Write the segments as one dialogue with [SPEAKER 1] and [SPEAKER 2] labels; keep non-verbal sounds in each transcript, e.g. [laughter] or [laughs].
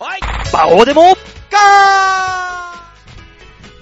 [SPEAKER 1] バオデモ
[SPEAKER 2] ガ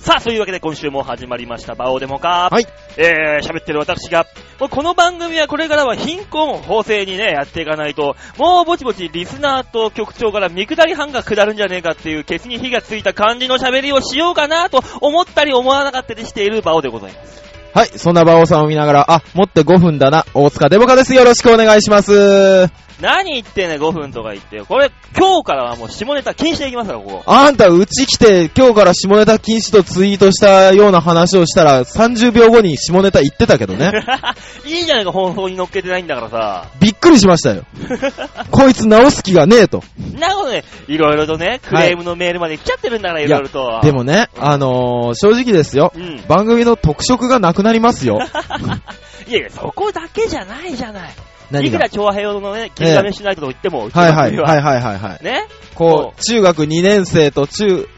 [SPEAKER 1] さあ、そういうわけで今週も始まりました、バオデモか。
[SPEAKER 2] はい。
[SPEAKER 1] えー、喋ってる私が、もうこの番組はこれからは貧困法制にね、やっていかないと、もうぼちぼちリスナーと局長から見下り班が下るんじゃねえかっていう、ケツに火がついた感じの喋りをしようかなと思ったり思わなかったりしているバオでございます。
[SPEAKER 2] ーはい、そんな馬王さんを見ながら、あ、もって5分だな、大塚デモカです。よろしくお願いします。
[SPEAKER 1] 何言ってんね、5分とか言ってよ。これ、今日からはもう下ネタ禁止でいきますから、こ [laughs] こ。
[SPEAKER 2] あんた、うち来て、今日から下ネタ禁止とツイートしたような話をしたら、30秒後に下ネタ言ってたけど [laughs] ね。
[SPEAKER 1] いいじゃないか、放送に乗っけてないんだからさ。
[SPEAKER 2] びっくりしました [laughs] よ。こいつ直す気がねえと。
[SPEAKER 1] なことね、いろいろとね、クレームのメールまで来ちゃってるんだから、
[SPEAKER 2] い
[SPEAKER 1] いろいろと。
[SPEAKER 2] で、もね、あのー、正直ですよ
[SPEAKER 1] う。ん。 [laughs] い
[SPEAKER 2] 番組の特色がなくなります [laughs] よ。
[SPEAKER 1] やいや、そこだけじゃないじゃない。
[SPEAKER 2] 何
[SPEAKER 1] いく
[SPEAKER 2] が
[SPEAKER 1] ら長平用のね、金ダメしないとか言っても、うちの
[SPEAKER 2] はいはい、
[SPEAKER 1] 番組は
[SPEAKER 2] はいはいはいはい。
[SPEAKER 1] ね
[SPEAKER 2] こう、中学2年生と中、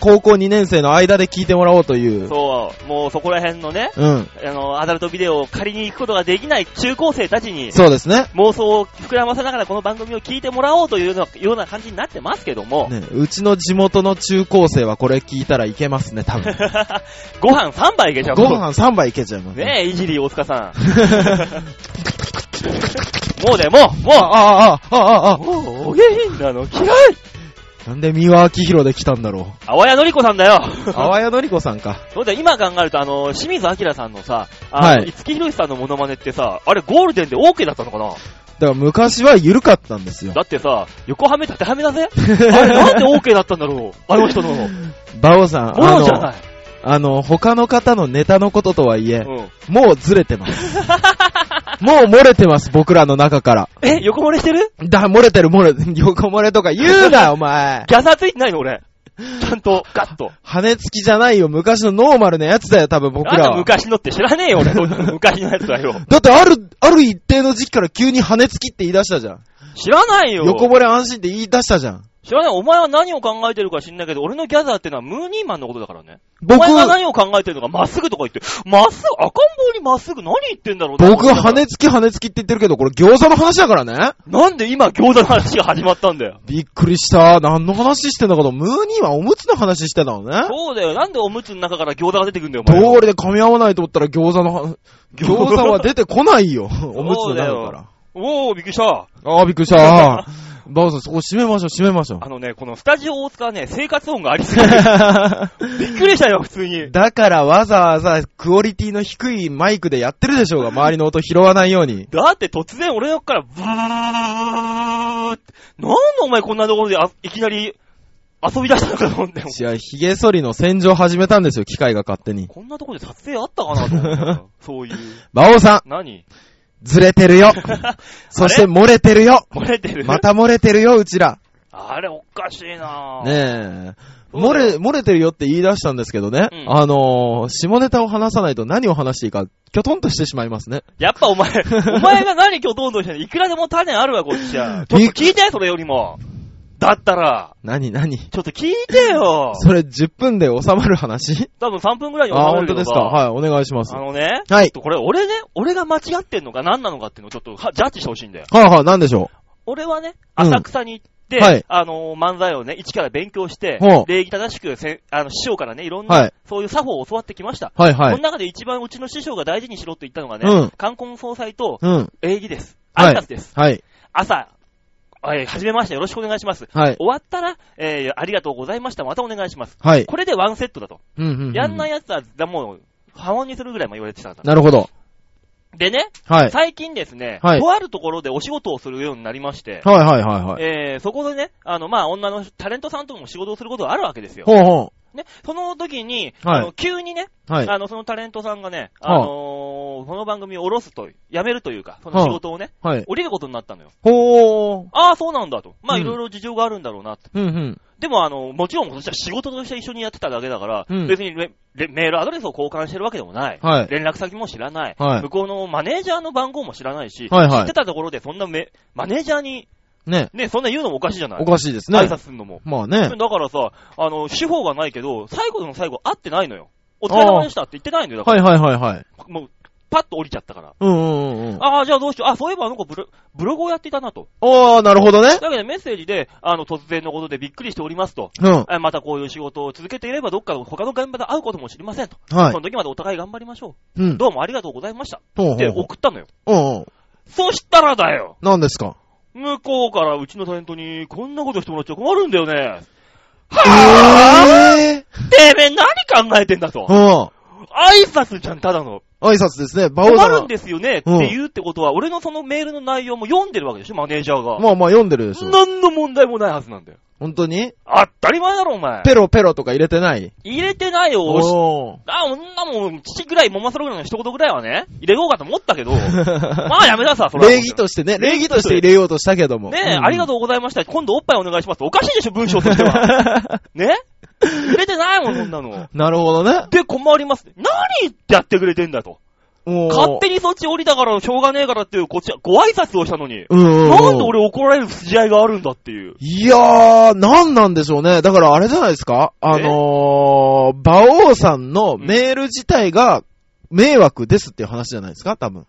[SPEAKER 2] 高校2年生の間で聞いてもらおうという。
[SPEAKER 1] そう、もうそこら辺のね、
[SPEAKER 2] うん。
[SPEAKER 1] あの、アダルトビデオを借りに行くことができない中高生たちに、
[SPEAKER 2] そうですね。
[SPEAKER 1] 妄想を膨らませながらこの番組を聞いてもらおうというようなような感じになってますけども、
[SPEAKER 2] ね、うちの地元の中高生はこれ聞いたらいけますね、多
[SPEAKER 1] [laughs]
[SPEAKER 2] 分。
[SPEAKER 1] [laughs] ご飯3杯いけちゃう。
[SPEAKER 2] ご飯3杯いけちゃいます。
[SPEAKER 1] ねえ、いじり大塚
[SPEAKER 2] [laughs]
[SPEAKER 1] さん。もうでもう、もう、
[SPEAKER 2] ああ、ああ、ああ、ああ。
[SPEAKER 1] もう、お下品なの嫌い
[SPEAKER 2] なんで三輪明宏で来たんだろ
[SPEAKER 1] あわやのりこさんだよ
[SPEAKER 2] う。あわやのりこさんか。
[SPEAKER 1] そうだよ、今考えると、あの、清水明さんのさ、あ
[SPEAKER 2] は
[SPEAKER 1] の、
[SPEAKER 2] い
[SPEAKER 1] 五木ひろしさんのモノマネってさ、あれゴールデンで OK だったのかな
[SPEAKER 2] だから昔は緩かったんですよ。
[SPEAKER 1] だってさ、横はめ縦はめだ
[SPEAKER 2] [laughs]
[SPEAKER 1] ぜあれなんで OK だったんだろうあの人の。
[SPEAKER 2] バオさん、
[SPEAKER 1] ボ
[SPEAKER 2] あ
[SPEAKER 1] ロじゃな
[SPEAKER 2] の、
[SPEAKER 1] い。
[SPEAKER 2] あの、他の方のネタのこととはいえ、
[SPEAKER 1] うん。
[SPEAKER 2] もうずれてます。 [laughs] もう漏れてます、僕らの中から。
[SPEAKER 1] え、横漏れしてる
[SPEAKER 2] だ、漏れてる漏れ、 [laughs] 横漏れとか言うな、お前。
[SPEAKER 1] ギャザーついてないの俺。ちゃんと、ガッと。
[SPEAKER 2] 羽根付きじゃないよ、昔のノーマルなやつだよ、多分僕
[SPEAKER 1] あん
[SPEAKER 2] ら
[SPEAKER 1] た
[SPEAKER 2] は。
[SPEAKER 1] 昔のって知らねえよ、俺。そんなの昔のやつだよ。
[SPEAKER 2] だってある、ある一定の時期から急に羽根付きって言い出したじゃん。
[SPEAKER 1] 知らないよ。
[SPEAKER 2] 横漏れ安心って言い出したじゃん。
[SPEAKER 1] 知らない。お前は何を考えてるか知んないけど、俺のギャザーってのはムーニーマンのことだからね。お
[SPEAKER 2] 僕、
[SPEAKER 1] 前が何を考えてるのか、まっすぐとか言って、まっすぐ、赤ん坊にまっすぐ何言ってんだろう
[SPEAKER 2] 僕は羽
[SPEAKER 1] ね
[SPEAKER 2] 根付き羽根付きって言ってるけど、これ餃子の話だからね。
[SPEAKER 1] なんで今餃子の話が始まったんだよ。
[SPEAKER 2] びっくりした。何の話してんだかと、ムーニーはおむつの話してたのね。
[SPEAKER 1] そうだよ。なんでおむつの中から餃子が出てくんだよ、お
[SPEAKER 2] 通
[SPEAKER 1] 前。
[SPEAKER 2] りで噛み合わないと思ったら餃子の話、餃子は出てこないよ。おむつの中から。
[SPEAKER 1] おー、びっくりした。
[SPEAKER 2] あー、びっくりした。バオさん、そこ閉めましょう、閉めましょう
[SPEAKER 1] あ。のね、このスタジオ大塚はね、生活音がありすぎる。びっくりしたよ、普通に。
[SPEAKER 2] だからわざわざクオリティの低いマイクでやってるでしょうが、周りの音拾わないように。
[SPEAKER 1] だって突然俺の横から、ブーって、なんでお前こんなところであいきなり遊び出したのかと思って。
[SPEAKER 2] いや、髭剃りの洗浄始めたんですよ、機械が勝手に。
[SPEAKER 1] こんなところで撮影あったかなと思ったよそういう。
[SPEAKER 2] 馬王さん、
[SPEAKER 1] 何
[SPEAKER 2] ずれてるよ。そして漏れてるよ。
[SPEAKER 1] 漏れてる
[SPEAKER 2] ま。た漏れてるよ、うち
[SPEAKER 1] [laughs]
[SPEAKER 2] ら。
[SPEAKER 1] あれおかしいなぁ。
[SPEAKER 2] ねえ。
[SPEAKER 1] そ
[SPEAKER 2] 漏
[SPEAKER 1] うだ
[SPEAKER 2] れ、
[SPEAKER 1] よ
[SPEAKER 2] 漏れてるよって言い出したんですけどね。
[SPEAKER 1] うん
[SPEAKER 2] あのー、下ネタを話さないと何を話していいか、きょとんとしてしまいますね。
[SPEAKER 1] やっぱお
[SPEAKER 2] [laughs]
[SPEAKER 1] 前、お前が何今日どんどんしてんのいくらでも種あるわ、こっちは。ちょっと聞いて、それよりも。だったら、
[SPEAKER 2] 何、何
[SPEAKER 1] ちょっと聞いてよ。
[SPEAKER 2] それ10分で収まる話
[SPEAKER 1] 多分3分くらいに収
[SPEAKER 2] あー、
[SPEAKER 1] ま
[SPEAKER 2] 本
[SPEAKER 1] るけ
[SPEAKER 2] 当
[SPEAKER 1] ど
[SPEAKER 2] です
[SPEAKER 1] さ
[SPEAKER 2] か。はい、お願いします。
[SPEAKER 1] あ
[SPEAKER 2] は
[SPEAKER 1] のね、
[SPEAKER 2] はい
[SPEAKER 1] ちょっとこれ俺ね、俺が間違ってんのか何なのかっていうのをちょっとはジャッジしてほしいんだよ。
[SPEAKER 2] いはい、なんでしょ
[SPEAKER 1] 俺はね、
[SPEAKER 2] うん
[SPEAKER 1] 浅草に行って、
[SPEAKER 2] はい
[SPEAKER 1] あのー漫才をね、一から勉強して
[SPEAKER 2] ほう、
[SPEAKER 1] 礼儀正しくせん、あの、師匠からね、いろん
[SPEAKER 2] う
[SPEAKER 1] な、
[SPEAKER 2] はい。
[SPEAKER 1] そういう作法を教わってきました。
[SPEAKER 2] はい、は
[SPEAKER 1] こ
[SPEAKER 2] い
[SPEAKER 1] の。中で一番うちの師匠が大事にしろって言ったのがね、
[SPEAKER 2] うん
[SPEAKER 1] 冠婚葬祭と
[SPEAKER 2] うん。
[SPEAKER 1] 礼儀です。
[SPEAKER 2] は
[SPEAKER 1] 挨
[SPEAKER 2] い
[SPEAKER 1] 拶です。
[SPEAKER 2] はい。
[SPEAKER 1] 朝、えー、はじめまして、よろしくお願いします。
[SPEAKER 2] はい。
[SPEAKER 1] 終わったら、えー、ありがとうございました、またお願いします。
[SPEAKER 2] はい。
[SPEAKER 1] これでワンセットだと。
[SPEAKER 2] うんうん、うん。
[SPEAKER 1] やんないやつは、だもう、破音にするぐらいも言われてたんだ。
[SPEAKER 2] なるほど。
[SPEAKER 1] でね、
[SPEAKER 2] はい。
[SPEAKER 1] 最近ですね、
[SPEAKER 2] はい
[SPEAKER 1] とあるところでお仕事をするようになりまして、
[SPEAKER 2] はいはいはいはい。
[SPEAKER 1] えー、そこでね、あの、まあ、女のタレントさんとも仕事をすることがあるわけですよ。
[SPEAKER 2] ほうほ
[SPEAKER 1] ね、その時に、
[SPEAKER 2] は
[SPEAKER 1] あ
[SPEAKER 2] い
[SPEAKER 1] の急にね、
[SPEAKER 2] う。はい。
[SPEAKER 1] あの、そのタレントさんがね、あ
[SPEAKER 2] はあ
[SPEAKER 1] のーその番組を下ろすと、やめるというか、その仕事をね、
[SPEAKER 2] はい。
[SPEAKER 1] 降りることになったのよ。
[SPEAKER 2] ほう。
[SPEAKER 1] ああ、そうなんだと。まあ、
[SPEAKER 2] うん
[SPEAKER 1] いろいろ事情があるんだろうなって。
[SPEAKER 2] うんうん。
[SPEAKER 1] でも、あの、もちろん、私は仕事として一緒にやってただけだから、
[SPEAKER 2] うん
[SPEAKER 1] 別にメレメールアドレスを交換してるわけでもない。
[SPEAKER 2] はい。
[SPEAKER 1] 連絡先も知らない。
[SPEAKER 2] はい
[SPEAKER 1] 向こうのマネージャーの番号も知らないし、
[SPEAKER 2] はい
[SPEAKER 1] 知
[SPEAKER 2] は
[SPEAKER 1] ってたところでそんなめマネージャーに、
[SPEAKER 2] い。ね。
[SPEAKER 1] ね、そんな言うのもおかしいじゃない
[SPEAKER 2] おかしいです
[SPEAKER 1] 挨
[SPEAKER 2] ね。
[SPEAKER 1] 拶するのも。
[SPEAKER 2] まあね。
[SPEAKER 1] だからさ、あの、手法がないけど、最後の最後会ってないのよ。お疲れ様でしたって言ってないのよ。だか
[SPEAKER 2] はいはいはいはい。
[SPEAKER 1] ら、もう、パッと降りちゃったから。
[SPEAKER 2] うんうんうんうん。
[SPEAKER 1] ああ、じゃあどうしよう。あ、そういえばあの子ブロブログをやっていたなと。
[SPEAKER 2] ああ、なるほ [laughs] どね。
[SPEAKER 1] だけどメッセージで、あの、突然のことでびっくりしておりますと。
[SPEAKER 2] うん。
[SPEAKER 1] あまたこういう仕事を続けていれば、どっかの他の現場で会うことも知りませんと。
[SPEAKER 2] はい
[SPEAKER 1] そ。の時までお互い頑張りましょ
[SPEAKER 2] う
[SPEAKER 1] う。
[SPEAKER 2] ん。
[SPEAKER 1] どうもありがとうございました。
[SPEAKER 2] ほうほう
[SPEAKER 1] って送ったのよ。
[SPEAKER 2] うんうん。
[SPEAKER 1] そしたらだよ
[SPEAKER 2] 何ですか
[SPEAKER 1] 向こうからうちのタレントに、こんなことしてもらっちゃ困るんだよね。はぁ、
[SPEAKER 2] えぇ
[SPEAKER 1] てめえ何考えてんだと。
[SPEAKER 2] うん。
[SPEAKER 1] 挨拶じゃん、ただの。
[SPEAKER 2] 挨拶ですね。馬王
[SPEAKER 1] 困
[SPEAKER 2] さん
[SPEAKER 1] るん
[SPEAKER 2] は。
[SPEAKER 1] ですよねって言うってことは、俺のそのメールの内容も読んでるわけでしょ、マネージャーが。
[SPEAKER 2] まあまあ読んでるでしょ。
[SPEAKER 1] 何の問題もないはずなんだよ。
[SPEAKER 2] 本当に
[SPEAKER 1] 当たり前だろ、お前。
[SPEAKER 2] ペロペロとか入れてない
[SPEAKER 1] 入れてないよ、おし
[SPEAKER 2] おー。
[SPEAKER 1] あ、女も父ぐらい、もまそろぐらいの一言ぐらいはね、入れようかと思ったけど、 [laughs] まあやめなさ、それは
[SPEAKER 2] 礼儀としてね、礼儀として入れようとしたけども。
[SPEAKER 1] ねえ、ありが
[SPEAKER 2] と
[SPEAKER 1] とうございました。今度おっぱいお願いします。おかしいでしょ、文章としては。 [laughs] ね入れてないもん、そんなの。
[SPEAKER 2] う。なるほどね。
[SPEAKER 1] で、困ります。何やってくれてんだと。勝
[SPEAKER 2] 勝
[SPEAKER 1] 手
[SPEAKER 2] に。
[SPEAKER 1] にそっち降りたから、しょうがねえからっていう、こっちはご挨拶をしたのに。
[SPEAKER 2] うんうんうん。
[SPEAKER 1] なんで俺怒られる筋合いがあるんだっていう。
[SPEAKER 2] いやー、なんなんでしょうね。だからあれじゃないですかあのー、馬王さんのメール自体が迷惑ですっていう話じゃないですか多分。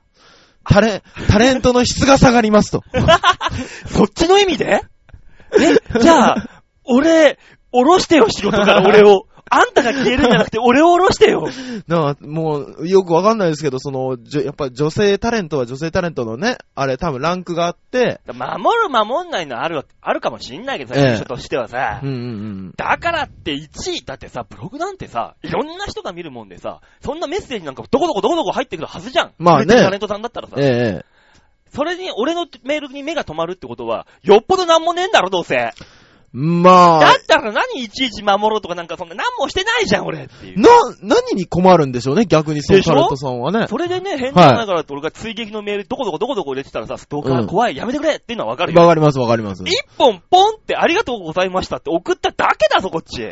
[SPEAKER 2] タレ、タレントの質が下がりますと。
[SPEAKER 1] そっちの意味で [laughs] え、じゃあ、俺、降ろしてよ、仕事から俺を。あんたが消えるんじゃなくて、俺を降ろしてよ。
[SPEAKER 2] [laughs] なあ、もう、よくわかんないですけど、その、じょやっぱ女性タレントは女性タレントのね、あれ多分ランクがあって、
[SPEAKER 1] 守る守んないのあるわ、あるかもしんないけどさ、
[SPEAKER 2] ええ
[SPEAKER 1] 人としてはさ。
[SPEAKER 2] うんうん
[SPEAKER 1] だからって1位、だってさ、ブログなんてさ、いろんな人が見るもんでさ、そんなメッセージなんかどこどこどこどこ入ってくるはずじゃん。
[SPEAKER 2] まあね
[SPEAKER 1] 売れてるタレントさんだったらさ
[SPEAKER 2] うん。。ええ。
[SPEAKER 1] それに、俺のメールに目が止まるってことは、よっぽどなんもねえんだろ、どうせ。
[SPEAKER 2] ま
[SPEAKER 1] だ
[SPEAKER 2] あ、
[SPEAKER 1] ったら何いちいち守ろうとかなんかそんな、何もしてないじゃん、俺っていう。
[SPEAKER 2] な、何に困るんでしょうね、逆にその
[SPEAKER 1] でしょ
[SPEAKER 2] タレントさんはね。
[SPEAKER 1] それでね、返事がないからって俺が追撃のメールどこどこどこどこ入れてたらさ、ストーカ
[SPEAKER 2] う
[SPEAKER 1] ー
[SPEAKER 2] ん
[SPEAKER 1] 怖い、やめてくれっていうのはわかる
[SPEAKER 2] わ
[SPEAKER 1] よ。
[SPEAKER 2] かりますわかります。
[SPEAKER 1] 一本ポンってありがとうございましたって送っただけだぞ、こっち。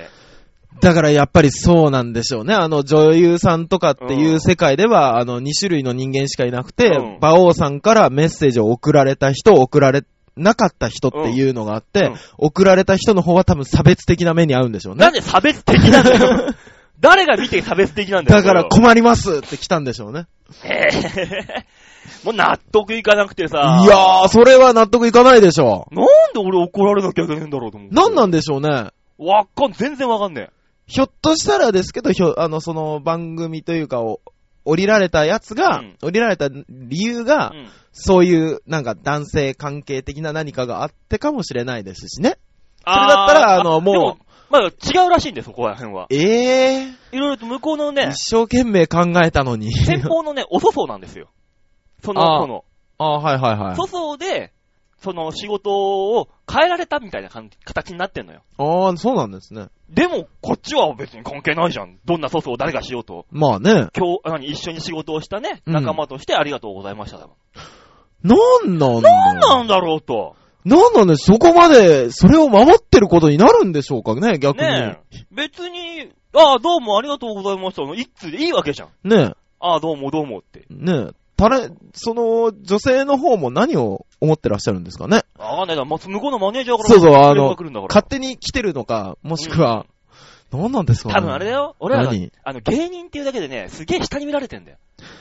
[SPEAKER 2] だからやっぱりそうなんでしょうね。あの女優さんとかっていう世界では、あの2種類の人間しかいなくて、
[SPEAKER 1] うん
[SPEAKER 2] 馬王さんからメッセージを送られた人、送られなかった人っていうのがあって、
[SPEAKER 1] うんうん
[SPEAKER 2] 送られた人の方は多分差別的な目に遭うんでしょうね。
[SPEAKER 1] なんで差別的なんだ
[SPEAKER 2] [laughs]
[SPEAKER 1] よ。誰が見て差別的なんだよ。
[SPEAKER 2] だから
[SPEAKER 1] これは
[SPEAKER 2] 困りますって来たんでしょうね。
[SPEAKER 1] えー [laughs] もう納得いかなくて
[SPEAKER 2] い
[SPEAKER 1] さ。
[SPEAKER 2] やー、それは納得いかないでしょ
[SPEAKER 1] なんで俺怒られなきゃいけないんだろうと思っ
[SPEAKER 2] う。
[SPEAKER 1] て。
[SPEAKER 2] なんなんんでしょうね。
[SPEAKER 1] わっかん、全然わかんね
[SPEAKER 2] ひょっとしたらですけど、ひょ、あの、その番組というかを、降りられたやつが、
[SPEAKER 1] うん
[SPEAKER 2] 降りられた理由
[SPEAKER 1] え。
[SPEAKER 2] が、
[SPEAKER 1] うん
[SPEAKER 2] そういう、なんか男性関係的な何かがあってかもしれないですしね。
[SPEAKER 1] あー
[SPEAKER 2] それだったらあのもう
[SPEAKER 1] でまあ違うらしいんですよ、ここら辺は。
[SPEAKER 2] ええ
[SPEAKER 1] いろいろと向こうの
[SPEAKER 2] ー、
[SPEAKER 1] ね、
[SPEAKER 2] 一生懸命考えたのに。
[SPEAKER 1] 先方のね、お粗相なんですよ。その
[SPEAKER 2] あー
[SPEAKER 1] 子の。
[SPEAKER 2] [laughs] あーはいはいはい。
[SPEAKER 1] 粗相で、その仕事を変えられたみたいな感じ形になってんのよ。
[SPEAKER 2] ああ、そうなんですね。
[SPEAKER 1] でも、こっちは別に関係ないじゃん。どんな粗相を誰がしようと。
[SPEAKER 2] まあね。
[SPEAKER 1] 今日、何、一緒に仕事をしたね、
[SPEAKER 2] うん
[SPEAKER 1] 仲間としてありがとうございました。
[SPEAKER 2] なんなん
[SPEAKER 1] なんなんだろうと。
[SPEAKER 2] なんなんでそこまで、それを守ってることになるんでしょうかね、逆に。
[SPEAKER 1] ね
[SPEAKER 2] ね
[SPEAKER 1] え。別に、ああ、どうもありがとうございましたの一通でいいわけじゃん。
[SPEAKER 2] え。ね
[SPEAKER 1] ああ、どうもどうもって。
[SPEAKER 2] え。たれ、その、女性の方も何を思ってらっしゃるんですかね。
[SPEAKER 1] わかんないな。ま向こうのマネージャーから
[SPEAKER 2] そうそうあの
[SPEAKER 1] メールが来るんだから。
[SPEAKER 2] 勝手に来てるのか、もしくは、なんなんですかね。
[SPEAKER 1] 多分あれだよ。俺らが
[SPEAKER 2] 何、
[SPEAKER 1] あの、芸人っていうだけでね、すげえ下に見られてんだよ。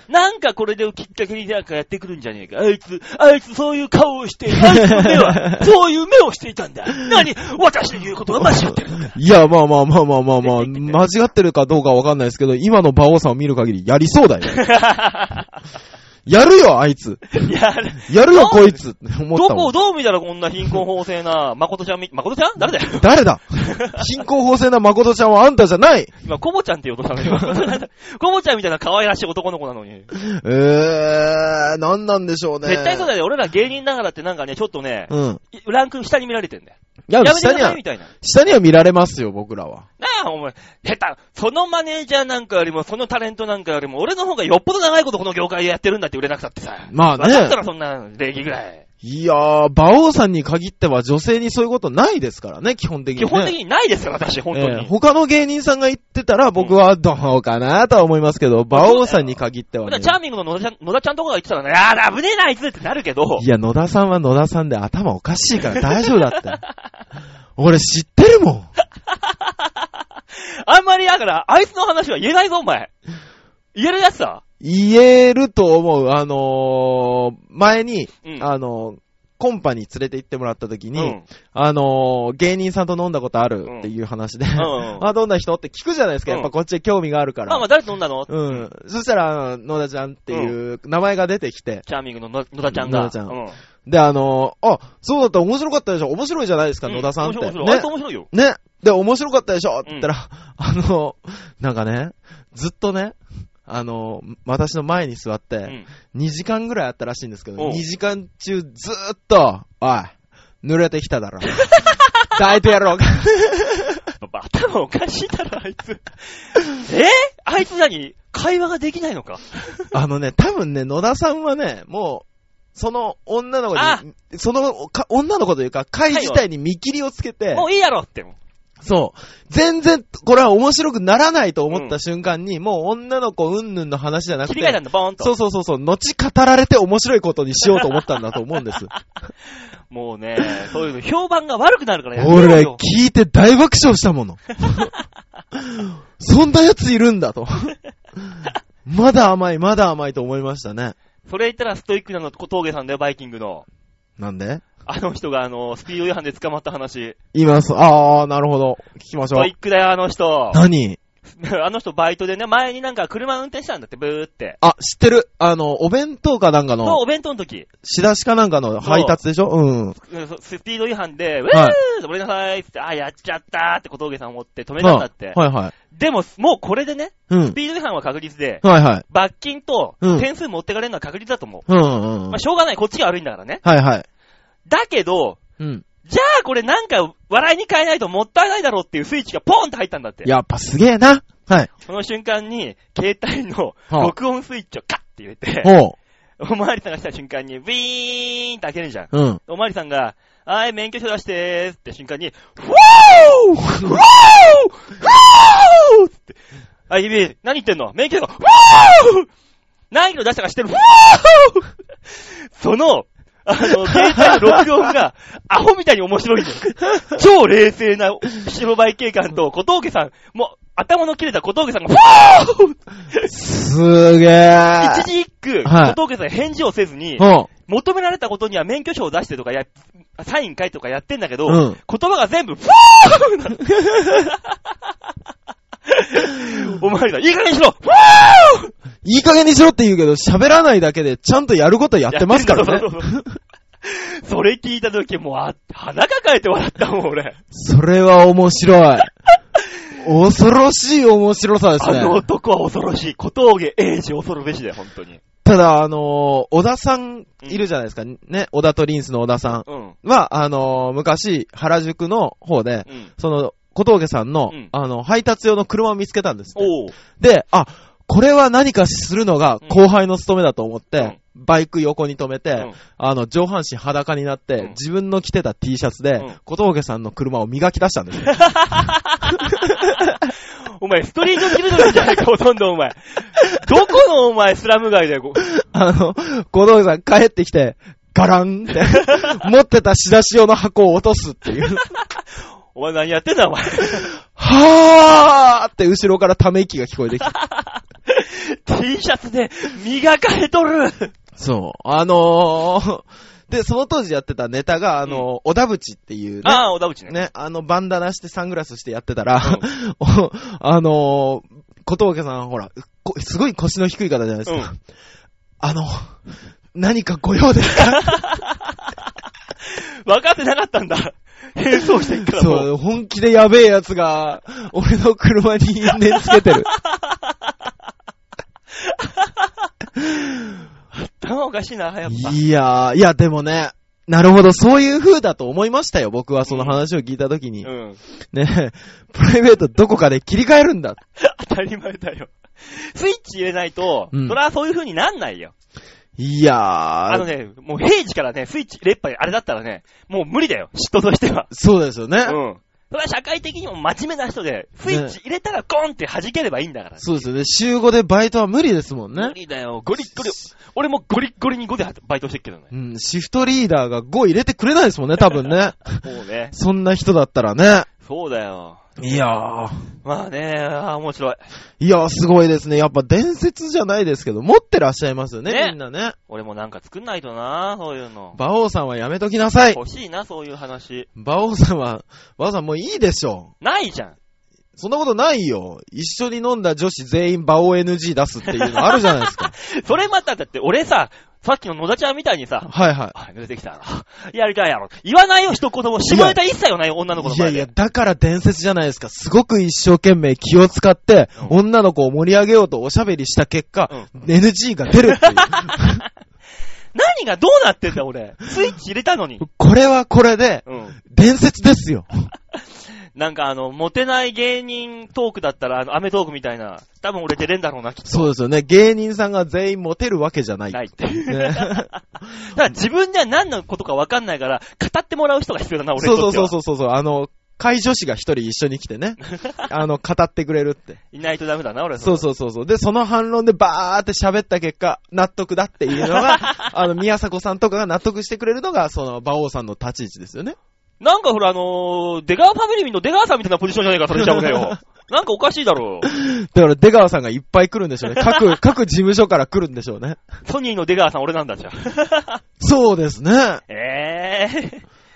[SPEAKER 1] なんかこれできっかけになんかやってくるんじゃねえか。あいつ、あいつそういう顔をしている。あいつの目
[SPEAKER 2] [laughs]
[SPEAKER 1] は、そういう目をしていたんだ。何私の言うことが間違
[SPEAKER 2] [laughs]
[SPEAKER 1] ってるのか。
[SPEAKER 2] いや、まあまあまあまあまあまあ、
[SPEAKER 1] 出てきて
[SPEAKER 2] 間違ってるかどうかわかんないですけど、今の馬王さんを見る限りやりそうだ
[SPEAKER 1] [laughs]
[SPEAKER 2] よ。やるよ、あいつ。
[SPEAKER 1] いや、あれ
[SPEAKER 2] やるよ、
[SPEAKER 1] なん
[SPEAKER 2] こいつ。って思っ
[SPEAKER 1] ど
[SPEAKER 2] た
[SPEAKER 1] こ
[SPEAKER 2] も
[SPEAKER 1] を
[SPEAKER 2] ん。
[SPEAKER 1] どう見たらこんな貧困法制な、誠ちゃんみ、誠ちゃん誰だ
[SPEAKER 2] [laughs]
[SPEAKER 1] よ。
[SPEAKER 2] 誰だ貧困法制な誠ちゃんはあんたじゃない
[SPEAKER 1] 今、コボちゃんって言おうとしたのに。 [laughs] コボちゃんみたいな可愛らしい男の子なのに。
[SPEAKER 2] えー、なんなんでしょうね。
[SPEAKER 1] 絶対そうだよ。俺ら芸人ながらってなんかね、ちょっとね、
[SPEAKER 2] うん。
[SPEAKER 1] いランク下に見られてんだよ。
[SPEAKER 2] いや
[SPEAKER 1] や、めて
[SPEAKER 2] 下
[SPEAKER 1] くだ
[SPEAKER 2] に
[SPEAKER 1] さ、
[SPEAKER 2] はい
[SPEAKER 1] み、たいな。
[SPEAKER 2] 下には見られますよ、僕らは。
[SPEAKER 1] なあ、お前、下手。そのマネージャーなんかよりも、そのタレントなんかよりも、俺の方がよっぽど長いことこの業界やってるんだって売れなくたってさ。
[SPEAKER 2] まあね
[SPEAKER 1] わかったらそんな礼儀ぐらい。
[SPEAKER 2] いやー、馬王さんに限っては女性にそういうことないですからね、基本的に、
[SPEAKER 1] 基
[SPEAKER 2] ね。
[SPEAKER 1] 本的にないですよ、私、本当
[SPEAKER 2] えー
[SPEAKER 1] に。
[SPEAKER 2] 他の芸人さんが言ってたら僕はどうかなとは思いますけど、馬王さんに限っては
[SPEAKER 1] だから
[SPEAKER 2] ね
[SPEAKER 1] チ。ャーミングの野田ちゃん、野田ちゃんとかが言ってたらね、あー、危ねえな、あいつってなるけど、
[SPEAKER 2] いや、野田さんは野田さんで頭おかしいから大丈夫だ
[SPEAKER 1] [laughs]
[SPEAKER 2] って。俺知ってるもん。
[SPEAKER 1] あんまりだから、あいつの話は言えないぞ、お前。言えるやつだ。
[SPEAKER 2] 言えると思う。あのー前に、
[SPEAKER 1] うん
[SPEAKER 2] あのーコンパに連れて行ってもらった時に、
[SPEAKER 1] うん
[SPEAKER 2] あのー芸人さんと飲んだことあるっていう話で、
[SPEAKER 1] んうん
[SPEAKER 2] [laughs] あ、どんな人って聞くじゃないですか。やっぱこっちで興味があるから。
[SPEAKER 1] まあまあ、誰と飲んだの
[SPEAKER 2] うん。そしたら、あの野田ちゃんっていう名前が出てきて、
[SPEAKER 1] チャーミングのの野田ちゃんが。
[SPEAKER 2] 野田ちゃん
[SPEAKER 1] う
[SPEAKER 2] で、あのーあ、そうだった、面白かったでしょ面白いじゃないですか、野田さんって。
[SPEAKER 1] 面白い面白いあい
[SPEAKER 2] ね
[SPEAKER 1] つ。面白いよ。
[SPEAKER 2] ね。で、面白かったでしょって言ったら、あのーなんかね、ずっとね、あのー私の前に座って、
[SPEAKER 1] うん。
[SPEAKER 2] 2時間ぐらいあったらしいんですけど、
[SPEAKER 1] おう
[SPEAKER 2] 2時間中ずーっと、おい、濡れてきた
[SPEAKER 1] [laughs]
[SPEAKER 2] だろ。抱いてやろうか。
[SPEAKER 1] やっぱ頭おかしいだろ、あいつ。 [laughs] えあいつ何会話ができないのか
[SPEAKER 2] あのね、多分ね、野田さんはね、もう、その女の子
[SPEAKER 1] あ
[SPEAKER 2] に、そのか女の子というか、会自体に見切りをつけて、
[SPEAKER 1] もういいやろって。
[SPEAKER 2] そう、全然、これは面白くならないと思った瞬間に、もう女の子うんぬんの話じゃなく
[SPEAKER 1] 切り替えた
[SPEAKER 2] て、
[SPEAKER 1] んだ、ボーンと。
[SPEAKER 2] そうそうそうそう、後語られて面白いことにしようと思ったんだと思う
[SPEAKER 1] [laughs]
[SPEAKER 2] んです。
[SPEAKER 1] もうね、そういうの評判が悪くなるからやめろ
[SPEAKER 2] 俺、
[SPEAKER 1] よ。
[SPEAKER 2] 聞いて大爆笑し
[SPEAKER 1] [laughs]
[SPEAKER 2] たもの。そんな奴いるんだと。まだ甘い、まだ甘いと思いましたね。
[SPEAKER 1] それ言ったらストイックなの小峠さんだよ、バイキングの。
[SPEAKER 2] なんで
[SPEAKER 1] あの人があの、スピード違反で捕まった話。
[SPEAKER 2] 今、そあー、なるほど。聞きまし
[SPEAKER 1] ス
[SPEAKER 2] ょう
[SPEAKER 1] トイ。ックだよ、あの人。
[SPEAKER 2] 何
[SPEAKER 1] [laughs] あの人バイトでね、前になんか車運転したんだって、ブーって。
[SPEAKER 2] あ、知ってる。あの、お弁当かなんか
[SPEAKER 1] そう、
[SPEAKER 2] の、
[SPEAKER 1] お弁当の時、
[SPEAKER 2] 仕出しかなんかの配達でしょうん。
[SPEAKER 1] うんそスピード違反で、ウェーごめんなさいっつって、あ、やっちゃったーって小峠さん思って止めたんだって。
[SPEAKER 2] はいはい。
[SPEAKER 1] でも、もうこれでね、
[SPEAKER 2] うん
[SPEAKER 1] ス。ピード違反は確率で、
[SPEAKER 2] はいはい。
[SPEAKER 1] 罰金と
[SPEAKER 2] うん
[SPEAKER 1] 点数持ってかれるのは確率だと思う。
[SPEAKER 2] うんうんうん
[SPEAKER 1] まあ、。しょうがない、こっちが悪いんだからね。
[SPEAKER 2] はいはい。
[SPEAKER 1] だけど、
[SPEAKER 2] うん。
[SPEAKER 1] じゃあこれなんか笑いに変えないともったいないだろうっていうスイッチがポーンって入ったんだって。
[SPEAKER 2] やっぱすげえな。はい。
[SPEAKER 1] その瞬間に、携帯の
[SPEAKER 2] はあ
[SPEAKER 1] 録音スイッチをカッて入れて、
[SPEAKER 2] おう。
[SPEAKER 1] [laughs] おまわりさんがした瞬間に、ウィーンって開けるじゃん。
[SPEAKER 2] うん。
[SPEAKER 1] おまわりさんが、はーい、免許証出してーすって瞬
[SPEAKER 2] [laughs]
[SPEAKER 1] 間に、フォーフォーフォーって。あ、指、何言ってんの免許証が、フォー何色出したか知ってるフォーその、あの、携帯の録音
[SPEAKER 2] [laughs]
[SPEAKER 1] が、アホみたいに面白いんだよ。超冷静な白バイ警官と小峠さん、もう、頭の切れた小峠さんが、フォー
[SPEAKER 2] すげえ。
[SPEAKER 1] 一字一句、
[SPEAKER 2] はい
[SPEAKER 1] 小峠さん返事をせずに、
[SPEAKER 2] うん。
[SPEAKER 1] 求められたことには免許証を出してとかや、サイン書いてとかやってんだけど、
[SPEAKER 2] うん
[SPEAKER 1] 言葉が全部、フォーなのお前ら、いい加減にしろフォー
[SPEAKER 2] いい加減にしろって言うけど、喋らないだけで、ちゃんとやることやってますから
[SPEAKER 1] そ
[SPEAKER 2] ね。
[SPEAKER 1] うそうそうそう [laughs] それ聞いた時、もう、あ、鼻抱えて笑ったもん、俺。
[SPEAKER 2] それは面白い。恐ろしい面白さです
[SPEAKER 1] あの
[SPEAKER 2] ね。
[SPEAKER 1] 男は恐ろしい。小峠英二恐るべしだよ、本当に。
[SPEAKER 2] ただ、あのー小田さんいるじゃないですか。ね、小田とリンスの小田さ
[SPEAKER 1] うん。
[SPEAKER 2] んは、あのー昔、原宿の方で、
[SPEAKER 1] うん。
[SPEAKER 2] その、小峠さんの、
[SPEAKER 1] うん
[SPEAKER 2] あの、配達用の車を見つけたんですっ
[SPEAKER 1] お
[SPEAKER 2] て。
[SPEAKER 1] う。
[SPEAKER 2] で、あ、これは何かするのが
[SPEAKER 1] うん
[SPEAKER 2] 後輩の務めだと思って、バイク横に止めて、
[SPEAKER 1] うん
[SPEAKER 2] あの、上半身裸になって、
[SPEAKER 1] うん
[SPEAKER 2] 自分の着てた T シャツで、
[SPEAKER 1] うん
[SPEAKER 2] 小峠さんの車を磨き出したんですよ。 [laughs]
[SPEAKER 1] お前、ストリートチルドレンじゃないか、ほとんど、お前。どこの、お前、スラム街だよ、こ
[SPEAKER 2] あの、小峠さん帰ってきて、ガランって、 [laughs] 持ってた仕出し用の箱を落とすっていう。 [laughs]
[SPEAKER 1] お前何やってんだ、お前。
[SPEAKER 2] はーって後ろからため息が聞こえてきて。
[SPEAKER 1] T シャツで磨かれとる
[SPEAKER 2] そう。あのー、で、その当時やってたネタが、あのー、小田淵っていうね、
[SPEAKER 1] ああ、小田淵ね。
[SPEAKER 2] ね、あの、バンダナしてサングラスしてやってたら、お [laughs] あのー、小峠さん、ほら、こすごい腰の低い方じゃないですか。
[SPEAKER 1] うん
[SPEAKER 2] あの、何かご
[SPEAKER 1] [laughs]
[SPEAKER 2] 用ですか
[SPEAKER 1] 分かってなかったんだ。変装してっからもう。
[SPEAKER 2] そう、本気でやべえやつが、 [laughs] 俺の車に因縁つけてる。
[SPEAKER 1] 頭おかしいな、 [laughs] やっぱ。
[SPEAKER 2] いやー、いや、でもね、なるほど、そういう風だと思いましたよ、僕はその話を聞いた時に。
[SPEAKER 1] うん。
[SPEAKER 2] ね [laughs] プライベートどこかで切り替えるんだ。
[SPEAKER 1] 当たり前だよ。スイッチ入れないと、
[SPEAKER 2] うん
[SPEAKER 1] そりゃそういう風になんないよ。
[SPEAKER 2] いやー、
[SPEAKER 1] あのね、もう平時からね、スイッチ連発あれだったらね、もう無理だよ、嫉妬としては。
[SPEAKER 2] そうですよね。
[SPEAKER 1] うん。それは社会的にも真面目な人で、スイッチ入れたらゴンって弾ければいいんだから。
[SPEAKER 2] そうですよね。週5でバイトは無理ですもんね
[SPEAKER 1] 無。理だよ、ゴリッゴリ。俺もゴリッゴリに5でバイトしてっけど
[SPEAKER 2] [laughs]
[SPEAKER 1] ね。
[SPEAKER 2] うん、シフトリーダーが5入れてくれないですもんね、多分ね。
[SPEAKER 1] [laughs] もうね。
[SPEAKER 2] そんな人だったらね。
[SPEAKER 1] そうだよ。
[SPEAKER 2] いやー。
[SPEAKER 1] まあね、あー面白い。
[SPEAKER 2] いやー、すごいですね。やっぱ伝説じゃないですけど、持ってらっしゃいますよね、
[SPEAKER 1] ね
[SPEAKER 2] みんなね。
[SPEAKER 1] 俺もなんか作んないとな、そういうの。
[SPEAKER 2] 馬王さんはやめときなさい。
[SPEAKER 1] 欲しいな、そういう話。
[SPEAKER 2] 馬王さんは、馬王さんもういいでしょ。
[SPEAKER 1] ないじゃん。
[SPEAKER 2] そんなことないよ。一緒に飲んだ女子全員馬王 NG 出すっていうのあるじゃないで
[SPEAKER 1] [laughs]
[SPEAKER 2] すか。
[SPEAKER 1] それまただって俺さ、さっきの野田ちゃんみたいにさ、
[SPEAKER 2] はいは
[SPEAKER 1] あ、出てきたやろ。やりたいやろ。言わないよ、一言も。下ネタ一切はないよ、女の子の
[SPEAKER 2] い。いや
[SPEAKER 1] 前
[SPEAKER 2] い
[SPEAKER 1] で。
[SPEAKER 2] や、だから伝説じゃないですか。すごく一生懸命気を使って、
[SPEAKER 1] う
[SPEAKER 2] 女の子を盛り上げようとおしゃべりした結果、NG が出るっていう。
[SPEAKER 1] [laughs] 何がどうなってんだ、俺。スイッチ入れたのに。
[SPEAKER 2] これはこれで、
[SPEAKER 1] うん。
[SPEAKER 2] 伝説ですよ。
[SPEAKER 1] なんかあの、モテない芸人トークだったら、あの、アメトークみたいな、多分俺出れんだろうな、きっと。
[SPEAKER 2] そうですよね。芸人さんが全員モテるわけじゃない。
[SPEAKER 1] ないって。 [laughs]
[SPEAKER 2] ね
[SPEAKER 1] だから自分では何のことか分かんないから、語ってもらう人が必要だな、俺
[SPEAKER 2] そ
[SPEAKER 1] に
[SPEAKER 2] うそ
[SPEAKER 1] と
[SPEAKER 2] う
[SPEAKER 1] って
[SPEAKER 2] そう
[SPEAKER 1] は。
[SPEAKER 2] そうそうそう。あの、会女子が一人一緒に来
[SPEAKER 1] [laughs]
[SPEAKER 2] てね。あの、語ってくれるって。
[SPEAKER 1] いないとダメだな、俺は。
[SPEAKER 2] そうそうそうそう。で、その反論でバーって喋った結果、納得だっていうの
[SPEAKER 1] [laughs]
[SPEAKER 2] が、あの、宮迫さんとかが納得してくれるのが、その、馬王さんの立ち位置ですよね。
[SPEAKER 1] なんかほら、あのー、出川ファミリーの出川さんみたいなポジションじゃないか、それじゃ俺よ。 [laughs] なんかおかしいだろう。
[SPEAKER 2] だから、出川さんがいっぱい来るんでしょうね。各、
[SPEAKER 1] [laughs]
[SPEAKER 2] 各事務所から来るんでしょうね。
[SPEAKER 1] ソニーの出川さん俺なんだじゃん。
[SPEAKER 2] そうですね。
[SPEAKER 1] え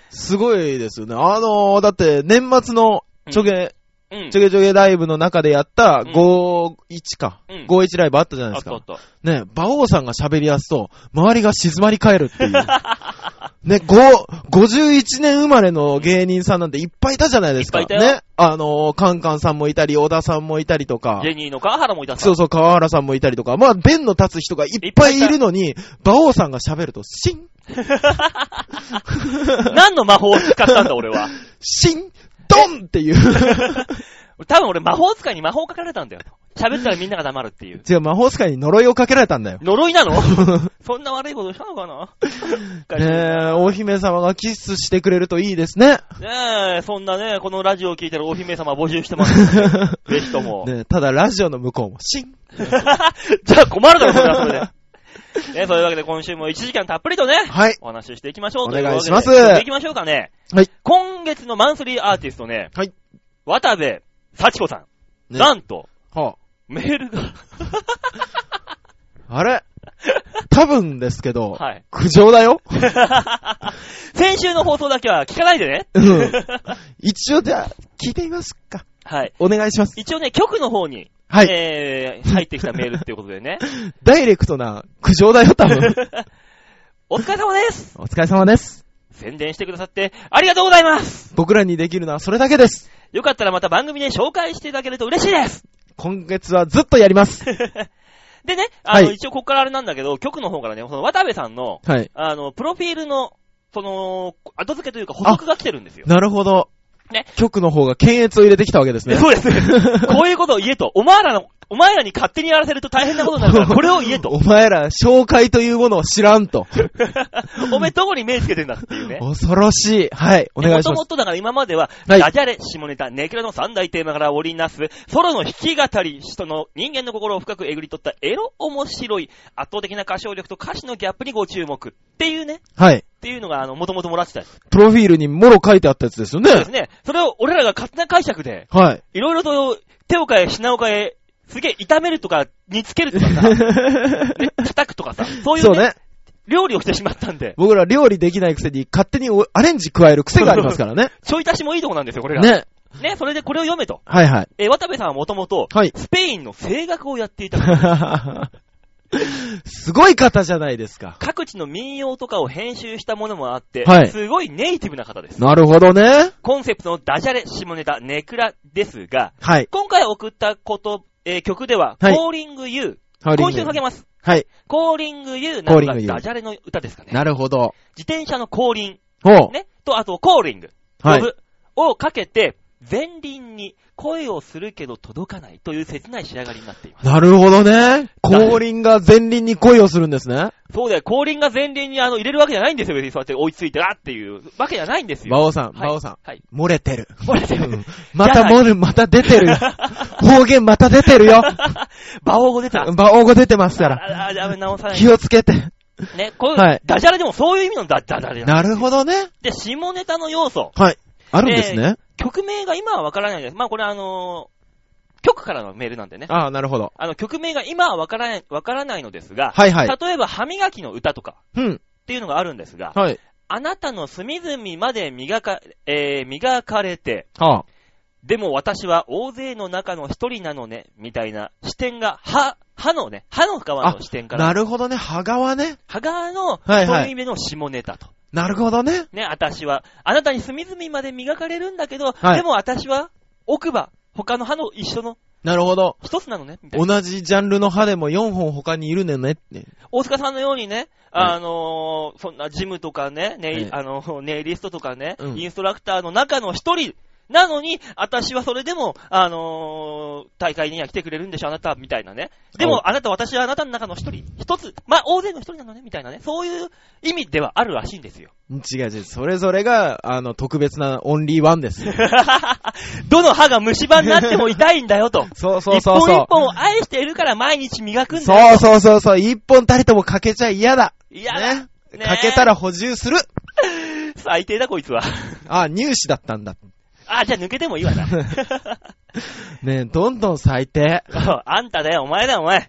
[SPEAKER 2] すごいですよね。あのー、だって、年末の、ちょげ、
[SPEAKER 1] えー。うん
[SPEAKER 2] ちょ。げちょげライブの中でやった、
[SPEAKER 1] うん
[SPEAKER 2] 51か。
[SPEAKER 1] うん
[SPEAKER 2] 51ライブあったじゃない
[SPEAKER 1] あ
[SPEAKER 2] で
[SPEAKER 1] っ
[SPEAKER 2] す
[SPEAKER 1] たあっ。
[SPEAKER 2] か
[SPEAKER 1] た。
[SPEAKER 2] ね、馬王さんが喋り出すと、周りが静まり返るって
[SPEAKER 1] [laughs]
[SPEAKER 2] いう。ね、5、51年生まれの芸人さんなんていっぱいいたじゃないですか。
[SPEAKER 1] いっぱいいたよ
[SPEAKER 2] ね。あのーカンカンさんもいたり、小田さんもいたりとか
[SPEAKER 1] ジ。ェニーの川原もいたさ。
[SPEAKER 2] そうそう、川原さんもいたりとか。まあ、弁の立つ人がいっぱいいるのに、馬王さんが喋ると、シン、
[SPEAKER 1] 何の魔法を使ったんだ、俺は。
[SPEAKER 2] シン、ドンっていう。
[SPEAKER 1] [laughs] 多分俺魔法使いに魔法かけられたんだよ。喋ったらみんなが黙るっていう。
[SPEAKER 2] 違う、魔法使いに呪いをかけられた
[SPEAKER 1] [laughs]
[SPEAKER 2] んだよ。
[SPEAKER 1] 呪いなのそんな悪いことしたのかな
[SPEAKER 2] ねえ、お姫様がキスしてくれるといいですね。
[SPEAKER 1] ねえ、そんなね、このラジオを聞いてるお姫様募集してます。 [laughs] ぜひとも。
[SPEAKER 2] ねえただラジオの向こうも、シン。
[SPEAKER 1] [laughs] じゃあ困るだろ、それはそれで。ね、そういうわけで今週も1時間たっぷりとね、
[SPEAKER 2] はい。
[SPEAKER 1] お話ししていきましょう
[SPEAKER 2] お
[SPEAKER 1] とい
[SPEAKER 2] 願いう
[SPEAKER 1] わけで。
[SPEAKER 2] します
[SPEAKER 1] 行きましょうかね。
[SPEAKER 2] はい。
[SPEAKER 1] 今月のマンスリーアーティストね、
[SPEAKER 2] はい。
[SPEAKER 1] 渡部幸子さん。
[SPEAKER 2] ね
[SPEAKER 1] なんと、
[SPEAKER 2] はあ
[SPEAKER 1] メールが、
[SPEAKER 2] あれ多分ですけど、
[SPEAKER 1] はい。
[SPEAKER 2] 苦情
[SPEAKER 1] [laughs]
[SPEAKER 2] だよ。
[SPEAKER 1] 先週の放送だけは聞かないでね。
[SPEAKER 2] うん。一応じゃあ、聞いてみますか。
[SPEAKER 1] はい。
[SPEAKER 2] お願いします。
[SPEAKER 1] 一応ね、局の方に、
[SPEAKER 2] はい。
[SPEAKER 1] えー、入ってきたメールっていうことでね。 [laughs]
[SPEAKER 2] ダイレクトな苦情だよ、多分。
[SPEAKER 1] お疲れ様です
[SPEAKER 2] お疲れ様です。
[SPEAKER 1] 宣伝してくださって、ありがとうございます
[SPEAKER 2] 僕らにできるのはそれだけです。
[SPEAKER 1] よかったらまた番組で紹介していただけると嬉しいです
[SPEAKER 2] 今月はずっとやりま
[SPEAKER 1] [laughs]
[SPEAKER 2] す。
[SPEAKER 1] でね、あの、
[SPEAKER 2] はい
[SPEAKER 1] 一応ここからあれなんだけど、局の方からね、その渡部さんの、
[SPEAKER 2] はい。
[SPEAKER 1] あの、プロフィールの、その、後付けというか補足が来てるんですよ。
[SPEAKER 2] なるほど。
[SPEAKER 1] ね
[SPEAKER 2] 局の方が検閲を入れてきたわけです
[SPEAKER 1] [laughs]
[SPEAKER 2] ね。 [laughs]
[SPEAKER 1] そうです。こういうことを言えと。お前らの、お前らに勝手にやらせると大変なことになる
[SPEAKER 2] [laughs]
[SPEAKER 1] から、これを言えと。
[SPEAKER 2] お前ら、紹介というものを知らんと。
[SPEAKER 1] おめえどこに目つけてんだっていうね。
[SPEAKER 2] 恐ろしい。はい。お願いしま
[SPEAKER 1] もと
[SPEAKER 2] す
[SPEAKER 1] も。とだから今までは、
[SPEAKER 2] はい
[SPEAKER 1] ダジャレ、下ネタ、ネクラの三大テーマから織りなす、ソロの弾き語り、人の人間の心を深くえぐり取ったエロ面白い、圧倒的な歌唱力と歌詞のギャップにご注目っていうね、っ
[SPEAKER 2] はい。
[SPEAKER 1] ていうのが、あの、もともともらってた。そ
[SPEAKER 2] プロフィールにもろ書いてあったやつですよ
[SPEAKER 1] うで
[SPEAKER 2] ね
[SPEAKER 1] す。ね。それを俺らが勝手な解釈で、 [laughs]
[SPEAKER 2] はい。
[SPEAKER 1] いろいろと手を変え、品を変え、すげえ炒めるとか、煮つけるとか
[SPEAKER 2] [laughs]
[SPEAKER 1] さ、ね、叩くとかさ、そうい
[SPEAKER 2] そうう
[SPEAKER 1] ね
[SPEAKER 2] ね。
[SPEAKER 1] 料理をしてしまったんで、
[SPEAKER 2] 僕ら料理できないくせに勝手におアレンジ加える癖がありますから [laughs] ね。
[SPEAKER 1] ちょい足しもいいとこなんですよ、これが。ね、
[SPEAKER 2] ね。
[SPEAKER 1] それでこれを読めと。
[SPEAKER 2] はいはい。
[SPEAKER 1] えー渡部さんはもともと、。
[SPEAKER 2] はい
[SPEAKER 1] スペインの声楽をやっていた。
[SPEAKER 2] [laughs] すごい方じゃないですか。
[SPEAKER 1] 各地の民謡とかを編集したものもあって、
[SPEAKER 2] はい
[SPEAKER 1] すごいネイティブな方です。
[SPEAKER 2] なるほどね。
[SPEAKER 1] コンセプトのダジャレ、下ネタ、ネクラですが、
[SPEAKER 2] はい。
[SPEAKER 1] 今回送ったこと、えー曲では、
[SPEAKER 2] はい
[SPEAKER 1] コーリング U、
[SPEAKER 2] ハウリ
[SPEAKER 1] 今
[SPEAKER 2] ング
[SPEAKER 1] 週かけます。
[SPEAKER 2] はい。
[SPEAKER 1] コーリング U なん
[SPEAKER 2] コー
[SPEAKER 1] か
[SPEAKER 2] リング U
[SPEAKER 1] ダジャレの歌ですかね。
[SPEAKER 2] なるほど。
[SPEAKER 1] 自転車の後輪、
[SPEAKER 2] ほう。
[SPEAKER 1] ね、と、あとコーリング、
[SPEAKER 2] はい
[SPEAKER 1] 呼ぶをかけて、前輪に恋をするけど届かないという切ない仕上がりになっています。
[SPEAKER 2] なるほどね。後輪が前輪に恋をするんですね。
[SPEAKER 1] そうだよ、後輪が前輪にあの入れるわけじゃないんですよ、別にそうやって追いついてなっていうわけじゃないんです
[SPEAKER 2] [laughs] 馬
[SPEAKER 1] よ。
[SPEAKER 2] 王さん、
[SPEAKER 1] はい
[SPEAKER 2] 馬王さ
[SPEAKER 1] はい。
[SPEAKER 2] ん。漏れてる。
[SPEAKER 1] これで
[SPEAKER 2] うん [laughs] また漏れ、また出てる [laughs] よ。方言また出てるよ。
[SPEAKER 1] 馬王語出た。
[SPEAKER 2] 馬王語出てますから。
[SPEAKER 1] ああ、やべ、直さない
[SPEAKER 2] 気。をつけて。
[SPEAKER 1] ね、こういう、
[SPEAKER 2] はい
[SPEAKER 1] ダジャレでもそういう意味のダダジャレなん
[SPEAKER 2] なるほどね。
[SPEAKER 1] で、下ネタの要素。
[SPEAKER 2] はい。あるんですね。
[SPEAKER 1] 曲名が今はわからないです。まあこれあのー局からのメールなんでね。
[SPEAKER 2] ああ、なるほど。
[SPEAKER 1] あの、曲名が今はわからない、わからないのですが、
[SPEAKER 2] はいはい。
[SPEAKER 1] 例えば歯磨きの歌とか
[SPEAKER 2] うん。
[SPEAKER 1] っていうのがあるんですが、
[SPEAKER 2] はい。
[SPEAKER 1] あなたの隅々まで磨か、えー磨かれて、
[SPEAKER 2] はあ。
[SPEAKER 1] でも私は大勢の中の一人なのね、みたいな視点が、歯、歯のね、歯の側の視点から、
[SPEAKER 2] なるほどね。羽側ね。
[SPEAKER 1] 歯側の、
[SPEAKER 2] はい
[SPEAKER 1] そう
[SPEAKER 2] はい
[SPEAKER 1] いう意味の下ネタと。
[SPEAKER 2] なるほどね。
[SPEAKER 1] ね、私は、あなたに隅々まで磨かれるんだけど、
[SPEAKER 2] はい
[SPEAKER 1] でも私は、奥歯、他の歯の一緒の、
[SPEAKER 2] なるほど。
[SPEAKER 1] 一つなのね、みたいな。
[SPEAKER 2] 同じジャンルの歯でも4本他にいるねんねって。
[SPEAKER 1] 大塚さんのようにね、あのーそんなジムとかね、ネイ,、
[SPEAKER 2] ええ
[SPEAKER 1] あのネイリストとかね、
[SPEAKER 2] うん
[SPEAKER 1] インストラクターの中の一人なのに、私はそれでも、あのー大会には来てくれるんでしょ、あなた、みたいなね。で
[SPEAKER 2] お
[SPEAKER 1] も、あなた、私はあなたの中の一人、一つ、まあ、大勢の一人なのね、みたいなね。そういう意味ではあるらしいん
[SPEAKER 2] [laughs]
[SPEAKER 1] ですよ。
[SPEAKER 2] 違う違う。それぞれが、あの、特別なオンリーワン [laughs] ですよ。
[SPEAKER 1] どの歯が虫歯になっても痛いんだよと。
[SPEAKER 2] そう [laughs] そうそう
[SPEAKER 1] 一本
[SPEAKER 2] そ
[SPEAKER 1] 一本を愛しているから毎日磨く
[SPEAKER 2] う。
[SPEAKER 1] んだよ。
[SPEAKER 2] そうそうそうそう。一本たりとも欠けちゃ嫌だ。
[SPEAKER 1] いやだ、
[SPEAKER 2] ね。
[SPEAKER 1] ね
[SPEAKER 2] 欠けたら補充する。
[SPEAKER 1] 最低だこいつ
[SPEAKER 2] [laughs]
[SPEAKER 1] は。
[SPEAKER 2] あ、入試だったんだ。
[SPEAKER 1] あ、じゃあ抜けてもいいわ
[SPEAKER 2] [laughs]
[SPEAKER 1] な。 [laughs]
[SPEAKER 2] ねえどんどん最低。
[SPEAKER 1] [laughs] あんただよ、お前だよ、お前。っ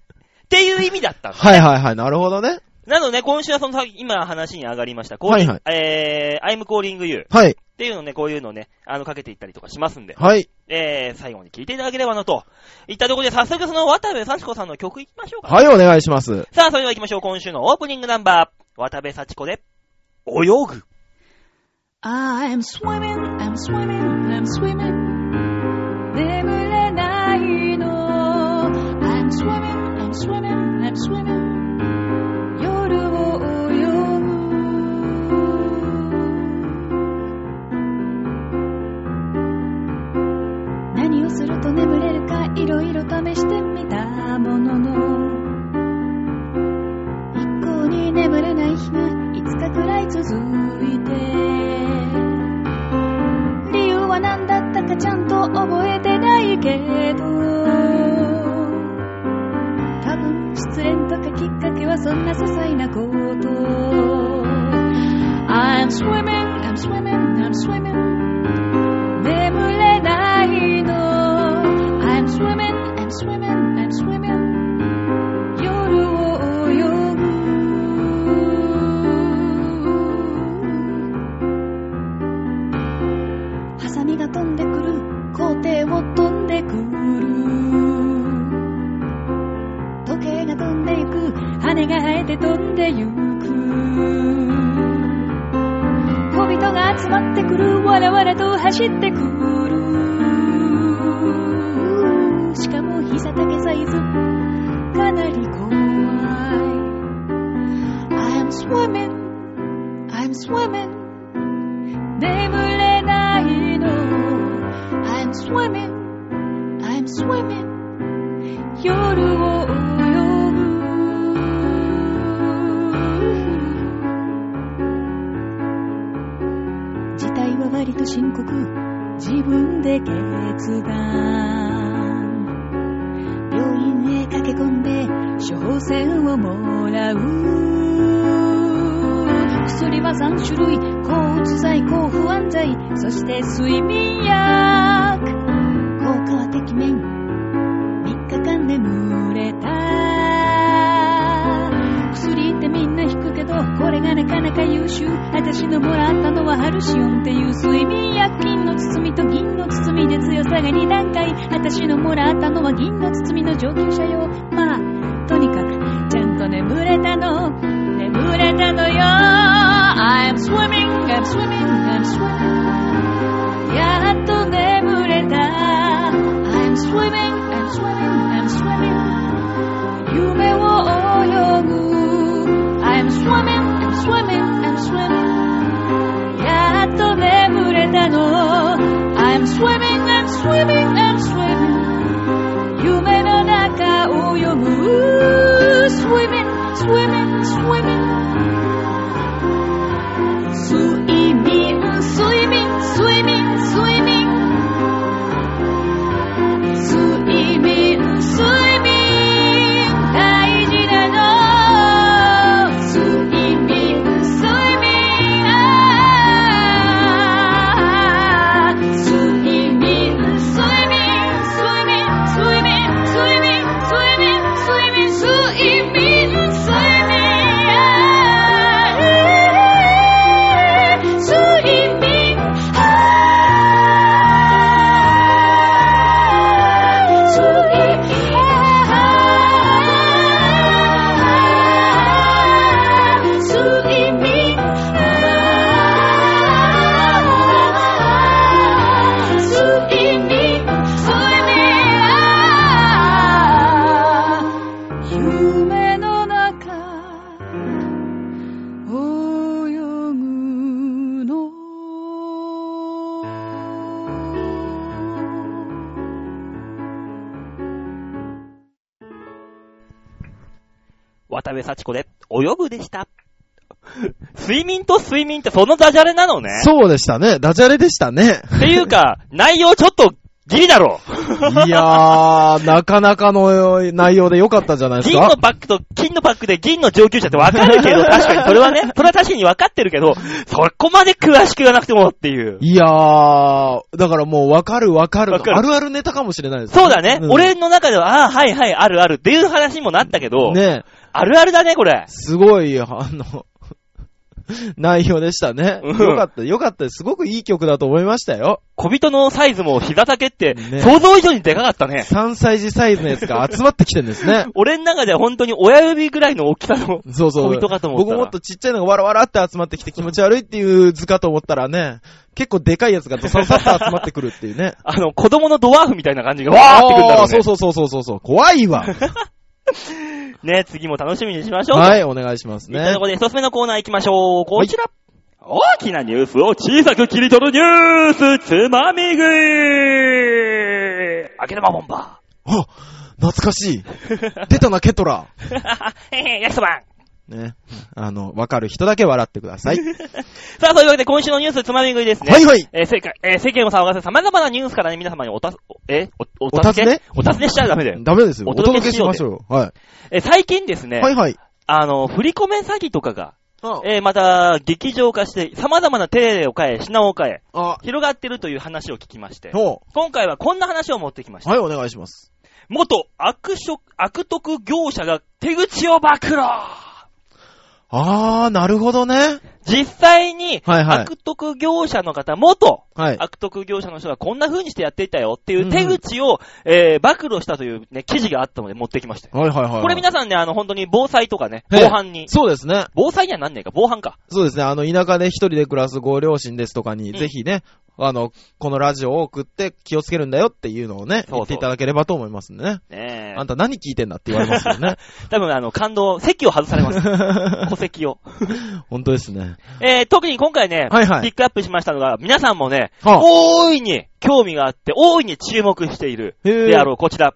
[SPEAKER 1] ていう意味だったの。
[SPEAKER 2] はいはいはい。なるほどね。
[SPEAKER 1] なので、今週はその、今話に上がりました。こう
[SPEAKER 2] は
[SPEAKER 1] いう
[SPEAKER 2] いはい。
[SPEAKER 1] えー、I'm calling you っ
[SPEAKER 2] はい。
[SPEAKER 1] ていうのね、こういうのね、あの、かけていったりとかしますんで、
[SPEAKER 2] はい。
[SPEAKER 1] えー、最後に聞いていただければなと。いったところで、早速その渡部幸子さんの曲いきましょうか。
[SPEAKER 2] はい、お願いします。
[SPEAKER 1] さあ、それでは行きましょう。今週のオープニングナンバー。渡部幸子で、泳ぐ。
[SPEAKER 3] I'm swimming, I'm swimming, I'm swimming 眠れないの I'm swimming, I'm swimming, I'm swimming 夜を泳ぐ何をすると眠れるかいろいろ試してみたものの一向に眠れない日が5日くらい続いて理由は何だったかちゃんと覚えてないけど多分失恋とかきっかけはそんな些細なこと I'm swimming, I'm swimming, I'm swimming 眠れないの I'm swimming, I'm swimming, I'm swimming 夜を泳ぐハサミが飛んでくる校庭を飛んでくる時計が飛んでいく羽が生えて飛んでゆく小人が集まってくるわらわらと走ってくるしかも膝丈サイズかなり怖い I'm swimming I'm swimming 眠れないの I'm swimming I'm swimming 夜を泳ぐ事態は割と深刻自分で決断病院へ駆け込んで処方箋をもらう薬は3種類抗うつ剤抗不安剤そして睡眠薬効果はてきめん3日間眠れた薬ってみんな引くけどこれがなかなか優秀私のもらったのはハルシオンっていう睡眠薬金の包みと銀の包みで強さが2段階私のもらったのは銀の包みの上級者用まあとにかくちゃんと眠れたの眠れたのよ I'm swimming I'm swimming I'm swimming やっと眠れた I'm swimming I'm swimming I'm swimming 夢を泳ぐ I'm swimming I'm swimming I'm swimming やっと眠れたの I'm swimming I'm swimming I'm swimming 夢の中を泳ぐ Swimming swimming swimming 睡眠睡眠睡眠睡眠睡眠睡眠大事なの睡眠睡眠ああ睡眠
[SPEAKER 1] 渡部幸子で、泳ぐでした。睡眠と睡眠ってそのダジャレなのね。
[SPEAKER 2] そうでしたね。ダジャレでしたね。
[SPEAKER 1] っていうか、内容ちょっとギリだろ。
[SPEAKER 2] いやー、なかなかの内容で良かったんじゃないです
[SPEAKER 1] 銀の
[SPEAKER 2] か
[SPEAKER 1] パックと金のパックで銀の上級者ってわかるけ
[SPEAKER 2] [laughs]
[SPEAKER 1] ど、確かにそれはね、それは確かにわかってるけど、そこまで詳しく言わなくてもっていう。
[SPEAKER 2] いやー、だからもうわかるわかる
[SPEAKER 1] わかる
[SPEAKER 2] あるあるネタかもしれないです、
[SPEAKER 1] そうだね。
[SPEAKER 2] うん
[SPEAKER 1] 俺の中では、ああ、はいはい、あるあるっていう話にもなったけど、
[SPEAKER 2] ね
[SPEAKER 1] あるあるだね、これ。
[SPEAKER 2] すごい、あの、 [laughs] 内容でしたね。
[SPEAKER 1] うん
[SPEAKER 2] よかった、よかったです。すごくいい曲だと思いましたよ。
[SPEAKER 1] 小人のサイズも膝丈って、
[SPEAKER 2] ね
[SPEAKER 1] 想像以上にでかかったね。
[SPEAKER 2] 3歳児サイズのやつが集まってきてるんです
[SPEAKER 1] [laughs]
[SPEAKER 2] ね。
[SPEAKER 1] 俺の中では本当に親指ぐらいの大きさの
[SPEAKER 2] そうそう。
[SPEAKER 1] 小人かと思った
[SPEAKER 2] 僕
[SPEAKER 1] ら。
[SPEAKER 2] もっとちっちゃいのがわらわらって集まってきて気持ち悪いっていう図かと思ったらね、結構でかいやつがドサドサって集まってくるっていうね。
[SPEAKER 1] あの、子供のドワーフみたいな感じが [laughs] わーってくるんだろ
[SPEAKER 2] あ
[SPEAKER 1] う
[SPEAKER 2] ー
[SPEAKER 1] ね。
[SPEAKER 2] そうそうそうそうそう。怖いわ。
[SPEAKER 1] ね、次も楽しみにしましょう。
[SPEAKER 2] はい、お願いします
[SPEAKER 1] といったと
[SPEAKER 2] ね
[SPEAKER 1] こ。ろで、一つ目のコーナー行きましょう。こちら。大きなニュースを小さく切り取るニュースつまみ食いあけ玉ボンバ
[SPEAKER 2] あ、懐
[SPEAKER 1] [laughs]
[SPEAKER 2] かしい。出たな、ケトラ。
[SPEAKER 1] ーへ [laughs] へ焼きそば
[SPEAKER 2] ね。あの、わかる人だけ笑ってください。
[SPEAKER 1] さあ、というわけで今週のニュースつまみ食いですね。
[SPEAKER 2] はいはい。
[SPEAKER 1] えー世界、えー世間を騒がせ様々なニュースからね、皆様におたす、おえお、お
[SPEAKER 2] お尋
[SPEAKER 1] 助け
[SPEAKER 2] ね
[SPEAKER 1] お尋ねしちゃダメだよ。
[SPEAKER 2] ダメですよ。
[SPEAKER 1] お
[SPEAKER 2] お
[SPEAKER 1] 届け
[SPEAKER 2] 届け
[SPEAKER 1] し
[SPEAKER 2] し
[SPEAKER 1] よう
[SPEAKER 2] ま
[SPEAKER 1] で
[SPEAKER 2] しょうよ。は
[SPEAKER 1] えー最近ですね、
[SPEAKER 2] い。はいはい。
[SPEAKER 1] あの、振り込め詐欺とかが、
[SPEAKER 2] あ
[SPEAKER 1] えーまた、劇場化して、様々な手を変え、品を変え、
[SPEAKER 2] あ、
[SPEAKER 1] 広がってるという話を聞きまして、
[SPEAKER 2] ほ
[SPEAKER 1] 今回はこんな話を持ってきまし
[SPEAKER 2] う。
[SPEAKER 1] た。
[SPEAKER 2] はい、お願いします。
[SPEAKER 1] 元悪職、悪徳業者が手口を暴露
[SPEAKER 2] あー、なるほどね。
[SPEAKER 1] 実際に、
[SPEAKER 2] はいはい。
[SPEAKER 1] 悪徳業者の方、元
[SPEAKER 2] はい。
[SPEAKER 1] 悪徳業者の人がこんな風にしてやっていたよっていう手口を、えー暴露したというね、記事があったので持ってきました。
[SPEAKER 2] はいはいはいはい。
[SPEAKER 1] これ皆さんね、あの、本当に防災とかね、
[SPEAKER 2] ええ
[SPEAKER 1] 防犯に。
[SPEAKER 2] そうですね。
[SPEAKER 1] 防災にはなんねえか、防犯か。
[SPEAKER 2] そうですね。あの、田舎で一人で暮らすご両親ですとかに、
[SPEAKER 1] うん
[SPEAKER 2] ぜひね、あの、このラジオを送って気をつけるんだよっていうのを
[SPEAKER 1] そう
[SPEAKER 2] ね、
[SPEAKER 1] そう
[SPEAKER 2] 言っていただければと思いますんでね。
[SPEAKER 1] ねえ
[SPEAKER 2] あんた何聞いてんだって言われますけど
[SPEAKER 1] [laughs]
[SPEAKER 2] ね。
[SPEAKER 1] 多分あの、感動、席を外されます。
[SPEAKER 2] [laughs]
[SPEAKER 1] 戸籍を。
[SPEAKER 2] 本当ですね。
[SPEAKER 1] えー特に今回ね、
[SPEAKER 2] はいは
[SPEAKER 1] ピ
[SPEAKER 2] い。
[SPEAKER 1] ックアップしましたのが、皆さんもね、
[SPEAKER 2] はあ、
[SPEAKER 1] 大いに興味があって、大いに注目している。
[SPEAKER 2] へえ
[SPEAKER 1] であろう、こちら。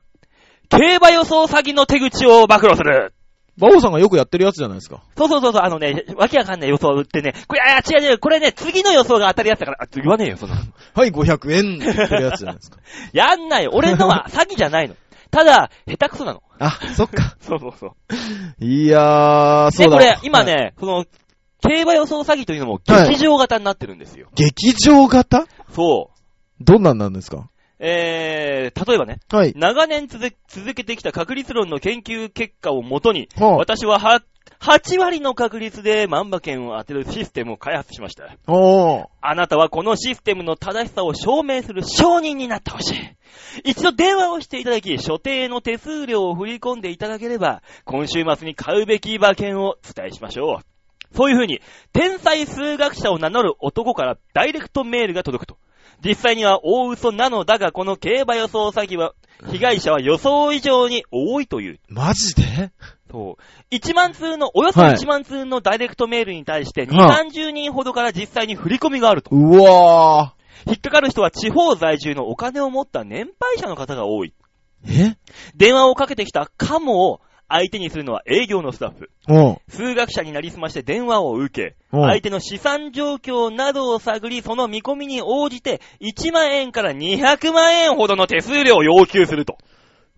[SPEAKER 1] 競馬予想詐欺の手口を暴露する。
[SPEAKER 2] 馬王さんがよくやってるやつじゃないですか。
[SPEAKER 1] そうそうそうそう、あのね、わけわかんない予想を売ってね、これ、あ、違う違う、これね、次の予想が当たるやつだから、あ、言わねえよ、そん
[SPEAKER 2] [laughs]
[SPEAKER 1] なの。
[SPEAKER 2] はい、500円って言ってるやつじゃないですか。
[SPEAKER 1] [laughs] やんない。俺の
[SPEAKER 2] [laughs]
[SPEAKER 1] は詐欺じゃないの。ただ、下手くそなの。
[SPEAKER 2] あ、そっか。
[SPEAKER 1] そうそうそう。
[SPEAKER 2] いやー、そ
[SPEAKER 1] で、
[SPEAKER 2] うだ。
[SPEAKER 1] これ、今
[SPEAKER 2] はい。
[SPEAKER 1] ね、この、競馬予想詐欺というのも
[SPEAKER 2] はい
[SPEAKER 1] 劇場型になってるんですよ。
[SPEAKER 2] 劇場型
[SPEAKER 1] そう。
[SPEAKER 2] どんなんなんですか
[SPEAKER 1] えー、例えばね、
[SPEAKER 2] はい。
[SPEAKER 1] 長年続け続けてきた確率論の研究結果をもとに、
[SPEAKER 2] は
[SPEAKER 1] 私はは8割の確率で万馬券を当てるシステムを開発しました。
[SPEAKER 2] あ、おー。
[SPEAKER 1] あなたはこのシステムの正しさを証明する証人になってほしい。一度電話をしていただき、所定の手数料を振り込んでいただければ、今週末に買うべき馬券を伝えしましょう。そういう風に、天才数学者を名乗る男からダイレクトメールが届くと。実際には大嘘なのだが、この競馬予想詐欺は、被害者は予想以上に多いという。
[SPEAKER 2] マジで
[SPEAKER 1] そう。1万通の、およそ
[SPEAKER 2] はい
[SPEAKER 1] 1万通のダイレクトメールに対して、2、
[SPEAKER 2] は
[SPEAKER 1] 30人ほどから実際に振り込みがあると。
[SPEAKER 2] うわ
[SPEAKER 1] 引っかかる人は地方在住のお金を持った年配者の方が多い。
[SPEAKER 2] ー。え
[SPEAKER 1] 電話をかけてきたカモを相手にするのは営業のスタッフ。
[SPEAKER 2] うん。
[SPEAKER 1] 数学者になりすまして電話を受け、
[SPEAKER 2] うん
[SPEAKER 1] 相手の資産状況などを探り、その見込みに応じて、1万円から200万円ほどの手数料を要求すると。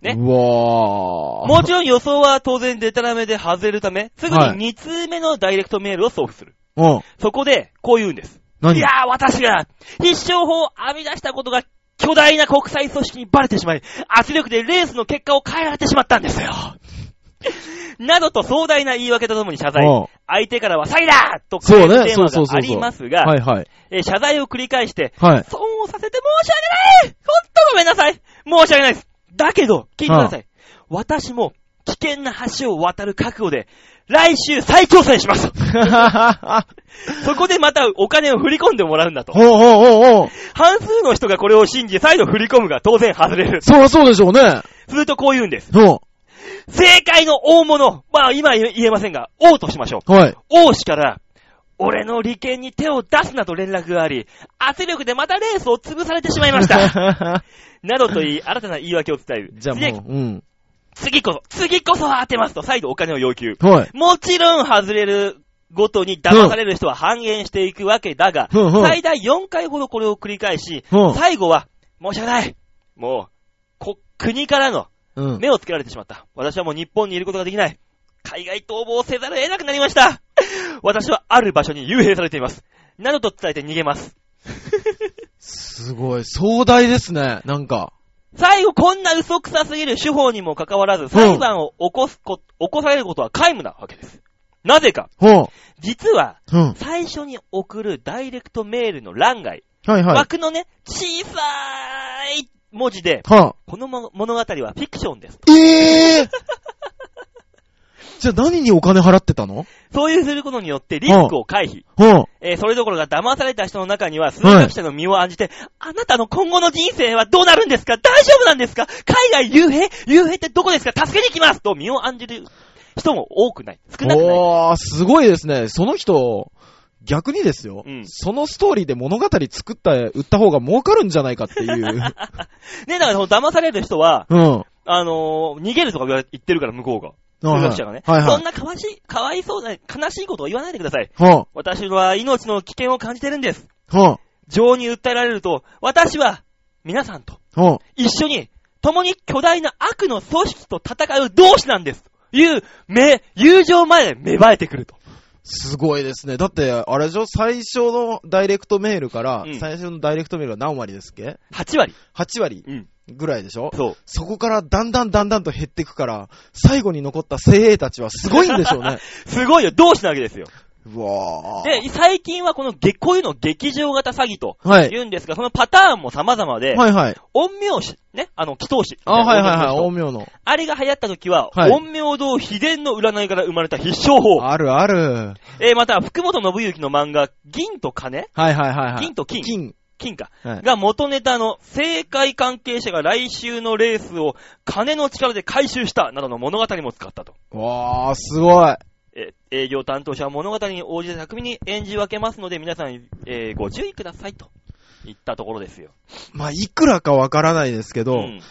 [SPEAKER 1] ね
[SPEAKER 2] うわー。
[SPEAKER 1] もちろん予想は当然デタラメで外れるため、すぐ
[SPEAKER 2] はい
[SPEAKER 1] に2通目のダイレクトメールを送付する。
[SPEAKER 2] うん。
[SPEAKER 1] そこで、こう言うんです。
[SPEAKER 2] 何
[SPEAKER 1] いやー、私が、必勝法を編み出したことが、巨大な国際組織にバレてしまい、圧力でレースの結果を変えられてしまったんですよ。 [laughs] などと壮大な言い訳とともに謝罪。
[SPEAKER 2] うん
[SPEAKER 1] 相手からは詐欺だと
[SPEAKER 2] そ
[SPEAKER 1] 返
[SPEAKER 2] うね
[SPEAKER 1] す電
[SPEAKER 2] そう
[SPEAKER 1] 話
[SPEAKER 2] そうそう
[SPEAKER 1] が
[SPEAKER 2] そう
[SPEAKER 1] ありますが
[SPEAKER 2] は、いはい。
[SPEAKER 1] えー謝罪を繰り返して、 [laughs]
[SPEAKER 2] はい。
[SPEAKER 1] 損をさせて申し訳ない本当ごめんなさい申し訳ないですだけど、聞いてください。私も危険な橋を渡る覚悟で、来週再挑戦しますそこでまたお金を振り込んでもらうんだと
[SPEAKER 2] ほ。うほうほうほう。
[SPEAKER 1] 半数の人がこれを信じ、再度振り込むが当然外れる。
[SPEAKER 2] そりゃそうでしょうね。
[SPEAKER 1] するとこう言うんです。
[SPEAKER 2] ほ
[SPEAKER 1] 正解の大物、まあ今言えませんが、王としましょう。
[SPEAKER 2] う。はい。
[SPEAKER 1] 王氏から、俺の利権に手を出すなと連絡があり、圧力でまたレース
[SPEAKER 2] [laughs]
[SPEAKER 1] を潰されてしまいました。などと言い、新たな言い訳を伝える。
[SPEAKER 2] じゃあ
[SPEAKER 1] 次
[SPEAKER 2] もう、うん。
[SPEAKER 1] 次こそ、次こそは当てますと再度お金を要求。
[SPEAKER 2] はい。
[SPEAKER 1] もちろん外れるごとに騙される人は半減していくわけだが、
[SPEAKER 2] うんうん
[SPEAKER 1] 最大4回ほどこれを繰り返し、
[SPEAKER 2] うん
[SPEAKER 1] 最後は、申し訳ない。もう、こ、国からの
[SPEAKER 2] うん。
[SPEAKER 1] 目をつけられてしまった。私はもう日本にいることができない。海外逃亡せざるを得なくなりました。私はある場所に幽閉されています。などと伝えて逃げます。
[SPEAKER 2] すごい、壮大ですね、なんか。
[SPEAKER 1] 最後、こんな嘘くさすぎる手法にもかかわらず、裁判を起こすこ、起こされることは皆無なわけです。なぜか、
[SPEAKER 2] ほ
[SPEAKER 1] 実は、
[SPEAKER 2] う。うん。
[SPEAKER 1] 最初に送るダイレクトメールの欄外、
[SPEAKER 2] はいはい。
[SPEAKER 1] 枠のね、小さい文字で、
[SPEAKER 2] は
[SPEAKER 1] このも物語はフィクションです。
[SPEAKER 2] あ、ええー、 [laughs] じゃあ何にお金払ってたの
[SPEAKER 1] そういうすることによってリスクを回避。
[SPEAKER 2] うん。
[SPEAKER 1] えーそれどころか騙された人の中には、数学者の身を案じて、あなたの今後の人生はどうなるんですか大丈夫なんですか海外幽閉幽閉ってどこですか助けに行きますと身を案じる人も多くない。少なくない。
[SPEAKER 2] おー、すごいですね。その人、逆にですよ、
[SPEAKER 1] うん
[SPEAKER 2] そのストーリーで物語作った、売った方が儲かるんじゃないかっ
[SPEAKER 1] [laughs]
[SPEAKER 2] ていう。
[SPEAKER 1] ね、だからその騙される人は、
[SPEAKER 2] うん。
[SPEAKER 1] あのー逃げるとか言われ言ってるから、向こうが。数学者がね。
[SPEAKER 2] はい
[SPEAKER 1] そ
[SPEAKER 2] は
[SPEAKER 1] ん
[SPEAKER 2] い。
[SPEAKER 1] なかわしい、かわいそうな、悲しいことを言わないでください。
[SPEAKER 2] は
[SPEAKER 1] 私は命の危険を感じてるんです。
[SPEAKER 2] あ、は
[SPEAKER 1] 情に訴えられると、私は、皆さんと、
[SPEAKER 2] あ、はあ。
[SPEAKER 1] 一緒に、共に巨大な悪の組織と戦う同志なんです。いう、目、友情まで芽生えてくると。
[SPEAKER 2] すごいですね。だって、あれでしょ最初のダイレクトメールから、
[SPEAKER 1] うん
[SPEAKER 2] 最初のダイレクトメールは何割ですっけ
[SPEAKER 1] 8割。
[SPEAKER 2] ?8 割
[SPEAKER 1] うん。
[SPEAKER 2] ぐらいでしょ
[SPEAKER 1] そう。
[SPEAKER 2] そこからだんだんだんだんと減ってくから、最後に残った精鋭たちはすごいんでしょうね。
[SPEAKER 1] すごいよ、同志なわけですよ。
[SPEAKER 2] [laughs] うわ
[SPEAKER 1] で、最近はこの、げこういうのを劇場型詐欺と
[SPEAKER 2] ー。はい。
[SPEAKER 1] 言うんですが、そのパターンも様々で、
[SPEAKER 2] はいはい。
[SPEAKER 1] 陰陽師、ね、あの、祈祷師。
[SPEAKER 2] あ、はいはいはい。
[SPEAKER 1] お
[SPEAKER 2] 大名の。
[SPEAKER 1] あれが流行った時は、
[SPEAKER 2] はい
[SPEAKER 1] 陰陽道秘伝の占いから生まれた必勝法。
[SPEAKER 2] あるある。
[SPEAKER 1] えーまた、福本信之の漫画、銀と金
[SPEAKER 2] はいはいはいはい。
[SPEAKER 1] 銀と金
[SPEAKER 2] 金。
[SPEAKER 1] 金か。
[SPEAKER 2] はい
[SPEAKER 1] が元ネタの、政界関係者が来週のレースを金の力で回収した、などの物語も使ったと。
[SPEAKER 2] わー、すごい。
[SPEAKER 1] えー営業担当者は物語に応じて巧みに演じ分けますので、皆さん、えーご注意くださいと。言ったところですよ。
[SPEAKER 2] まあ、いくらかわからないですけど、
[SPEAKER 1] うん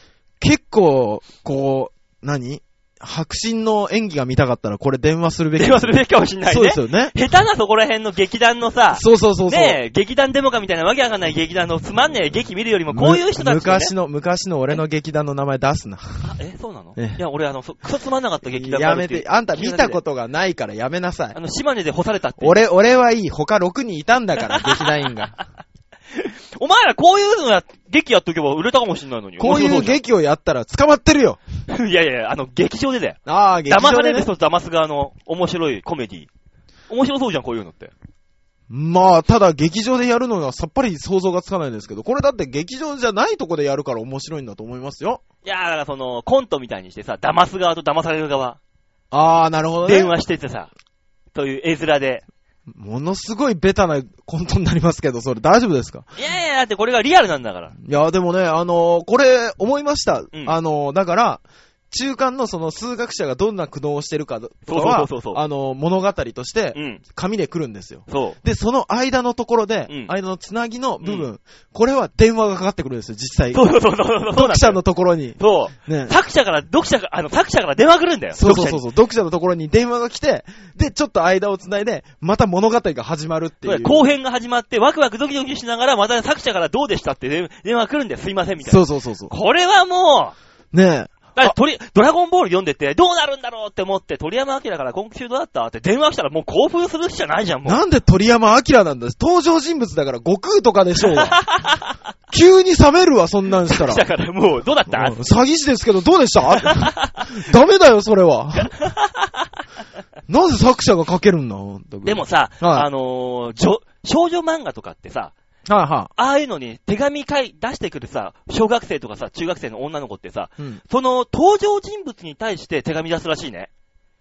[SPEAKER 2] 結構、こう、何白真の演技が見たかったら、これ電話するべき。
[SPEAKER 1] 電話するべきかもしんない
[SPEAKER 2] そう
[SPEAKER 1] ね
[SPEAKER 2] で。す
[SPEAKER 1] [laughs]
[SPEAKER 2] よね。
[SPEAKER 1] 下手なそこら辺の劇団のさ、
[SPEAKER 2] そうそうそうそう。
[SPEAKER 1] ねえ、劇団デモかみたいなわけわかんない劇団のつまんねえ劇見るよりも、こういう人たち、ね、
[SPEAKER 2] む昔の、昔の俺の劇団の名前出すな。
[SPEAKER 1] あえ、そうなの
[SPEAKER 2] ええ
[SPEAKER 1] いや、俺、あの、そクソつまんなかった劇団があ
[SPEAKER 2] や
[SPEAKER 1] るっ
[SPEAKER 2] め
[SPEAKER 1] ていう
[SPEAKER 2] て、あんた見たことがないからやめなさい
[SPEAKER 1] あ。の、島根で干されたっていう。
[SPEAKER 2] 俺、俺はいい。他6人いたんだ
[SPEAKER 1] [laughs]
[SPEAKER 2] から、劇団員が。
[SPEAKER 1] お前らこういうのや、劇やっとけば売れたかもしんないのに。
[SPEAKER 2] こういう
[SPEAKER 1] 面白
[SPEAKER 2] 劇をやったら捕まってるよ。
[SPEAKER 1] そうじゃん [laughs] いやいやいや、あの、劇場でだよ。
[SPEAKER 2] ああ、劇
[SPEAKER 1] 騙
[SPEAKER 2] 場
[SPEAKER 1] さ
[SPEAKER 2] で、
[SPEAKER 1] れる
[SPEAKER 2] ね。
[SPEAKER 1] 人と騙す側の面白いコメディ。面白そうじゃん、こういうのって。
[SPEAKER 2] まあ、ただ劇場でやるのはさっぱり想像がつかないんですけど、これだって劇場じゃないとこでやるから面白いんだと思いますよ。
[SPEAKER 1] いやー、だからその、コントみたいにしてさ、騙す側と騙される側、
[SPEAKER 2] ああ、なるほどね。
[SPEAKER 1] 電話しててさ、という絵面で。
[SPEAKER 2] ものすごいベタなコントになりますけど、それ大丈夫ですか
[SPEAKER 1] いやいや、だってこれがリアルなんだから。
[SPEAKER 2] いや、でもね、あのーこれ、思いました。
[SPEAKER 1] うん
[SPEAKER 2] あのーだから、中間のその数学者がどんな苦悩をしてるかとかは、
[SPEAKER 1] そうそうそうそうそう
[SPEAKER 2] あのー物語として
[SPEAKER 1] う、ん。
[SPEAKER 2] 紙で来るんですよ。
[SPEAKER 1] そう。
[SPEAKER 2] で、その間のところで、
[SPEAKER 1] うん
[SPEAKER 2] 間のつなぎの部分、これは電話がかかってくるんですよ、実際。
[SPEAKER 1] そうそうそうそうそう。
[SPEAKER 2] 読者のところに。
[SPEAKER 1] そう。
[SPEAKER 2] ね。
[SPEAKER 1] 作者から、読者から、あの、作者から電話来るんだよ。
[SPEAKER 2] そうそうそ
[SPEAKER 1] 読者に
[SPEAKER 2] うそう、読者のところに電話が来て、で、ちょっと間をつないで、また物語が始まるってい
[SPEAKER 1] そう
[SPEAKER 2] う
[SPEAKER 1] だ。後編が始まって、ワクワクドキドキしながら、また作者からどうでしたって電電話来るんだよ。すいません、みたいな。
[SPEAKER 2] そうそうそうそ
[SPEAKER 1] これはもう、
[SPEAKER 2] う。ね
[SPEAKER 1] だって鳥、ドラゴンボール読んでて、どうなるんだろうって思って、鳥山明から今週どうだったって電話したらもう興奮するしかないじゃん、も
[SPEAKER 2] え。
[SPEAKER 1] う。
[SPEAKER 2] なんで鳥山明なんだ登場人物だから悟空とかでし
[SPEAKER 1] [laughs]
[SPEAKER 2] ょうが。急に冷めるわ、そんなんしたら
[SPEAKER 1] だ。からもう、どうだった
[SPEAKER 2] うん詐欺師ですけど、どうでした [laughs] ダメだよ、それは。なぜ作者が書けるんだほんと
[SPEAKER 1] でも、さ、
[SPEAKER 2] はい
[SPEAKER 1] あのー、じょ少女漫画とかってさ、
[SPEAKER 2] はいは
[SPEAKER 1] ああいうのに手紙書い出してくるさ、小学生とかさ、中学生の女の子ってさ、
[SPEAKER 2] い。うん。
[SPEAKER 1] その登場人物に対して手紙出すらしいね。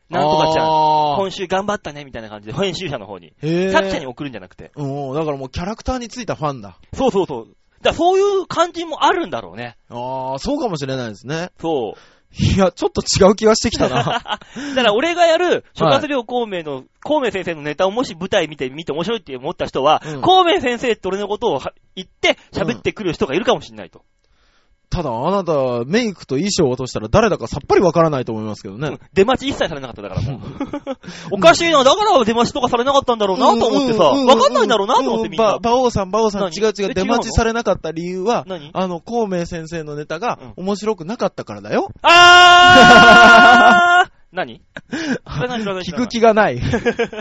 [SPEAKER 1] なんとかちゃん、
[SPEAKER 2] ゃ
[SPEAKER 1] 今週頑張ったね、みたいな感じで、編集者の方に。
[SPEAKER 2] へえ。
[SPEAKER 1] 作者に送るんじゃなくて。
[SPEAKER 2] うん、だからもうキャラクターについたファンだ。
[SPEAKER 1] そうそうそう。だからそういう感じもあるんだろうね。
[SPEAKER 2] ああ、そうかもしれないですね。
[SPEAKER 1] そう。
[SPEAKER 2] いや、ちょっと違う気がしてきたな。
[SPEAKER 1] [laughs] だから俺がやる、諸葛亮孔明の、孔明先生のネタをもし舞台見て、見て面白いって思った人は、
[SPEAKER 2] うん
[SPEAKER 1] 孔明先生って俺のことをは言って喋ってくる人がいるかもしれないと。
[SPEAKER 2] ただあなた、メイクと衣装を落としたら誰だかさっぱりわからないと思いますけどね。
[SPEAKER 1] 出待ち一切されなかっただから
[SPEAKER 2] [laughs]
[SPEAKER 1] もう。おかしいな、だから出待ちとかされなかったんだろうなと思ってさ、
[SPEAKER 2] うううう
[SPEAKER 1] わかんないんだろうなと思ってみん
[SPEAKER 2] ば
[SPEAKER 1] な。
[SPEAKER 2] 馬王さん、馬王さん、
[SPEAKER 1] 何
[SPEAKER 2] 違う違
[SPEAKER 1] え
[SPEAKER 2] う、出待
[SPEAKER 1] 違う
[SPEAKER 2] ち
[SPEAKER 1] の
[SPEAKER 2] されなかった理由は
[SPEAKER 1] 何、
[SPEAKER 2] あの、孔明先生のネタが面白くなかったからだよ。 [laughs]
[SPEAKER 1] あー何知らない知らない知
[SPEAKER 2] 聞
[SPEAKER 1] らない
[SPEAKER 2] く気がない。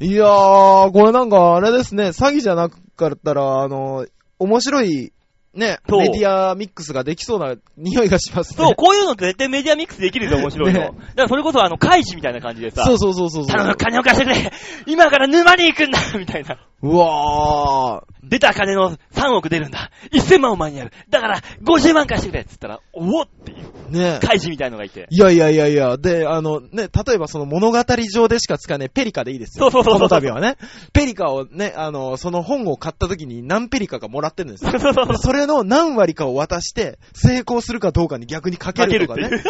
[SPEAKER 2] いやー、これなんかあれですね、詐欺じゃなかったら、あの、面白い、ね、
[SPEAKER 1] そう
[SPEAKER 2] メディアミックスができそうな匂いがしますね。
[SPEAKER 1] そう、こういうのって絶対メディアミックスできるぞ、面白いの。
[SPEAKER 2] ね
[SPEAKER 1] だからそれこそ、あの、開示みたいな感じでさ、
[SPEAKER 2] そうそうそうそうそう
[SPEAKER 1] 頼む、金を貸してくれ今から沼に行くんだみたいな。
[SPEAKER 2] うわー。
[SPEAKER 1] 出た金の3億出るんだ !1000 万を前にやるだから、50万貸してくれっつったら、おおっていう、
[SPEAKER 2] ね
[SPEAKER 1] 開示みたいのがい
[SPEAKER 2] [laughs]
[SPEAKER 1] て。
[SPEAKER 2] いやいやいやいや、で、あのね、例えばその物語上でしか使えないペリカでいいですよ。
[SPEAKER 1] そうそうそうそう
[SPEAKER 2] この度はね。ペリカをね、あの、その本を買った時に何ペリカかもらってるんですよ。
[SPEAKER 1] そうそうそう。
[SPEAKER 2] それの何割かを渡して、成功するかどうかに逆にかけ
[SPEAKER 1] かける
[SPEAKER 2] る
[SPEAKER 1] っ
[SPEAKER 2] と
[SPEAKER 1] て
[SPEAKER 2] か
[SPEAKER 1] い
[SPEAKER 2] ね。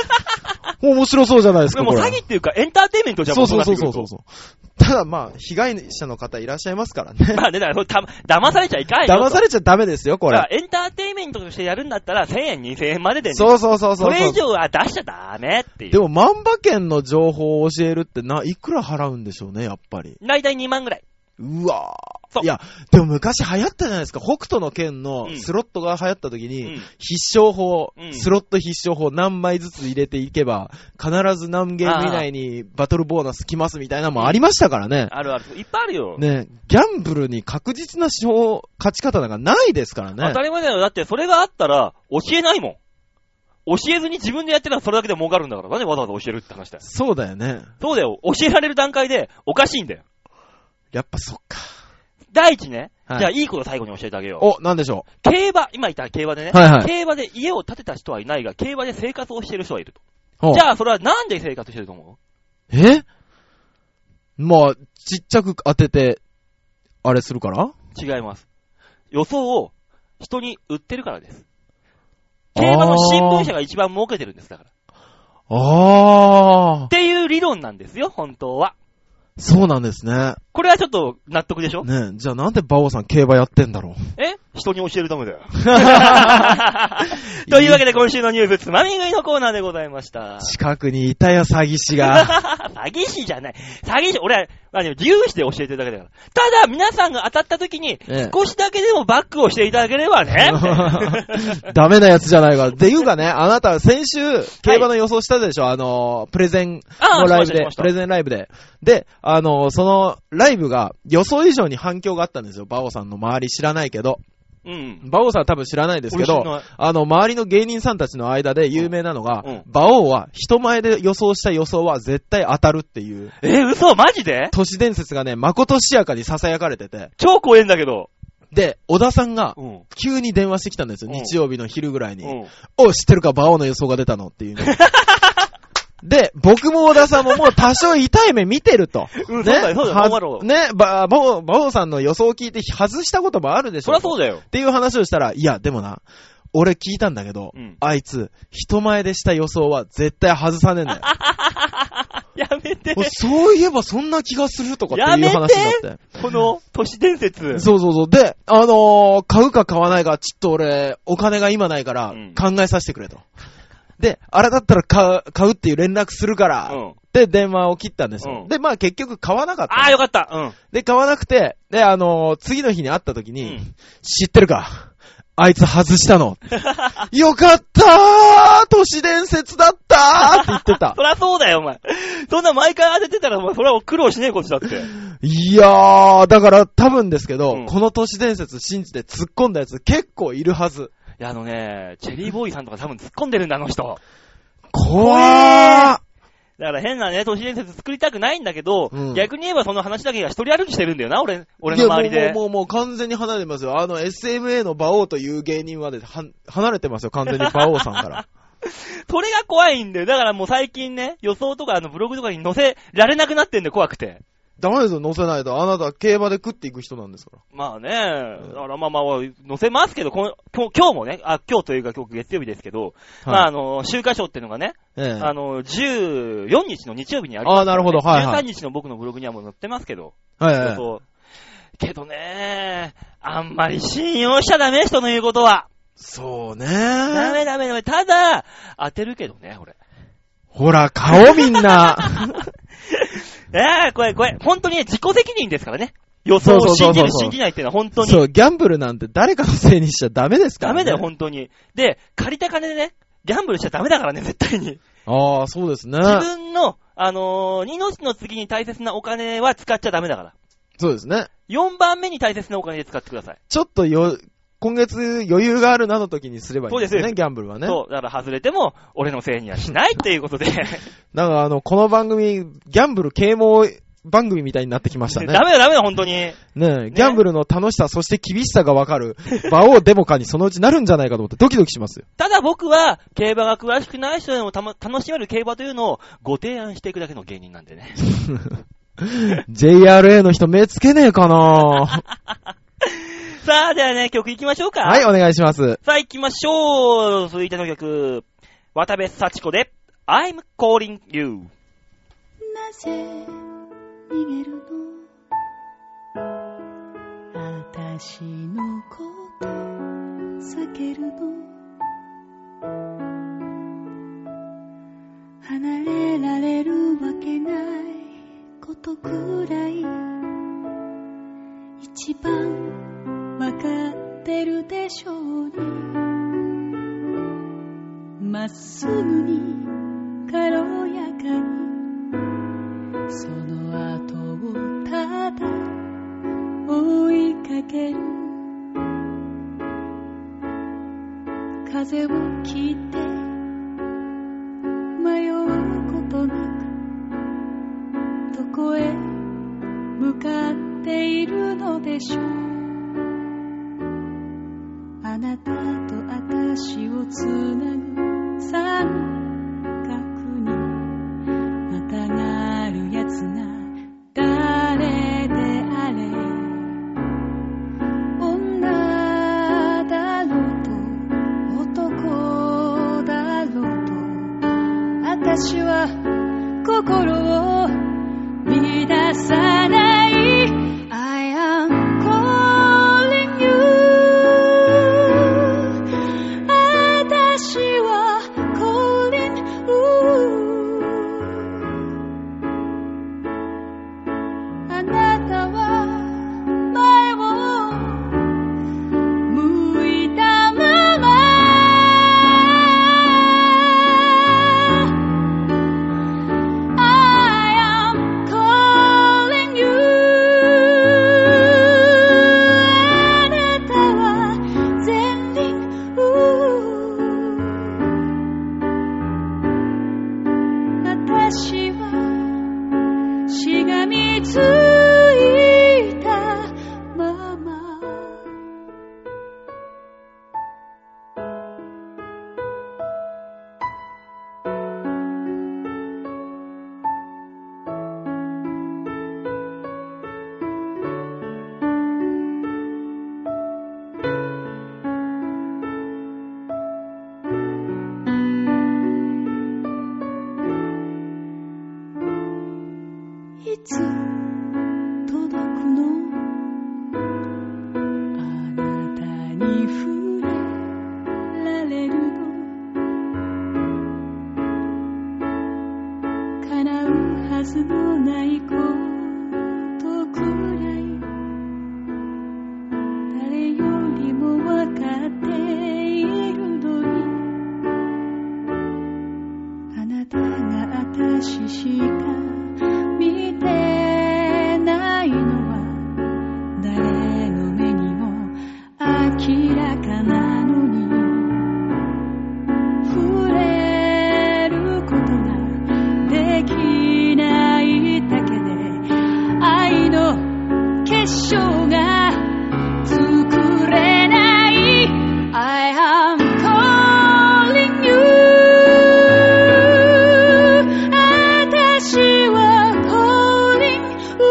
[SPEAKER 1] う。
[SPEAKER 2] 面白そうじゃないです
[SPEAKER 1] で
[SPEAKER 2] か、
[SPEAKER 1] も
[SPEAKER 2] これ。
[SPEAKER 1] 詐欺っていうか、エンターテインメントじゃん
[SPEAKER 2] そうそ
[SPEAKER 1] そ
[SPEAKER 2] うそうう
[SPEAKER 1] な
[SPEAKER 2] そ
[SPEAKER 1] ってくる
[SPEAKER 2] う
[SPEAKER 1] と
[SPEAKER 2] そう。ただまあ、被害者の方いらっしゃいますか
[SPEAKER 1] [laughs]
[SPEAKER 2] らね。
[SPEAKER 1] まあね、だからそれた、騙されちゃいかんよと。
[SPEAKER 2] 騙されちゃダメですよ、こ
[SPEAKER 1] だ
[SPEAKER 2] れ
[SPEAKER 1] か。らエンターテインメントとしてやるんだったら、1000円、2000円まででね。
[SPEAKER 2] そうそうそうそう。
[SPEAKER 1] それ以上は出しちゃダメってい
[SPEAKER 2] で
[SPEAKER 1] う。
[SPEAKER 2] も、万馬券の情報を教えるってな、いくら払うんでしょうね、やっぱり。
[SPEAKER 1] 大体2万ぐらい。
[SPEAKER 2] うわ
[SPEAKER 1] そう
[SPEAKER 2] ぁ。いや、でも昔流行ったじゃないですか。北斗の剣
[SPEAKER 1] う
[SPEAKER 2] の
[SPEAKER 1] ん
[SPEAKER 2] スロットが流行った時
[SPEAKER 1] う
[SPEAKER 2] に、
[SPEAKER 1] ん。
[SPEAKER 2] 必勝法、
[SPEAKER 1] うん
[SPEAKER 2] スロット必勝法何枚ずつ入れていけば、必ず何ゲーム以内にバトルボーナス来ますみたいなのもありましたからね。
[SPEAKER 1] あるある。いっぱいあるよ。
[SPEAKER 2] ね、ギャンブルに確実な手法、勝ち方なんかないですから
[SPEAKER 1] 当
[SPEAKER 2] ね
[SPEAKER 1] た。り前だよ。だってそれがあったら、教えないもん。教えずに自分でやってたらそれだけで儲かるんだから。なんでわざわざ教えるって話だよ。
[SPEAKER 2] そうだよね。
[SPEAKER 1] そうだよ。教えられる段階でおかしいんだよ。
[SPEAKER 2] やっぱそっか。
[SPEAKER 1] 第一ね。
[SPEAKER 2] はい
[SPEAKER 1] じゃあいいこと最後に教えてあげよう。
[SPEAKER 2] お、なんでしょ
[SPEAKER 1] 競馬、今言った競馬でね、
[SPEAKER 2] はいはい
[SPEAKER 1] 競馬で家を建てた人はいないが、競馬で生活をしてる人はいると。
[SPEAKER 2] う。お
[SPEAKER 1] じゃあ、それはなんで生活してると思
[SPEAKER 2] えまあ、ちっちゃく当てて、あれするから
[SPEAKER 1] う違います。予想を人に売ってるからです。競馬の新聞社が一番儲けてるんです、だから。っ
[SPEAKER 2] ああ、
[SPEAKER 1] ていう理論なんですよ、本当は。
[SPEAKER 2] そうなんですね。
[SPEAKER 1] これはちょっと納得でしょ
[SPEAKER 2] ねえじゃあなんで馬王さん競馬やってんだろ
[SPEAKER 1] え人に教えるためだ
[SPEAKER 2] [laughs]
[SPEAKER 1] よ。
[SPEAKER 2] う。
[SPEAKER 1] というわけで今週のニュース、つまみ食いのコーナーでございました。
[SPEAKER 2] 近くにいたよ、詐欺
[SPEAKER 1] [laughs]
[SPEAKER 2] 師が。
[SPEAKER 1] 詐欺師じゃない。詐欺師、俺は、まあでも、自由して教えてるだけだから。ただ、皆さんが当たった時に、
[SPEAKER 2] ええ
[SPEAKER 1] 少しだけでもバックをしていただければね。
[SPEAKER 2] [laughs]
[SPEAKER 1] [laughs]
[SPEAKER 2] ダメなやつじゃないから。でいうかね、あなた先週、競馬の予想したでしょ、あのー、プレゼン
[SPEAKER 1] ああ、
[SPEAKER 2] の
[SPEAKER 1] し
[SPEAKER 2] ラ
[SPEAKER 1] ま
[SPEAKER 2] イ
[SPEAKER 1] したし
[SPEAKER 2] ブで
[SPEAKER 1] まし、た
[SPEAKER 2] プレゼンライブで。で、あのー、そのライブが予想以上に反響があったんですよ。馬王さんの周り知らないけど。
[SPEAKER 1] うん。
[SPEAKER 2] 馬王さんは多分知らないですけ
[SPEAKER 1] 俺知
[SPEAKER 2] ど、
[SPEAKER 1] らない
[SPEAKER 2] あの、周りの芸人さんたちの間で有名なのが、
[SPEAKER 1] うんうん
[SPEAKER 2] 馬王は人前で予想した予想は絶対当たるっていう、
[SPEAKER 1] えー、嘘マジ [laughs] で
[SPEAKER 2] 都市伝説がね、まことしやかに囁かれてて、
[SPEAKER 1] 超怖えんだけど。
[SPEAKER 2] で、小田さんが、
[SPEAKER 1] うん。
[SPEAKER 2] 急に電話してきたんですよ、
[SPEAKER 1] うん
[SPEAKER 2] 日曜日の昼ぐらいに。
[SPEAKER 1] うん。
[SPEAKER 2] おい、知ってるか、馬王の予想が出たのっていう
[SPEAKER 1] [laughs]
[SPEAKER 2] ね。で、僕も小田さんももう多少痛い目見てると。
[SPEAKER 1] うんそうだよそうだよ
[SPEAKER 2] は
[SPEAKER 1] そうだろう
[SPEAKER 2] ね、ば馬王、馬王さんの予想を聞いて外したこともあるでしょ。
[SPEAKER 1] そりゃそうだよ。
[SPEAKER 2] っていう話をしたら、いや、でもな、俺聞いたんだけど、
[SPEAKER 1] うん
[SPEAKER 2] あいつ、人前でした予想は絶対外さねえ
[SPEAKER 1] [laughs]
[SPEAKER 2] んだよ。
[SPEAKER 1] やめて。
[SPEAKER 2] おそういえばそんな気がするとかって
[SPEAKER 1] や
[SPEAKER 2] い
[SPEAKER 1] め
[SPEAKER 2] う
[SPEAKER 1] て
[SPEAKER 2] 話になって。
[SPEAKER 1] この、都市伝説。
[SPEAKER 2] そうそうそう。で、あのー買うか買わないか、ちょっと俺、お金が今ないから
[SPEAKER 1] うん、
[SPEAKER 2] 考えさせてくれと。で、あれだったら買う、買うっていう連絡するから、
[SPEAKER 1] うん
[SPEAKER 2] で、電話を切ったんですよ。
[SPEAKER 1] うん
[SPEAKER 2] で、まあ結局買わなかったの。
[SPEAKER 1] ああ、よかった。うん。
[SPEAKER 2] で、買わなくて、で、あのー次の日に会った時
[SPEAKER 1] う
[SPEAKER 2] に、
[SPEAKER 1] ん
[SPEAKER 2] 知ってるかあいつ外し
[SPEAKER 1] [laughs]
[SPEAKER 2] たの。よかったー都市伝説だったーって言ってた
[SPEAKER 1] [laughs] そ。りゃそうだよ、お前。そんな毎回当ててたら、お前、それは苦労しねえことだって。
[SPEAKER 2] いやー、だから多分ですけど、
[SPEAKER 1] うん
[SPEAKER 2] この都市伝説信じて突っ込んだやつ結構いるはず。
[SPEAKER 1] いや、あのね、チェリーボーイさんとか多分突っ込んでるんだ、あの人。
[SPEAKER 2] 怖ー
[SPEAKER 1] だから変なね、都市伝説作りたくないんだけど、
[SPEAKER 2] うん
[SPEAKER 1] 逆に言えばその話だけが一人歩きしてるんだよな、俺、俺
[SPEAKER 2] い
[SPEAKER 1] の
[SPEAKER 2] や
[SPEAKER 1] 周りで。
[SPEAKER 2] もうもうもうもう完全に離れてますよ。あの SMA の馬王という芸人までは離れてますよ、完全に馬王さん [laughs] から。
[SPEAKER 1] それが怖いんだよ。だからもう最近ね、予想とかあのブログとかに載せられなくなってんだよ、怖くて。
[SPEAKER 2] ダメですよ、乗せないと。あなた競馬で食っていく人なんですから。
[SPEAKER 1] まあね、だからまあまあ、載せますけど、この今日今日もね、あ、今日というか今日月曜日ですけど、まああの、週刊賞っていうのがね、
[SPEAKER 2] ええ
[SPEAKER 1] あの、14日の日曜日にあります、
[SPEAKER 2] ああ、なるほど、はい、はい
[SPEAKER 1] 13。日の僕のブログにはもう載ってますけど、
[SPEAKER 2] はい
[SPEAKER 1] 予
[SPEAKER 2] はい、
[SPEAKER 1] 想けどね、あんまり信用しちゃダメ、人の言うことは。
[SPEAKER 2] そうね
[SPEAKER 1] ダメダメダメ。ただ、当てるけどね、俺。
[SPEAKER 2] ほら、顔みんな。
[SPEAKER 1] えー、これ、これ、本当にね、自己責任ですからね。予想を信じる、信じないっていうのは本当に。
[SPEAKER 2] そう、ギャンブルなんて誰かのせいにしちゃダメですか
[SPEAKER 1] ダ
[SPEAKER 2] ら、
[SPEAKER 1] メ
[SPEAKER 2] ね。
[SPEAKER 1] だよ、本当に。で、借りた金でね、ギャンブルしちゃダメだからね、絶対に。
[SPEAKER 2] [laughs] ああ、そうですね。
[SPEAKER 1] 自分の、あのー、命の次に大切なお金は使っちゃダメだから。
[SPEAKER 2] そうですね。
[SPEAKER 1] 4番目に大切なお金で使ってください。
[SPEAKER 2] ちょっとよ、今月余裕があるなの時にすればいいんです
[SPEAKER 1] そうで
[SPEAKER 2] ね、ギャンブルはね。
[SPEAKER 1] そう、だから外れても、俺のせいにはしないっていう
[SPEAKER 2] [laughs]
[SPEAKER 1] ことで。
[SPEAKER 2] なんかあの、この番組、ギャンブル啓蒙番組みたいになってきましたね。
[SPEAKER 1] ダメ [laughs] だダメだ、本当に。
[SPEAKER 2] ねえ、ギャンブルの楽しさ、そして厳しさがわかる、馬王デモカにそのうちなるんじゃないかと思ってドキドキ
[SPEAKER 1] [laughs]
[SPEAKER 2] しますよ。
[SPEAKER 1] ただ僕は、競馬が詳しくない人でもた、ま、楽しめる競馬というのをご提案していくだけの芸人なんでね。
[SPEAKER 2] JRA の人目つけねえ
[SPEAKER 1] [laughs]
[SPEAKER 2] かな
[SPEAKER 1] さあ、ではね、曲行きましょうか。
[SPEAKER 2] はい、お願いします。
[SPEAKER 1] さあ行きましょう続いての曲、渡部幸子で、I'm calling you.
[SPEAKER 4] なぜ逃げるの私のこと避けるの離れられるわけないことくらい一番わかってるでしょうにまっすぐに軽やかにその後をただ追いかける風を切って迷うことなくどこへ向かっているのでしょうあなたと私をつなぐ三角にまたがるやつが誰であれ女だろうと男だろうと私は心を乱さない I am calling you 私は calling you あなたは前を向いたまま I am calling you あなたは全輪私はしがみついたままいつ届くのあなたに触れられるの叶うはずのないことくらい誰よりもわかっているのにあなたが私しか見てないのは誰の目にも明らかなのに触れることができないだけで愛の結晶が作れない I am calling you 私は calling you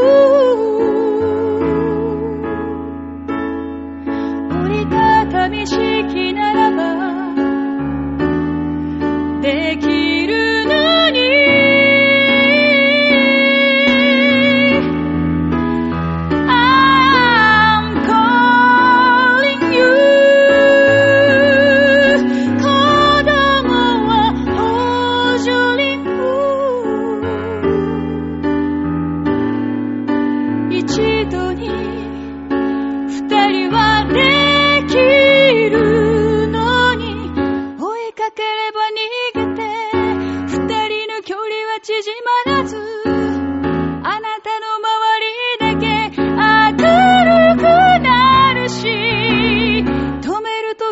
[SPEAKER 4] 折りたたみ式ならばできるのに I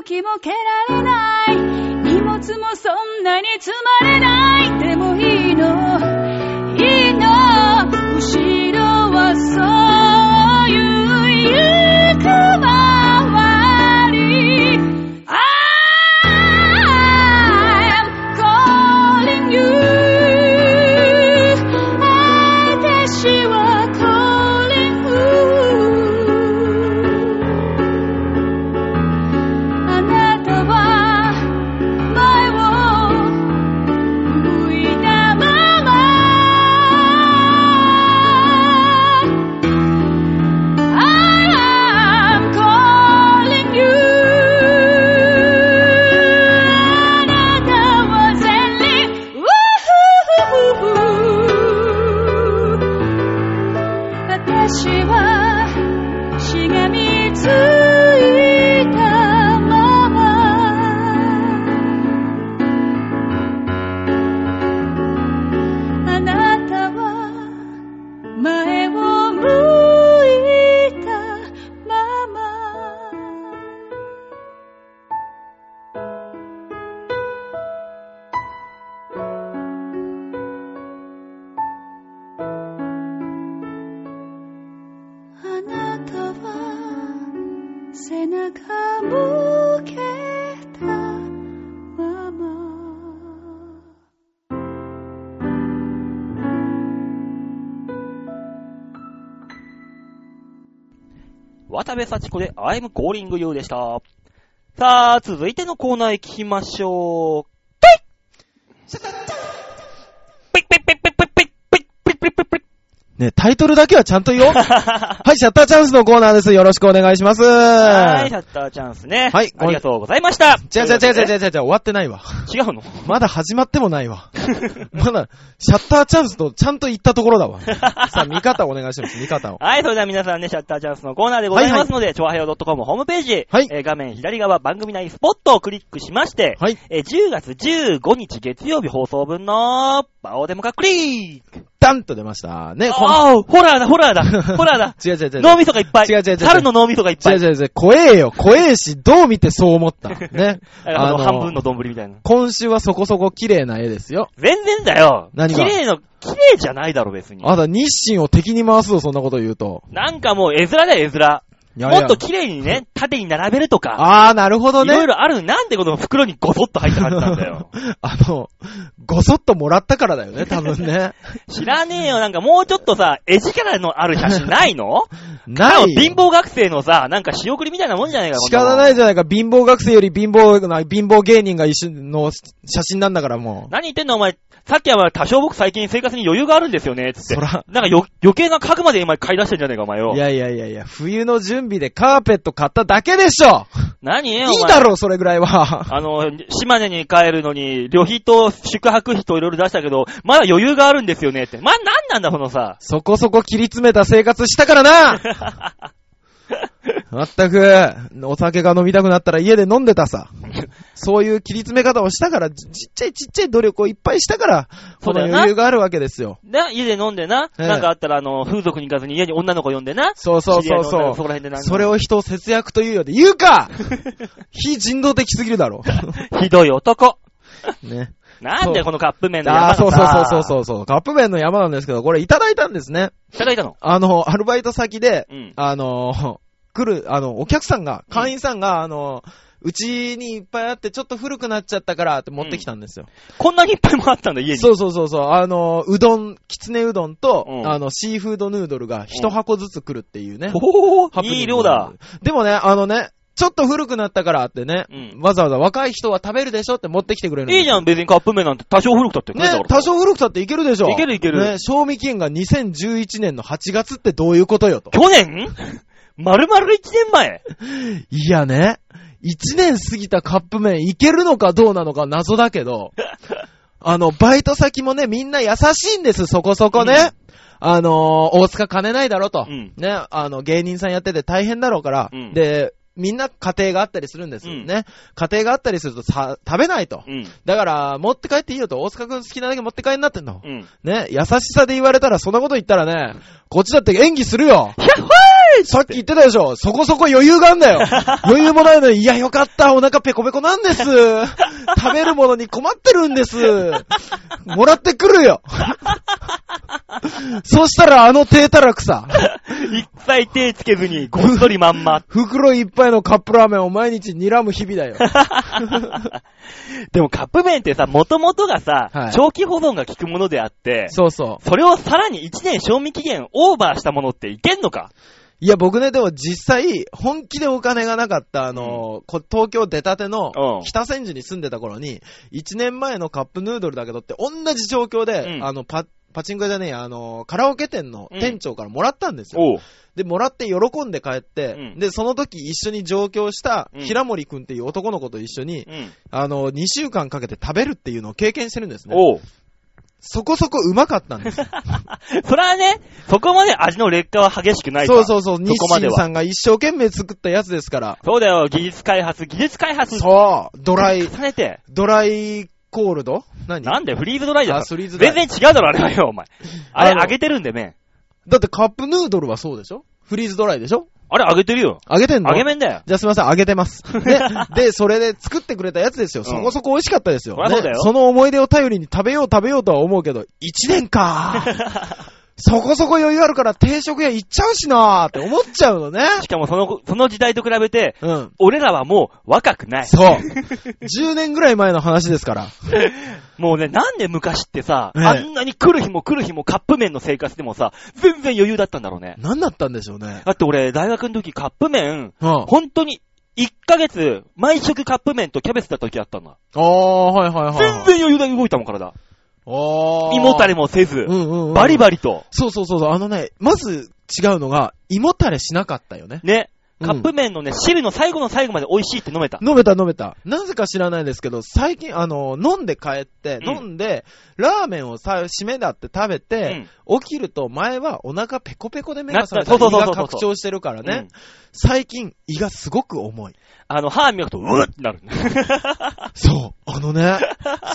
[SPEAKER 4] 気も蹴られない荷物もそんなに積まれないでもいいのいいの後ろはそういう行く回り I'm calling you 私は calling you あなたは前を向いたまま I'm calling you あなたは全力 Woohoo 私はしがみついたままあなたは前を向いたままあなたは背中向けたまま
[SPEAKER 1] 渡部幸子で I'm calling you でした。さあ、続いてのコーナー行きましょう。ピッピッピッピッピッピッピッピッピッピッピッ
[SPEAKER 2] ね、タイトルだけはちゃんと
[SPEAKER 1] [laughs]
[SPEAKER 2] 言おう。はい、シャッターチャンスのコーナーです。よろしくお願いします。
[SPEAKER 1] はい、シャッターチャンスね。
[SPEAKER 2] はい
[SPEAKER 1] ありがとうございました。
[SPEAKER 2] じゃあじゃあじゃあじゃあじ
[SPEAKER 1] ゃ
[SPEAKER 2] ゃあじゃあ終わってないわ。
[SPEAKER 1] 違うの
[SPEAKER 2] まだ始まってもないわ。まだ、シャッターチャンスとちゃんと言ったところだわ。さあ、見方お願いします、見方を。
[SPEAKER 1] はい、それでは皆さんね、シャッターチャンスのコーナーでございますので、超平洋 .com ホームページ、
[SPEAKER 2] はい
[SPEAKER 1] えー画面左側番組内スポットをクリックしまして、
[SPEAKER 2] はい。
[SPEAKER 1] えー10月15日月曜日放送分の、バオデモカクリック
[SPEAKER 2] ダンと出ました。ね、この、
[SPEAKER 1] ああ、ホラーだ、ホラー
[SPEAKER 2] [laughs]
[SPEAKER 1] だ、ホラーだ。
[SPEAKER 2] 違う違う違う。
[SPEAKER 1] 脳みそがいっぱい。
[SPEAKER 2] 違う違う違う
[SPEAKER 1] 猿の脳みそがいっぱ
[SPEAKER 2] 違
[SPEAKER 1] い。
[SPEAKER 2] う違う違う。怖えよ。怖えし、どう見てそう思った。ね。
[SPEAKER 1] だ [laughs] からあの、
[SPEAKER 2] あの
[SPEAKER 1] 半分の丼みたいな。
[SPEAKER 2] 今週はそこそこ綺麗な絵ですよ。
[SPEAKER 1] 全然だよ。
[SPEAKER 2] 何が
[SPEAKER 1] 綺麗の、綺麗じゃないだろ、別に。
[SPEAKER 2] あなた、日清を敵に回すぞ、そんなこと言うと。
[SPEAKER 1] なんかもう絵面だよ、絵面。
[SPEAKER 2] いやいや
[SPEAKER 1] もっと綺麗にね、縦に並べるとか、
[SPEAKER 2] あー、なるほど
[SPEAKER 1] いろい
[SPEAKER 2] ね。
[SPEAKER 1] ろあるのになんでこの袋にゴソッと入ったはずなんだよ。
[SPEAKER 2] あの、ごそっともらったからだよね、多分
[SPEAKER 1] [laughs]
[SPEAKER 2] ね。
[SPEAKER 1] 知らねえよ、なんかもうちょっとさ、絵力のある写真ないの
[SPEAKER 2] [laughs] ないよ。
[SPEAKER 1] 貧乏学生のさ、なんか仕送りみたいなもんじゃないか、
[SPEAKER 2] 仕方ない
[SPEAKER 1] い。
[SPEAKER 2] じゃないか。貧乏学生より貧乏な、貧乏芸人が一緒の写真なんだからも
[SPEAKER 1] 何言ってんのお前、さっきはお前多少僕最近生活に余裕があるんですよね、つって。
[SPEAKER 2] そら
[SPEAKER 1] なんかよ余計な家具まで今買い出してんじゃねえか、お前よ
[SPEAKER 2] う。い。やいやいやいや、冬の準備でカーペット買っただけでしょ
[SPEAKER 1] 何よ、お前。
[SPEAKER 2] いいだろう、それぐらいは。
[SPEAKER 1] あの、島根に帰るのに、旅費と宿泊費といろいろ出したけど、まだ余裕があるんですよねって。まあ、なんなんだ、このさ。
[SPEAKER 2] そこそこ切り詰めた生活したからな
[SPEAKER 1] [laughs]
[SPEAKER 2] まったく、お酒が飲みたくなったら家で飲んでたさ。そういう切り詰め方をしたから、ちちっちゃいちっちゃい努力をいっぱいしたから、
[SPEAKER 1] そ
[SPEAKER 2] こ
[SPEAKER 1] うだ
[SPEAKER 2] の
[SPEAKER 1] よな
[SPEAKER 2] 余裕があるわけですよ。
[SPEAKER 1] な、家で飲んでな、
[SPEAKER 2] ええ
[SPEAKER 1] なんかあったら、あの、風俗に行かずに家に女の子呼んでな。
[SPEAKER 2] そうそうそう
[SPEAKER 1] 知り合いの女の
[SPEAKER 2] そ
[SPEAKER 1] 子そこら辺で
[SPEAKER 2] う。
[SPEAKER 1] なんか
[SPEAKER 2] それを人を節約というようで言
[SPEAKER 1] [laughs]
[SPEAKER 2] うか非人道的すぎるだろ
[SPEAKER 1] ひどい男。
[SPEAKER 2] う。ね。
[SPEAKER 1] なん
[SPEAKER 2] そ
[SPEAKER 1] で
[SPEAKER 2] う
[SPEAKER 1] このカップ麺の山
[SPEAKER 2] あ
[SPEAKER 1] が
[SPEAKER 2] あ、
[SPEAKER 1] さ
[SPEAKER 2] そうそうそうそうそうそう。カップ麺の山なんですけど、これいただいたんですね。
[SPEAKER 1] いただいたの。
[SPEAKER 2] あの、アルバイト先で、
[SPEAKER 1] うん。
[SPEAKER 2] あの、来る、あの、お客さんが、会員さんが、あの、うちにいっぱいあって、ちょっと古くなっちゃったからって持ってきたんですよ。
[SPEAKER 1] こんなにいっぱいもらったんだ、家に。
[SPEAKER 2] そうそうそうそう、あの、うどん、きつねうどんと、
[SPEAKER 1] うん
[SPEAKER 2] あの、シーフードヌードルが一箱ずつ来るっていうね。
[SPEAKER 1] おー
[SPEAKER 2] ハプニング
[SPEAKER 1] いい量だ。。
[SPEAKER 2] でもね、あのね、ちょっと古くなったからってね、
[SPEAKER 1] うん
[SPEAKER 2] わざわざ若い人は食べるでしょって持ってきてくれるんです
[SPEAKER 1] いいじゃん、別にカップ麺なんて多少古くたって食えたか、
[SPEAKER 2] ね
[SPEAKER 1] ら
[SPEAKER 2] 多少古くたっていけるでしょ。
[SPEAKER 1] いけるいける
[SPEAKER 2] ね、賞味期限が2011年の8月ってどういうことよと。
[SPEAKER 1] 去年 [laughs] 丸々1年前。
[SPEAKER 2] いやね、1年過ぎたカップ麺いけるのかどうなのか謎だ
[SPEAKER 1] [laughs]
[SPEAKER 2] けど、あの、バイト先もね、みんな優しいんです、そこそこね。あのー大塚金ないだろと。
[SPEAKER 1] うん
[SPEAKER 2] ね、あの、芸人さんやってて大変だろうから、
[SPEAKER 1] うん
[SPEAKER 2] で、みんな家庭があったりするんですよね。家庭があったりするとさ、食べないと。
[SPEAKER 1] うん。
[SPEAKER 2] だから、持って帰っていいよと、大塚くん好きなだけ持って帰んなってんの。
[SPEAKER 1] うん。
[SPEAKER 2] ね、優しさで言われたら、そんなこと言ったらね、こっちだって演技するよ。
[SPEAKER 1] ひゃっほれ
[SPEAKER 2] さっき言ってたでしょそこそこ余裕があんだよ [laughs] 余裕もないのに、いやよかったお腹ペコペコなんです食べるものに困ってるんですもらってくる [laughs] よそしたらあの低たらくさ、
[SPEAKER 1] いっぱい手つけずに、ごっそりまんま。
[SPEAKER 2] 袋いっぱいのカップラーメンを毎日睨む日々 [laughs] だよ。
[SPEAKER 1] でもカップ麺ってさ、元々がさ、
[SPEAKER 2] はい
[SPEAKER 1] 長期保存が効くものであって、
[SPEAKER 2] そうそう。
[SPEAKER 1] それをさらに1年賞味期限オーバーしたものっていけんのか
[SPEAKER 2] いや、僕ね、でも実際、本気でお金がなかった、あのーこ東京出たて
[SPEAKER 1] うん
[SPEAKER 2] の、北千住に住んでた頃に、1年前のカップヌードルだけどって、同じ状況で、
[SPEAKER 1] うん
[SPEAKER 2] あの、パ、パチンコ屋じゃねえや、あのーカラオケ店の店長からもらったんですよ。
[SPEAKER 1] おう。
[SPEAKER 2] で、もらって喜んで帰って、
[SPEAKER 1] うん
[SPEAKER 2] で、その時一緒に上京した、
[SPEAKER 1] うん
[SPEAKER 2] 平森くんっていう男の子と一緒
[SPEAKER 1] う
[SPEAKER 2] に、
[SPEAKER 1] ん。
[SPEAKER 2] あのー、2週間かけて食べるっていうのを経験してるんですね。
[SPEAKER 1] おう。
[SPEAKER 2] そこそこうまかったんですよ。
[SPEAKER 1] それはね、そこまで味の劣化は激しくないか
[SPEAKER 2] そう
[SPEAKER 1] ら。
[SPEAKER 2] そうそう、日
[SPEAKER 1] そこまで
[SPEAKER 2] 清
[SPEAKER 1] は
[SPEAKER 2] さんが一生懸命作ったやつですから。
[SPEAKER 1] そうだよ、技術開発、技術開発
[SPEAKER 2] そう、ドライ
[SPEAKER 1] 重、ねて。
[SPEAKER 2] ドライコールド何
[SPEAKER 1] なんだよ、フリーズドライだ
[SPEAKER 2] あ
[SPEAKER 1] か
[SPEAKER 2] フリーズドラ
[SPEAKER 1] ら。
[SPEAKER 2] イ
[SPEAKER 1] 全然違うだろ、あれはよ、お
[SPEAKER 2] [laughs]
[SPEAKER 1] 前。あれ、
[SPEAKER 2] あの
[SPEAKER 1] 揚げてるんで、麺。
[SPEAKER 2] だってカップヌードルはそうでしょフリーズドライでしょ
[SPEAKER 1] あれ、揚げてるよ。
[SPEAKER 2] 揚げてんの
[SPEAKER 1] 揚げ麺だよ。
[SPEAKER 2] じゃあすいません、揚げ
[SPEAKER 1] [laughs]
[SPEAKER 2] てます。ね、で、それで作ってくれたやつですよ。
[SPEAKER 1] うん
[SPEAKER 2] そこそこ美味しかったですよ。
[SPEAKER 1] そりゃそうだよ
[SPEAKER 2] ねその思い出を頼りに食べよう食べようとは思うけど、1年
[SPEAKER 1] [laughs]
[SPEAKER 2] かそこそこ余裕あるから定食屋行っちゃうしなーって思っちゃう
[SPEAKER 1] [laughs]
[SPEAKER 2] のね。
[SPEAKER 1] しかも、その、その時代と比べて、
[SPEAKER 2] うん。
[SPEAKER 1] 俺らはもう若くない。
[SPEAKER 2] そう。10年ぐらい前の話ですから。
[SPEAKER 1] もうね、なんで昔ってさ、
[SPEAKER 2] ええ
[SPEAKER 1] あんなに来る日も来る日もカップ麺の生活でもさ、全然余裕だったんだろうね。
[SPEAKER 2] 何だったんでしょう
[SPEAKER 1] [laughs]
[SPEAKER 2] ね。
[SPEAKER 1] だって俺、大学の時カップ麺、
[SPEAKER 2] うん。あ
[SPEAKER 1] 本当に、1ヶ月、毎食カップ麺とキャベツだった時あったんだ。
[SPEAKER 2] ー、はいはいはいは
[SPEAKER 1] 全
[SPEAKER 2] い。
[SPEAKER 1] 然余裕で動いたもん、体。
[SPEAKER 2] あー
[SPEAKER 1] 胃もたれもせず
[SPEAKER 2] う、んうんうん、
[SPEAKER 1] バリバリと。
[SPEAKER 2] そうそうそうそう、あのね、まず違うのが、胃もたれしなかったよね。
[SPEAKER 1] ね。
[SPEAKER 2] うん
[SPEAKER 1] カップ麺のね、汁の最後の最後まで美味しいって飲めた。
[SPEAKER 2] 飲めた飲めた。なぜか知らないですけど、最近、あの、飲んで帰って、
[SPEAKER 1] うん
[SPEAKER 2] 飲んで、ラーメンをさ、締めだって食べて、起きると前はお腹ペコペコで目が覚めた
[SPEAKER 1] なったそう
[SPEAKER 2] 胃
[SPEAKER 1] そうそうそ
[SPEAKER 2] が
[SPEAKER 1] う
[SPEAKER 2] 拡張してるから
[SPEAKER 1] うん
[SPEAKER 2] ね、最近胃がすごく重い。
[SPEAKER 1] あの、歯磨くと、うわってなる。
[SPEAKER 2] そう、あのね、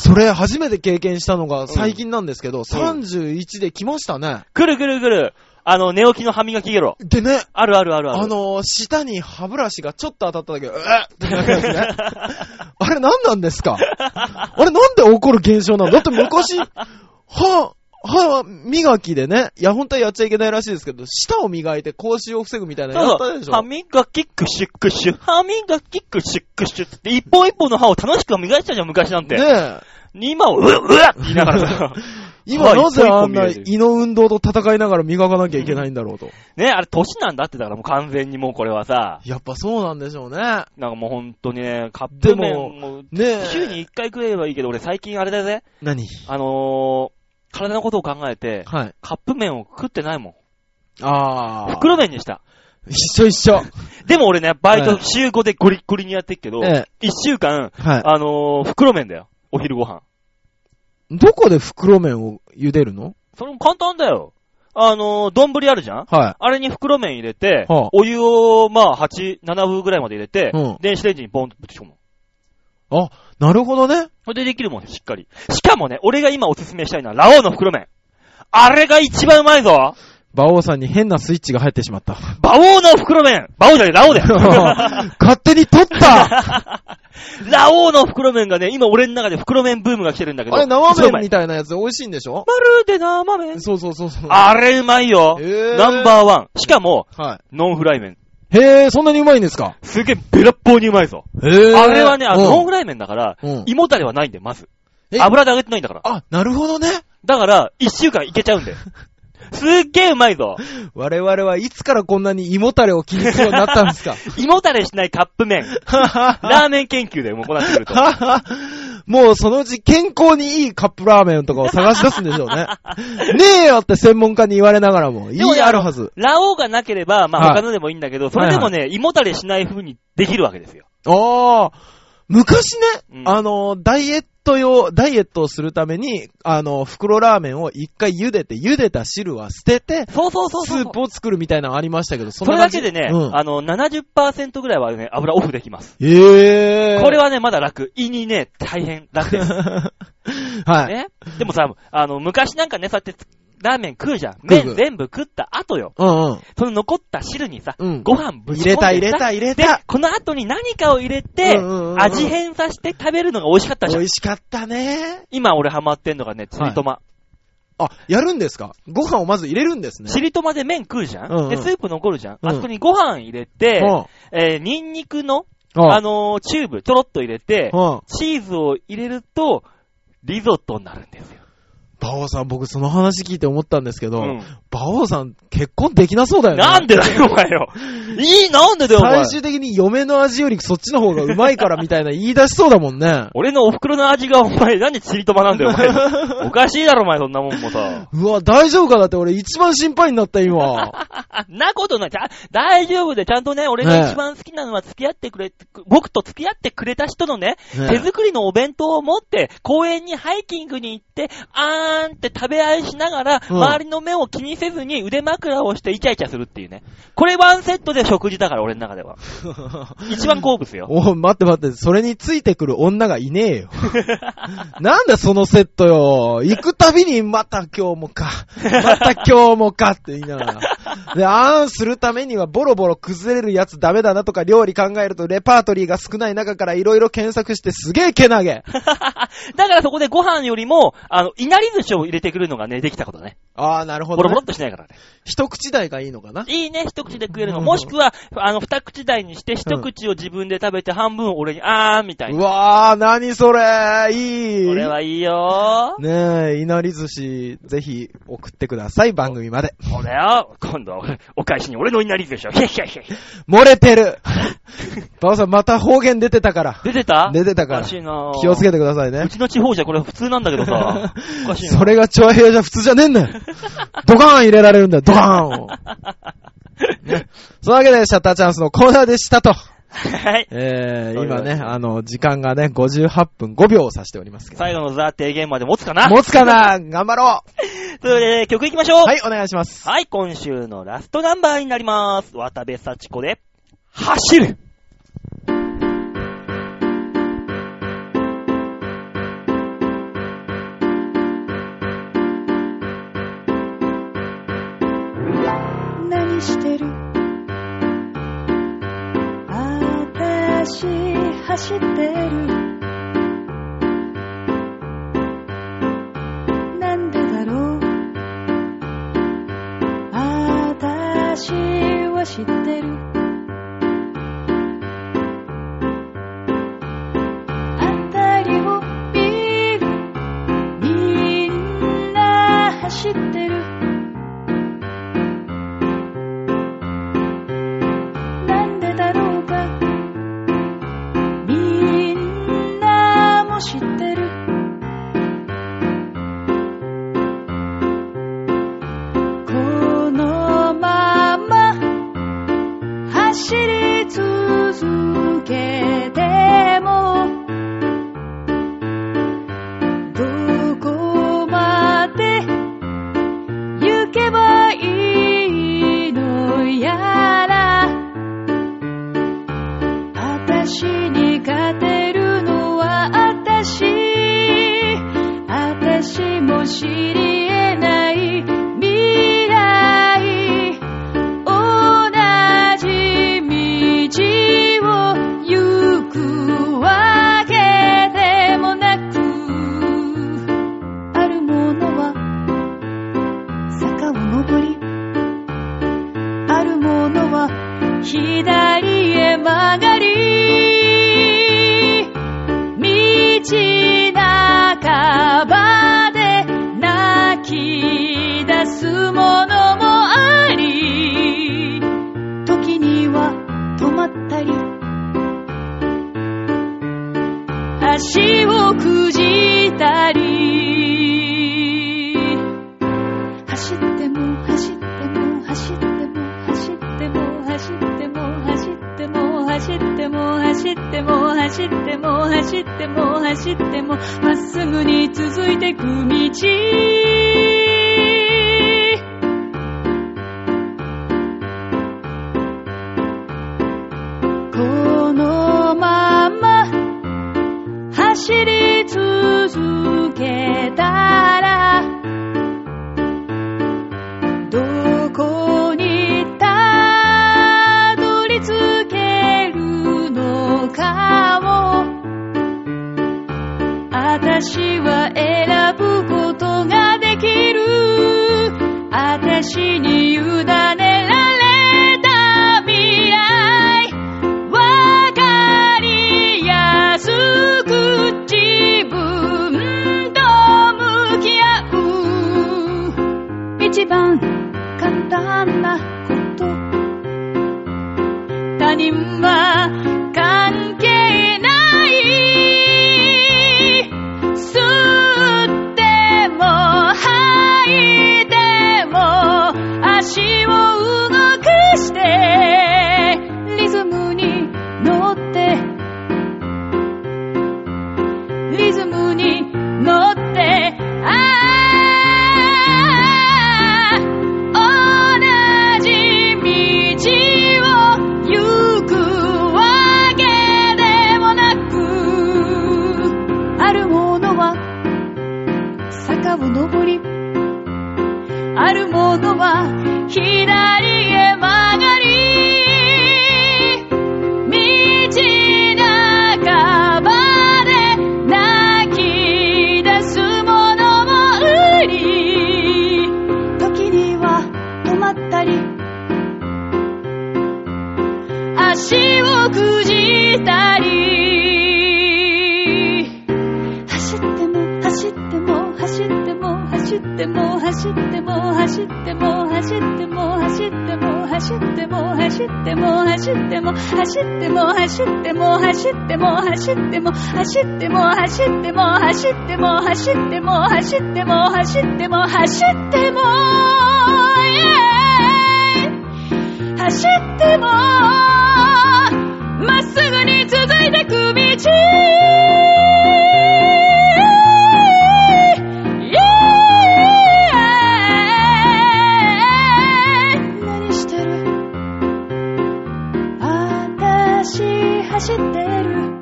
[SPEAKER 2] それ初めて経験したのが最近なんですけど、31で来ましたね。
[SPEAKER 1] くるくるくる。あの、寝起きの歯磨きゲロ。
[SPEAKER 2] でね、
[SPEAKER 1] あるあるあるある。
[SPEAKER 2] あのー、舌に歯ブラシがちょっと当たっただけで、うわっってなるやつ
[SPEAKER 1] [laughs]
[SPEAKER 2] ね。あれ何なんですかあれなんで起こる現象なのだって昔、歯、歯磨きでね、いや本当はやっちゃいけないらしいですけど、舌を磨いて口臭を防ぐみたいなのや
[SPEAKER 1] そ
[SPEAKER 2] っ
[SPEAKER 1] う
[SPEAKER 2] た
[SPEAKER 1] そ
[SPEAKER 2] でし
[SPEAKER 1] う。
[SPEAKER 2] ょ
[SPEAKER 1] 歯磨きクシュックシュ。歯磨きクシュックシュって、一本一本の歯を楽しく磨いてたじゃん、昔なんて。
[SPEAKER 2] ねえ。
[SPEAKER 1] 今は、うわうわって言いながらさ。
[SPEAKER 2] 今なぜあんな
[SPEAKER 1] はい
[SPEAKER 2] 胃の運動と戦いながら磨かなきゃいけないんだろうと。
[SPEAKER 1] ね、あれ、歳なんだってだからもう完全にもうこれはさ、
[SPEAKER 2] やっぱそうなんでしょうね。
[SPEAKER 1] なんかもう本当にね、カップ麺
[SPEAKER 2] でも
[SPEAKER 1] もう、
[SPEAKER 2] ねえ。
[SPEAKER 1] 週に1回食えばいいけど、俺最近あれだぜ。
[SPEAKER 2] 何
[SPEAKER 1] あのー、体のことを考えて、
[SPEAKER 2] はい。
[SPEAKER 1] カップ麺を食ってないもん。
[SPEAKER 2] あー。
[SPEAKER 1] 袋麺にした。
[SPEAKER 2] 一緒一緒。
[SPEAKER 1] でも俺ね、バイ
[SPEAKER 2] え
[SPEAKER 1] ト
[SPEAKER 2] え
[SPEAKER 1] 週5でゴリッゴリにやってっけど、
[SPEAKER 2] ええ。
[SPEAKER 1] 1週間、
[SPEAKER 2] はい。
[SPEAKER 1] あのー、袋麺だよ。お昼ご飯。
[SPEAKER 2] どこで袋麺を茹でるの
[SPEAKER 1] それも簡単だよ。あのー、丼あるじゃん
[SPEAKER 2] は
[SPEAKER 1] あれに袋麺入れて、
[SPEAKER 2] はあ
[SPEAKER 1] お湯を、まあ、8、7分ぐらいまで入れて、
[SPEAKER 2] うん
[SPEAKER 1] 電子レンジにボンとぶち込む。
[SPEAKER 2] い。なるほどね。
[SPEAKER 1] それでできるもん、しっかり。しかもね、俺が今おすすめしたいのは、ラオウの袋麺。あれが一番うまいぞ
[SPEAKER 2] 馬王さんに変なスイッチが入ってしま [laughs] った。
[SPEAKER 1] 馬王の袋麺馬王じゃねえ、ラオウだよ
[SPEAKER 2] [laughs] 勝手に取 [laughs] った
[SPEAKER 1] ラオウの袋麺がね、今俺の中で袋麺ブームが来てるんだけど。
[SPEAKER 2] あれ生
[SPEAKER 1] 袋
[SPEAKER 2] 麺みたいなやつ美味しいんでしょ
[SPEAKER 1] まるで生麺。
[SPEAKER 2] そうそうそうそう。
[SPEAKER 1] あれうまいよ。
[SPEAKER 2] へー
[SPEAKER 1] ナンバーワン。しかも、
[SPEAKER 2] は
[SPEAKER 1] ノンフライ麺。
[SPEAKER 2] い。へえ、そんなにうまいんですか
[SPEAKER 1] すげえ、べらっぽうにうまいぞ。
[SPEAKER 2] へえ
[SPEAKER 1] あれはね、あのノンフライ麺だから、
[SPEAKER 2] うん
[SPEAKER 1] 胃もたれはないんで、まず。
[SPEAKER 2] え
[SPEAKER 1] 油で揚げてないんだから。
[SPEAKER 2] あ、なるほどね。
[SPEAKER 1] だから、一週間いけちゃ
[SPEAKER 2] [laughs]
[SPEAKER 1] うんだよ。すっげえうまいぞ。
[SPEAKER 2] 我々はいつからこんなに胃もたれを気にするようになったんです [laughs] か
[SPEAKER 1] 胃もたれしないカップ麺。ラーメン研究でもうこうなってくると。
[SPEAKER 2] もうそのうち健康にいいカップラーメンとかを探し出すんで [laughs] しょうね。ねえよって専門家に言われながらも、いい
[SPEAKER 1] でもね
[SPEAKER 2] あるはず。
[SPEAKER 1] ラオウがなければ、まあ
[SPEAKER 2] はい
[SPEAKER 1] 他のでもいいんだけど、それでもね、胃もたれしない風にできるわけですよ。
[SPEAKER 2] ああ、昔ね、
[SPEAKER 1] うん
[SPEAKER 2] あの、ダイエット用、ダイエットをするために、あの、袋ラーメンを一回茹でて、茹でた汁は捨てて、
[SPEAKER 1] そうそうそう
[SPEAKER 2] ス
[SPEAKER 1] そう。
[SPEAKER 2] ープを作るみたいなのありましたけど、
[SPEAKER 1] そ
[SPEAKER 2] そんな
[SPEAKER 1] れだ
[SPEAKER 2] 感じ
[SPEAKER 1] けでね、
[SPEAKER 2] うん
[SPEAKER 1] あの、70%ぐらいはね、油オフできます。
[SPEAKER 2] ええー。
[SPEAKER 1] これはね、まだ楽。胃に
[SPEAKER 2] [laughs]
[SPEAKER 1] ね、大変楽です。
[SPEAKER 2] はい。
[SPEAKER 1] ね。でもさ、あの、昔なんかね、そうやってラーメン食うじゃん。
[SPEAKER 2] 食う食
[SPEAKER 1] 麺
[SPEAKER 2] う
[SPEAKER 1] 全部食った後よ。
[SPEAKER 2] うんうん。
[SPEAKER 1] その残った汁にさ、
[SPEAKER 2] うん
[SPEAKER 1] ご飯ぶち込
[SPEAKER 2] 入
[SPEAKER 1] んでさ
[SPEAKER 2] れた入れた入れ
[SPEAKER 1] で
[SPEAKER 2] た。、
[SPEAKER 1] この後に何かを入れて、
[SPEAKER 2] うんうんうんうん
[SPEAKER 1] 味変させて食べるのが美味しかったじ
[SPEAKER 2] 美
[SPEAKER 1] ゃん。
[SPEAKER 2] 味しかったね。
[SPEAKER 1] 今俺ハマってんのがね、ちりとま。
[SPEAKER 2] あ、やるんですかご飯をまず入れるんですね。
[SPEAKER 1] ちりとまで麺食うじゃん、
[SPEAKER 2] うんうん
[SPEAKER 1] で、スープ残るじゃん、
[SPEAKER 2] うん
[SPEAKER 1] あそこにご飯入れて、
[SPEAKER 2] うん
[SPEAKER 1] えー、ニンニクの、
[SPEAKER 2] うん
[SPEAKER 1] あのーチューブ、ちょろっと入れて、
[SPEAKER 2] うん。
[SPEAKER 1] チーズを入れると、リゾットになるんですよ。
[SPEAKER 2] バオさん、僕その話聞いて思ったんですけど、
[SPEAKER 1] うん
[SPEAKER 2] バオさん結婚できなそうだよね。
[SPEAKER 1] なんでだよ、お前よ。いい、なんでだよ、お前。
[SPEAKER 2] 最。終的に嫁の味よりそっちの方がうまいからみたいな言い出しそうだもんね
[SPEAKER 1] 俺のお袋の味が、お前、なんでチリとまなんだよ、お前。おかしいだろ、お前、そんなもんもさ。
[SPEAKER 2] [laughs] うわ、大丈夫かだって俺一番心配になった今。
[SPEAKER 1] あ、なことない。ちゃ大丈夫で、ちゃんとね、俺が一番好きなのは付き合ってくれ、僕と付き合ってくれた人のね、
[SPEAKER 2] ね
[SPEAKER 1] 手作りのお弁当を持って、公園にハイキングに行って、あーんって食べ合いしながら、
[SPEAKER 2] うん
[SPEAKER 1] 周りの目を気にせずに腕枕をしてイチャイチャするっていうね。これワンセットで食事だから、俺の中 [laughs] では。一番好物よ。 [laughs]
[SPEAKER 2] おい待って待って、それについてくる女がいねえよ。 [laughs] なんだそのセットよ。行くたびに、また今日もか。また今日もかって言いながら。で、あーんするためにはボロボロ崩れるやつダメだなとか料理考えるとレパートリーが少ない中から色々検索してすげえけなげ。
[SPEAKER 1] だからそこでご飯よりも、あの、いなり寿司を入れてくるのがね、できたことね。
[SPEAKER 2] あー、なるほ
[SPEAKER 1] ボ
[SPEAKER 2] ど、
[SPEAKER 1] ロボロっ。
[SPEAKER 2] ね
[SPEAKER 1] としないからね。
[SPEAKER 2] 一口大がいいのかない
[SPEAKER 1] いね、一口で食えるの。
[SPEAKER 2] うん
[SPEAKER 1] もしくは、あの、二口大にして、一口を自分で食べて、半分俺に、あーみたいうな。
[SPEAKER 2] わー、何それいい。
[SPEAKER 1] これはいいよー。
[SPEAKER 2] ねえ、いなり寿司、ぜひ送ってください、番組まで。
[SPEAKER 1] これを、今度は俺、お返しに俺のいなり寿司を。ひゃひゃひゃひゃ
[SPEAKER 2] 漏れ
[SPEAKER 1] [laughs]
[SPEAKER 2] てるバオさん、また方言出てたから。
[SPEAKER 1] 出てた
[SPEAKER 2] 出てたから
[SPEAKER 1] おかしいな
[SPEAKER 2] 気をつけ
[SPEAKER 1] て。
[SPEAKER 2] てくださいうね。
[SPEAKER 1] ちの地方じゃこれ普通なんだけど
[SPEAKER 2] [laughs]
[SPEAKER 1] さ。おかしいな。
[SPEAKER 2] それがチョアヘアじゃ普通じゃねえんだ
[SPEAKER 1] [laughs]
[SPEAKER 2] よ。ドカーン入れられるんだよ、ドカーンを。ねそのわけで、シャッターチャンスのコーナーでしたと。
[SPEAKER 1] はい。
[SPEAKER 2] えー、
[SPEAKER 1] そ
[SPEAKER 2] 今
[SPEAKER 1] ういうわけ
[SPEAKER 2] ね、
[SPEAKER 1] で
[SPEAKER 2] あの、時間がね、58分5秒を指しておりますけど。
[SPEAKER 1] 最後のザ提言まで持つかな
[SPEAKER 2] 持つかな頑張ろ
[SPEAKER 1] ということで、曲いきましょう
[SPEAKER 2] うはい、お願いします。
[SPEAKER 1] はい、今週のラストナンバーになります。渡部幸子で、走る
[SPEAKER 4] 何してるあたし走ってるなんでだろうあたしは知ってるあたりを見るみんな走ってるなんでだろうかみんなも知ってるこのまま走り続けてもどこまで行けばいいのやら私に勝てるのは私私も知り得ない未来同じ道を行くわけでもなくあるものは坂を登りあるものは左へ曲がり道半ばで泣き出すものもあり時には止まったり足をくじったり走っても走っても走っても走っても走っても走っても走っても走っても走っても走っても走ってもまっすぐに続いてく道このまま走り続けたら他人は関係ない吸っても吐いても足を動かしてリズムに乗ってリズムに乗ってああ同じ道を行くわけでもなくあるものは坂を登りあるものは左へ曲がり道半ばで泣き出すものもあり時には止まったり足をくじったり走っても走っても走っても走っても走っても走っても走っても走っても走っても走っても走っても走っても走っても走っても走っても走っても走っても走っても走っても走っても走っても走っても走ってもまっすぐに続いてく道何してる私走ってる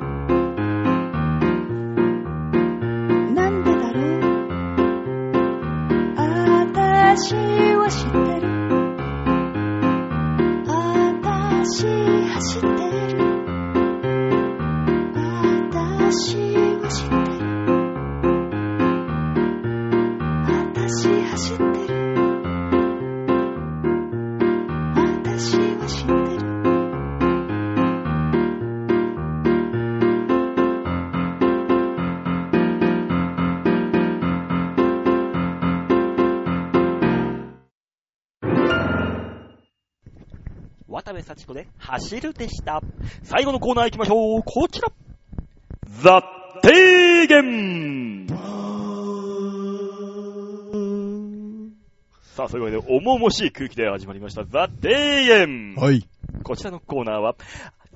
[SPEAKER 4] なんでだろう私は知ってる私走ってる私は知ってる私走ってる私は知ってる
[SPEAKER 1] 渡部幸子で走るでした。最後のコーナー行きましょう。こちら。ザ・提言さあ、そういうわけで、重々しい空気で始まりました。ザ・提言
[SPEAKER 2] はい。
[SPEAKER 1] こちらのコーナーは、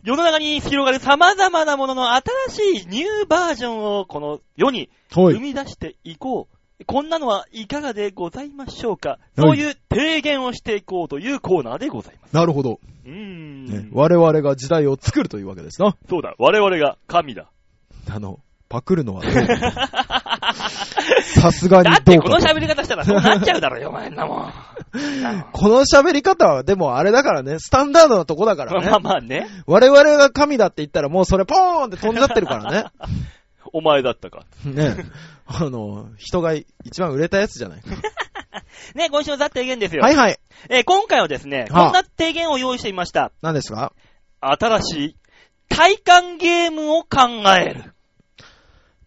[SPEAKER 1] 世の中に広がる様々なものの新しいニューバージョンをこの世に
[SPEAKER 2] は
[SPEAKER 1] 生。み出していこう。こんなのはいかがでございましょうか
[SPEAKER 2] はい
[SPEAKER 1] そういう提言をしていこうというコーナーでございます。
[SPEAKER 2] なるほど。
[SPEAKER 1] うーん、
[SPEAKER 2] ね我々が時代を作るというわけですな。
[SPEAKER 1] そうだ、我々が神だ。
[SPEAKER 2] あの、パクるのはどうか
[SPEAKER 1] [laughs]
[SPEAKER 2] さすがに
[SPEAKER 1] だっ
[SPEAKER 2] ど
[SPEAKER 1] て
[SPEAKER 2] う
[SPEAKER 1] この
[SPEAKER 2] かと。
[SPEAKER 1] 喋り方したらそうなっちゃうだ
[SPEAKER 2] [laughs]
[SPEAKER 1] ろよ、お前んなもん。
[SPEAKER 2] この喋り方は、でもあれだからね、スタンダードなとこだから
[SPEAKER 1] まあ
[SPEAKER 2] ね。
[SPEAKER 1] まあね、
[SPEAKER 2] 我々が神だって言ったらもうそれポーンって飛んじゃって
[SPEAKER 1] [laughs]
[SPEAKER 2] るから
[SPEAKER 1] お前だったか。
[SPEAKER 2] ね。ね。あの、人が一番売れたやつじゃないか。
[SPEAKER 1] ね、今週のザ提言ですよ。
[SPEAKER 2] はいはい。
[SPEAKER 1] えー今回はですね、
[SPEAKER 2] はあ
[SPEAKER 1] こんな提言を用意してみました。
[SPEAKER 2] 何ですか
[SPEAKER 1] 新しい体感ゲームを考える。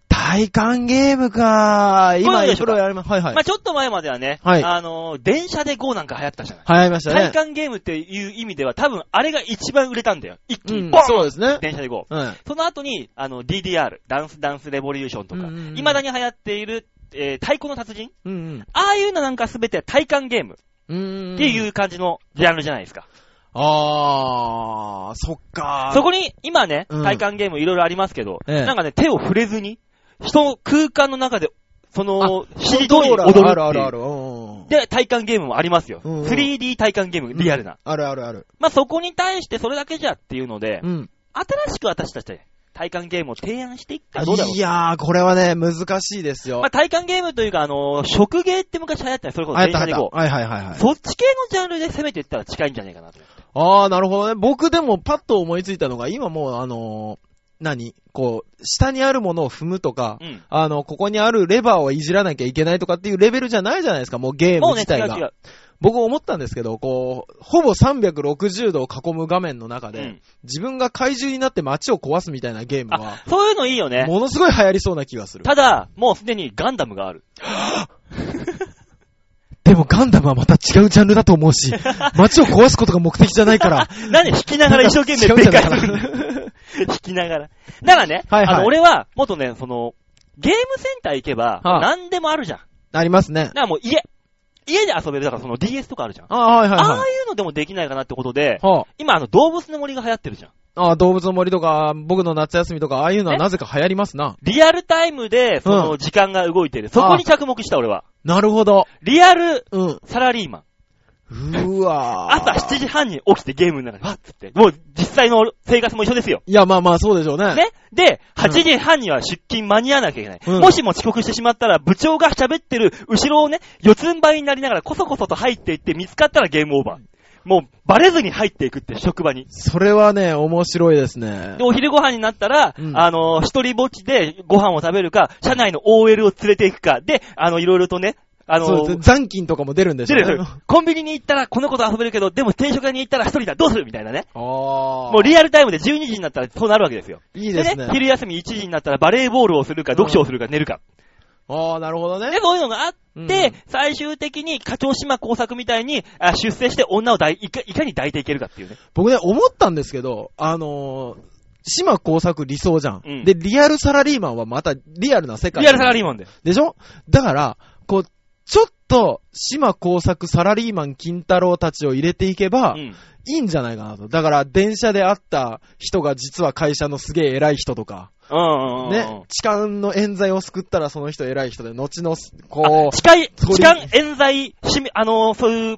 [SPEAKER 2] 体感ゲームかー。
[SPEAKER 1] こういう
[SPEAKER 2] 今、
[SPEAKER 1] ので
[SPEAKER 2] い
[SPEAKER 1] しょ
[SPEAKER 2] ろいろやります。はいはい
[SPEAKER 1] まあ。ちょっと前まではね、
[SPEAKER 2] はい
[SPEAKER 1] あのー電車で GO なんか流行ったじゃない。
[SPEAKER 2] 流行りました
[SPEAKER 1] 体
[SPEAKER 2] ね。
[SPEAKER 1] 感ゲームっていう意味では多分あれが一番売れたんだよ。一気
[SPEAKER 2] う
[SPEAKER 1] に
[SPEAKER 2] ん
[SPEAKER 1] ボーン、
[SPEAKER 2] そうですね。
[SPEAKER 1] 電車で GO。
[SPEAKER 2] うん。
[SPEAKER 1] その後に、あの、DDR、ダンスダンスレボリューションとか、
[SPEAKER 2] うんうんうん
[SPEAKER 1] 未だに流行っている、えー太鼓の達人
[SPEAKER 2] うん
[SPEAKER 1] ああいうのなんかすべて体感ゲーム
[SPEAKER 2] うん。
[SPEAKER 1] って
[SPEAKER 2] う
[SPEAKER 1] い
[SPEAKER 2] ん。
[SPEAKER 1] う感じのジャンルじゃないですか。
[SPEAKER 2] あー、そっかー。
[SPEAKER 1] そこに、今ね、
[SPEAKER 2] うん
[SPEAKER 1] 体感ゲームいろいろありますけど、
[SPEAKER 2] ええ
[SPEAKER 1] なんかね、手を触れずに、人、空間の中で、その、指
[SPEAKER 2] コン
[SPEAKER 1] 示
[SPEAKER 2] ト
[SPEAKER 1] 通り
[SPEAKER 2] ロー
[SPEAKER 1] 踊るっ
[SPEAKER 2] ラー
[SPEAKER 1] ていう。
[SPEAKER 2] あるあるある。うんうん
[SPEAKER 1] で、体感ゲームもありますよ。
[SPEAKER 2] うんうん
[SPEAKER 1] 3D 体感ゲーム、リアルな。
[SPEAKER 2] あるあるある。
[SPEAKER 1] まあ、そこに対してそれだけじゃっていうので、
[SPEAKER 2] うん。
[SPEAKER 1] 新しく私たちで体感ゲームを提案していったらどうだろう
[SPEAKER 2] い。やー、これはね、難しいですよ
[SPEAKER 1] まあ、。体感ゲームというか、あのー、食ゲーって昔流行ったよそれこそ
[SPEAKER 2] あ、やっ
[SPEAKER 1] 電
[SPEAKER 2] た
[SPEAKER 1] 車
[SPEAKER 2] あ
[SPEAKER 1] で
[SPEAKER 2] や
[SPEAKER 1] 行
[SPEAKER 2] っ
[SPEAKER 1] こ。
[SPEAKER 2] た。はいはいはいうはい。
[SPEAKER 1] そっち系のジャンルで攻めていったら近いんじゃないかなと思って。
[SPEAKER 2] あー、なるほどね。僕でもパッと思いついたのが、今もうあのー、何こう、下にあるものを踏むとか、
[SPEAKER 1] うん。
[SPEAKER 2] あの、ここにあるレバーをいじらなきゃいけないとかっていうレベルじゃないじゃないですか、もうゲー
[SPEAKER 1] も
[SPEAKER 2] ム
[SPEAKER 1] うね、
[SPEAKER 2] 自
[SPEAKER 1] 違
[SPEAKER 2] 体
[SPEAKER 1] う
[SPEAKER 2] が。
[SPEAKER 1] 違う。
[SPEAKER 2] 僕思ったんですけど、こう、ほぼ360度を囲む画面の中で、
[SPEAKER 1] うん
[SPEAKER 2] 自分が怪獣になって街を壊すみたいなゲームは、
[SPEAKER 1] そういうのいいよね。
[SPEAKER 2] ものすごい流行りそうな気がする。
[SPEAKER 1] ただ、もうすでにガンダムがある。
[SPEAKER 2] でもガンダムはまた違うジャンルだと思う [laughs] し、街を壊すことが目的じゃない [laughs] から、
[SPEAKER 1] 何弾きながら一生懸命でかい
[SPEAKER 2] なんか違うんじゃ
[SPEAKER 1] の弾きながら。だからね、
[SPEAKER 2] はいはい
[SPEAKER 1] あの、俺は、もっとね、その、ゲームセンター行けば、
[SPEAKER 2] はあ
[SPEAKER 1] 何でもあるじゃん。だ
[SPEAKER 2] ありますね。
[SPEAKER 1] からもう家。家で遊べる、だからその DS とかあるじゃん。
[SPEAKER 2] ああ、はいはい
[SPEAKER 1] あ
[SPEAKER 2] は
[SPEAKER 1] あいうのでもできないかなってことで
[SPEAKER 2] い。、は
[SPEAKER 1] 今あの動物の森が流行ってるじゃん。
[SPEAKER 2] あ、ああ動物の森とか、僕の夏休みとか、ああいうのは
[SPEAKER 1] ね
[SPEAKER 2] なぜか流行りますな。
[SPEAKER 1] リアルタイムで、その時間が動いてる。そこに着目した俺は。
[SPEAKER 2] なるほど。
[SPEAKER 1] リアル
[SPEAKER 2] うん。う
[SPEAKER 1] サラリーマン。
[SPEAKER 2] ーわー
[SPEAKER 1] 朝7時半に起きてゲームの中にわっつって。もう実際の生活も一緒ですよ。
[SPEAKER 2] いや、まあまあ、そうでしょうね。
[SPEAKER 1] [laughs] ねで、8時半には出勤間に合わなきゃいけない。
[SPEAKER 2] うん
[SPEAKER 1] もしも遅刻してしまったら、部長が喋ってる後ろをね、四つん這いになりながらこそこそと入っていって見つかったらゲームオーバー。もう、バレずに入っていくって、職場に。
[SPEAKER 2] それはね、面白いですね
[SPEAKER 1] で、。お昼ご飯になったら、
[SPEAKER 2] うん
[SPEAKER 1] あの、一人ぼっちでご飯を食べるか、社内の OL を連れていくか、で、あの、いろいろとね、あの、
[SPEAKER 2] そう残金とかも出るんでし
[SPEAKER 1] 出
[SPEAKER 2] ょ
[SPEAKER 1] る
[SPEAKER 2] う
[SPEAKER 1] 出
[SPEAKER 2] ね
[SPEAKER 1] る。コンビニに行ったらこの子と遊べるけど、でも定食屋に行ったら一人だ、どうするみたいなね。
[SPEAKER 2] ああ。
[SPEAKER 1] もうリアルタイムで12時になったらそうなるわけですよ。
[SPEAKER 2] いいですね。
[SPEAKER 1] 昼休み1時になったらバレーボールをするか、
[SPEAKER 2] うん
[SPEAKER 1] 読書をするか、寝るか。
[SPEAKER 2] ああ、なるほど
[SPEAKER 1] で、
[SPEAKER 2] ね。
[SPEAKER 1] そういうのがあっ
[SPEAKER 2] うん
[SPEAKER 1] て、最終的に課長島工作みたいに、あ出世して女を抱いいかいかに抱いていけるかっていうね。
[SPEAKER 2] 僕ね、思ったんですけど、あのー、島工作理想じゃん,、
[SPEAKER 1] うん
[SPEAKER 2] で、リアルサラリーマンはまたリアルな世界。
[SPEAKER 1] リアルサラリー
[SPEAKER 2] マン。
[SPEAKER 1] マンで。
[SPEAKER 2] でしょだから、こう、ちょっと、島工作サラリーマン金太郎たちを入れていけば、
[SPEAKER 1] うん
[SPEAKER 2] いいんじゃないかなと。だから、電車で会った人が実は会社のすげえ偉い人とか、
[SPEAKER 1] うんうんうん。
[SPEAKER 2] ね、痴漢の冤罪を救ったらその人偉い人で、後の、
[SPEAKER 1] あ
[SPEAKER 2] こ
[SPEAKER 1] 近い、
[SPEAKER 2] そこに
[SPEAKER 1] 時間、冤罪、しみ、あのー、そういう、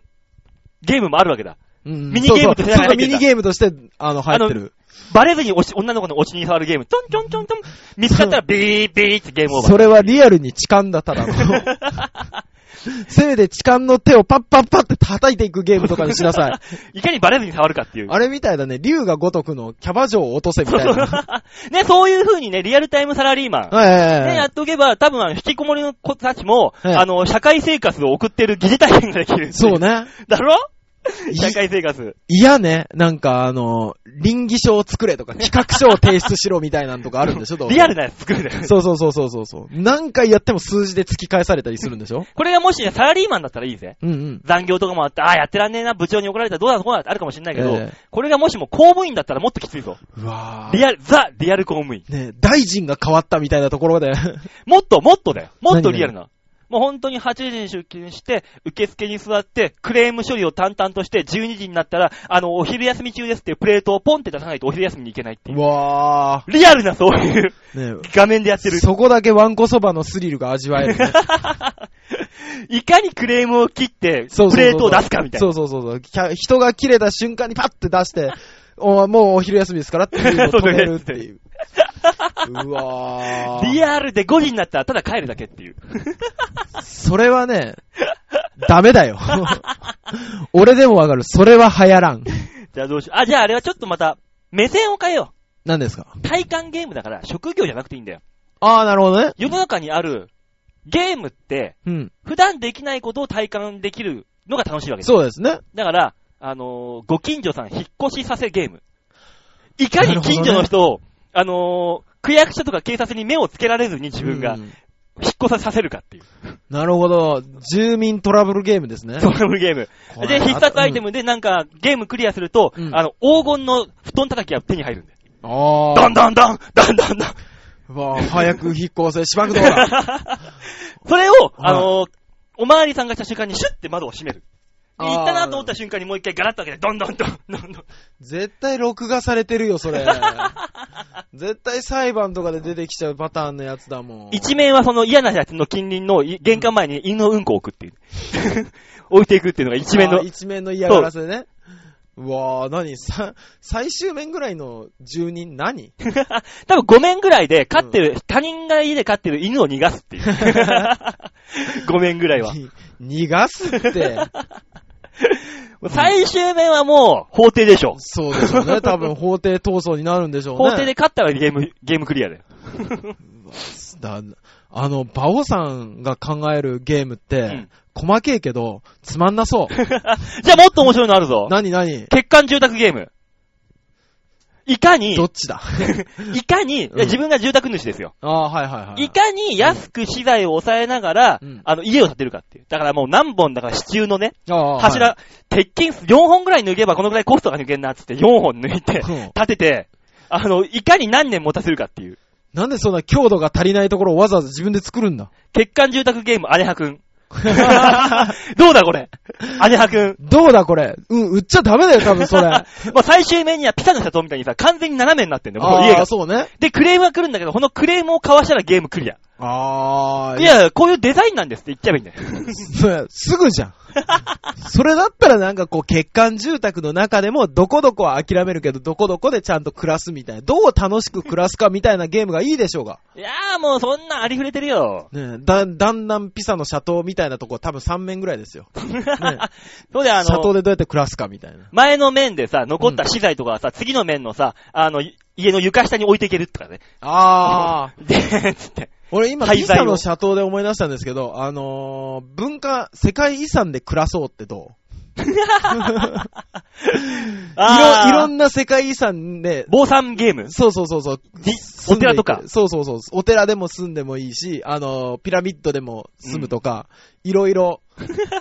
[SPEAKER 1] ゲームもあるわけだ。
[SPEAKER 2] う、うん
[SPEAKER 1] ミニゲームと
[SPEAKER 2] そう
[SPEAKER 1] して
[SPEAKER 2] そうそ
[SPEAKER 1] 入
[SPEAKER 2] う
[SPEAKER 1] ってた
[SPEAKER 2] ミニゲームとして、あの、入ってる。
[SPEAKER 1] バレずにおし女の子のおちに触るゲーム。ちょんちょんちょんちょん。見つかったらビービーってゲームオーバー。
[SPEAKER 2] それはリアルに痴漢だ、ただの。
[SPEAKER 1] [laughs]
[SPEAKER 2] せめて痴漢の手をパッパッパって叩いていくゲームとかにしなさ
[SPEAKER 1] [laughs]
[SPEAKER 2] い。
[SPEAKER 1] いかにバレずに触るかっていう。
[SPEAKER 2] あれみたいだね、竜が如くのキャバ嬢を落とせみたい
[SPEAKER 1] [laughs]
[SPEAKER 2] な。
[SPEAKER 1] ね、そういう風にね、リアルタイムサラリーマン。ね、や
[SPEAKER 2] え
[SPEAKER 1] っとけば、多分、あの引きこもりの子たちも、
[SPEAKER 2] はい
[SPEAKER 1] あの、社会生活を送ってる疑似体験ができる。
[SPEAKER 2] えそう。ね。
[SPEAKER 1] [laughs] だろ
[SPEAKER 2] [laughs] い
[SPEAKER 1] 社会生活。
[SPEAKER 2] 嫌ね。なんかあの、倫理書を作れ
[SPEAKER 1] [laughs]
[SPEAKER 2] とか企画書を提出しろみたいなんとかあるんでしょどうせ
[SPEAKER 1] リアルなやつ作るん
[SPEAKER 2] [laughs]
[SPEAKER 1] だよ。
[SPEAKER 2] そうそうそうそうそうそう。何回やっても数字で突き返されたりするんでしょ
[SPEAKER 1] これがもしね、サラリーマンだったらいいぜ。
[SPEAKER 2] うんうん。
[SPEAKER 1] 残業とかもあって、ああ、やってらんねえな、部長に怒られたらどうだこうだってあるかもしれないけど、
[SPEAKER 2] ええ
[SPEAKER 1] これがもしも公務員だったらもっときついぞ。
[SPEAKER 2] うわぁ。
[SPEAKER 1] リアル、ザ・リアル公務員。
[SPEAKER 2] ねえ大臣が変わったみたいなとこ
[SPEAKER 1] [laughs]
[SPEAKER 2] ろで。
[SPEAKER 1] もっともっとだよ。もっとリアルな。もう本当に8時に出勤して、受付に座って、クレーム処理を淡々として、12時になったら、あの、お昼休み中ですっていうプレートをポンって出さないとお昼休みに行けないっていう
[SPEAKER 2] う。わ
[SPEAKER 1] リアルなそういう
[SPEAKER 2] ぁ。ねえ
[SPEAKER 1] 画面でやってる。
[SPEAKER 2] そこだけワンコそばのスリルが味わえる、
[SPEAKER 1] [laughs]
[SPEAKER 2] ね。
[SPEAKER 1] いかにクレームを切って、
[SPEAKER 2] そうそうそうそ
[SPEAKER 1] プ
[SPEAKER 2] う
[SPEAKER 1] レートを出すかみたいな。
[SPEAKER 2] そうそうそうそうきゃ。人が切れた瞬間にパッて出して、おもうお昼休みですからっていう
[SPEAKER 1] [laughs]
[SPEAKER 2] のを止めるっていう。うわ
[SPEAKER 1] リ
[SPEAKER 2] ぁ。
[SPEAKER 1] アルで5時になったらただ帰るだけっていう。
[SPEAKER 2] それはね、ダメだよ。 [laughs] 俺でもわかる。それは流行らん。
[SPEAKER 1] じゃあどうしよう。あ、じゃああれはちょっとまた、目線を変えよ
[SPEAKER 2] 何ですか
[SPEAKER 1] う。体感ゲームだから、職業じゃなくていいんだよ。
[SPEAKER 2] ああ、なるほどね。
[SPEAKER 1] 世の中にある、ゲームって、
[SPEAKER 2] うん。
[SPEAKER 1] 普段できないことを体感できるのが楽しいわけです。
[SPEAKER 2] そうですね。
[SPEAKER 1] だから、あのーご近所さん引っ越しさせゲーム。いか
[SPEAKER 2] なる
[SPEAKER 1] に
[SPEAKER 2] ほどね
[SPEAKER 1] 近所の人を、あのー区役所とか警察に目をつけられずに自分が
[SPEAKER 2] う
[SPEAKER 1] 引っ
[SPEAKER 2] ん
[SPEAKER 1] 越させるかっていう。
[SPEAKER 2] なるほど。住民トラブルゲームですね。
[SPEAKER 1] トラブルゲーム。
[SPEAKER 2] これ
[SPEAKER 1] で、必殺アイテ。ムでなんか、ゲームクリアすると、
[SPEAKER 2] うん
[SPEAKER 1] あの、黄金の布団叩きが手に入るんで。
[SPEAKER 2] うんあ
[SPEAKER 1] ダンダンダンダンダンダン
[SPEAKER 2] あ。わあ、早く引っ越せ、しばくどうだ。
[SPEAKER 1] それを、
[SPEAKER 2] はい
[SPEAKER 1] あのーおまわりさんがした瞬間にシュッて窓を閉める。で
[SPEAKER 2] あー
[SPEAKER 1] 行ったなと思った瞬間にもう一回ガラッと開けて、ドンドンドン、ドンドン。
[SPEAKER 2] 絶対録画されてるよ、
[SPEAKER 1] [laughs]
[SPEAKER 2] それ。絶対裁判とかで出てきちゃうパターンのやつだもん。
[SPEAKER 1] 一面はその嫌なやつの近隣のい玄関前に犬のうんこを置く
[SPEAKER 2] [laughs]
[SPEAKER 1] っていう。置いていくっていうのが一面
[SPEAKER 2] あ
[SPEAKER 1] の
[SPEAKER 2] ー。一面の嫌がらせね。うわあ、何さ、最終面ぐらいの住人何
[SPEAKER 1] 多分5面ぐらいで飼ってる、他人が家で飼ってる犬を逃がすっ
[SPEAKER 2] [laughs]
[SPEAKER 1] ていう。5面ぐらいは。
[SPEAKER 2] 逃がすって。
[SPEAKER 1] 最終面はもう法廷でしょ。
[SPEAKER 2] そうでしょう
[SPEAKER 1] [laughs]
[SPEAKER 2] ね。多分法廷闘争になるんでしょうね。
[SPEAKER 1] 法廷で勝ったらゲーム、ゲームクリ
[SPEAKER 2] [laughs]
[SPEAKER 1] アだよ。
[SPEAKER 2] だあの、馬王さんが考えるゲームって、
[SPEAKER 1] ん
[SPEAKER 2] 細けえけど、つまん
[SPEAKER 1] [laughs]
[SPEAKER 2] なそう。
[SPEAKER 1] じゃあもっと面白いのあるぞ。
[SPEAKER 2] 何何
[SPEAKER 1] 欠陥住宅ゲーム。いかに
[SPEAKER 2] ど、っちだ
[SPEAKER 1] [laughs] いかに、いや
[SPEAKER 2] うん
[SPEAKER 1] 自分が住宅主ですよ。
[SPEAKER 2] ああ、はいはいはい。
[SPEAKER 1] いかに安く資材を抑えながら、
[SPEAKER 2] うん
[SPEAKER 1] あの、家を建てるかっていう。だからもう何本だから支柱のね、
[SPEAKER 2] ああ、はい
[SPEAKER 1] 柱、鉄筋4本ぐらい抜けばこのぐらいコストが抜けんなっつって4本抜いて、
[SPEAKER 2] うん
[SPEAKER 1] 建てて、あの、いかに何年持たせるかっていう。
[SPEAKER 2] なんでそんな強度が足りないところをわざわざ自分で作るんだ
[SPEAKER 1] 欠陥住宅ゲーム、アネハく
[SPEAKER 2] [laughs]
[SPEAKER 1] ん。どうだこれ。アネハくん。
[SPEAKER 2] どうだこれうん、売っちゃダメだよ、多分それ。あ
[SPEAKER 1] [laughs] もう最終面にはピサの社長みたいにさ、完全に斜めになってんだよ、この家
[SPEAKER 2] あ
[SPEAKER 1] が
[SPEAKER 2] ー、。そうね。
[SPEAKER 1] で、クレームが来るんだけど、このクレームをかわしたらゲームクリア。
[SPEAKER 2] ああ、
[SPEAKER 1] いや、こういうデザインなんですって言っちゃえばいいんだ
[SPEAKER 2] [laughs]
[SPEAKER 1] よ。
[SPEAKER 2] そうすぐじゃん。それだったらなんかこう、欠陥住宅の中でも、どこどこは諦めるけど、どこどこでちゃんと暮らすみたいな、どう楽しく暮らすかみたいなゲームがいいでしょうが。
[SPEAKER 1] いやーもうそんなありふれてるよ。
[SPEAKER 2] ねえだ、だんだんピサの斜塔みたいなとこ多分3面ぐらいですよ。ね
[SPEAKER 1] そう [laughs] で、あ
[SPEAKER 2] 斜塔
[SPEAKER 1] の、
[SPEAKER 2] でどうやって暮らすかみたいな。
[SPEAKER 1] 前の面でさ、残った資材とかはさ、次の面のさ、あの、家の床下に置いていけるとかね。
[SPEAKER 2] あ
[SPEAKER 1] [laughs]
[SPEAKER 2] あ。
[SPEAKER 1] で、つって。
[SPEAKER 2] 俺今、
[SPEAKER 1] 廃
[SPEAKER 2] ピ
[SPEAKER 1] 材を
[SPEAKER 2] サの斜塔で思い出したんですけど、あのー文化、世界遺産で暮らそうってどういろ、いろ
[SPEAKER 1] な。
[SPEAKER 2] んな世界遺産で、
[SPEAKER 1] 坊さんゲーム。
[SPEAKER 2] そうそうそうそう。
[SPEAKER 1] じ
[SPEAKER 2] 住
[SPEAKER 1] お
[SPEAKER 2] んでい
[SPEAKER 1] 寺
[SPEAKER 2] く
[SPEAKER 1] とか。
[SPEAKER 2] そうそうそう。お寺でも住んでもいいし、あの、ピラミッドでも住むとか、いろいろ、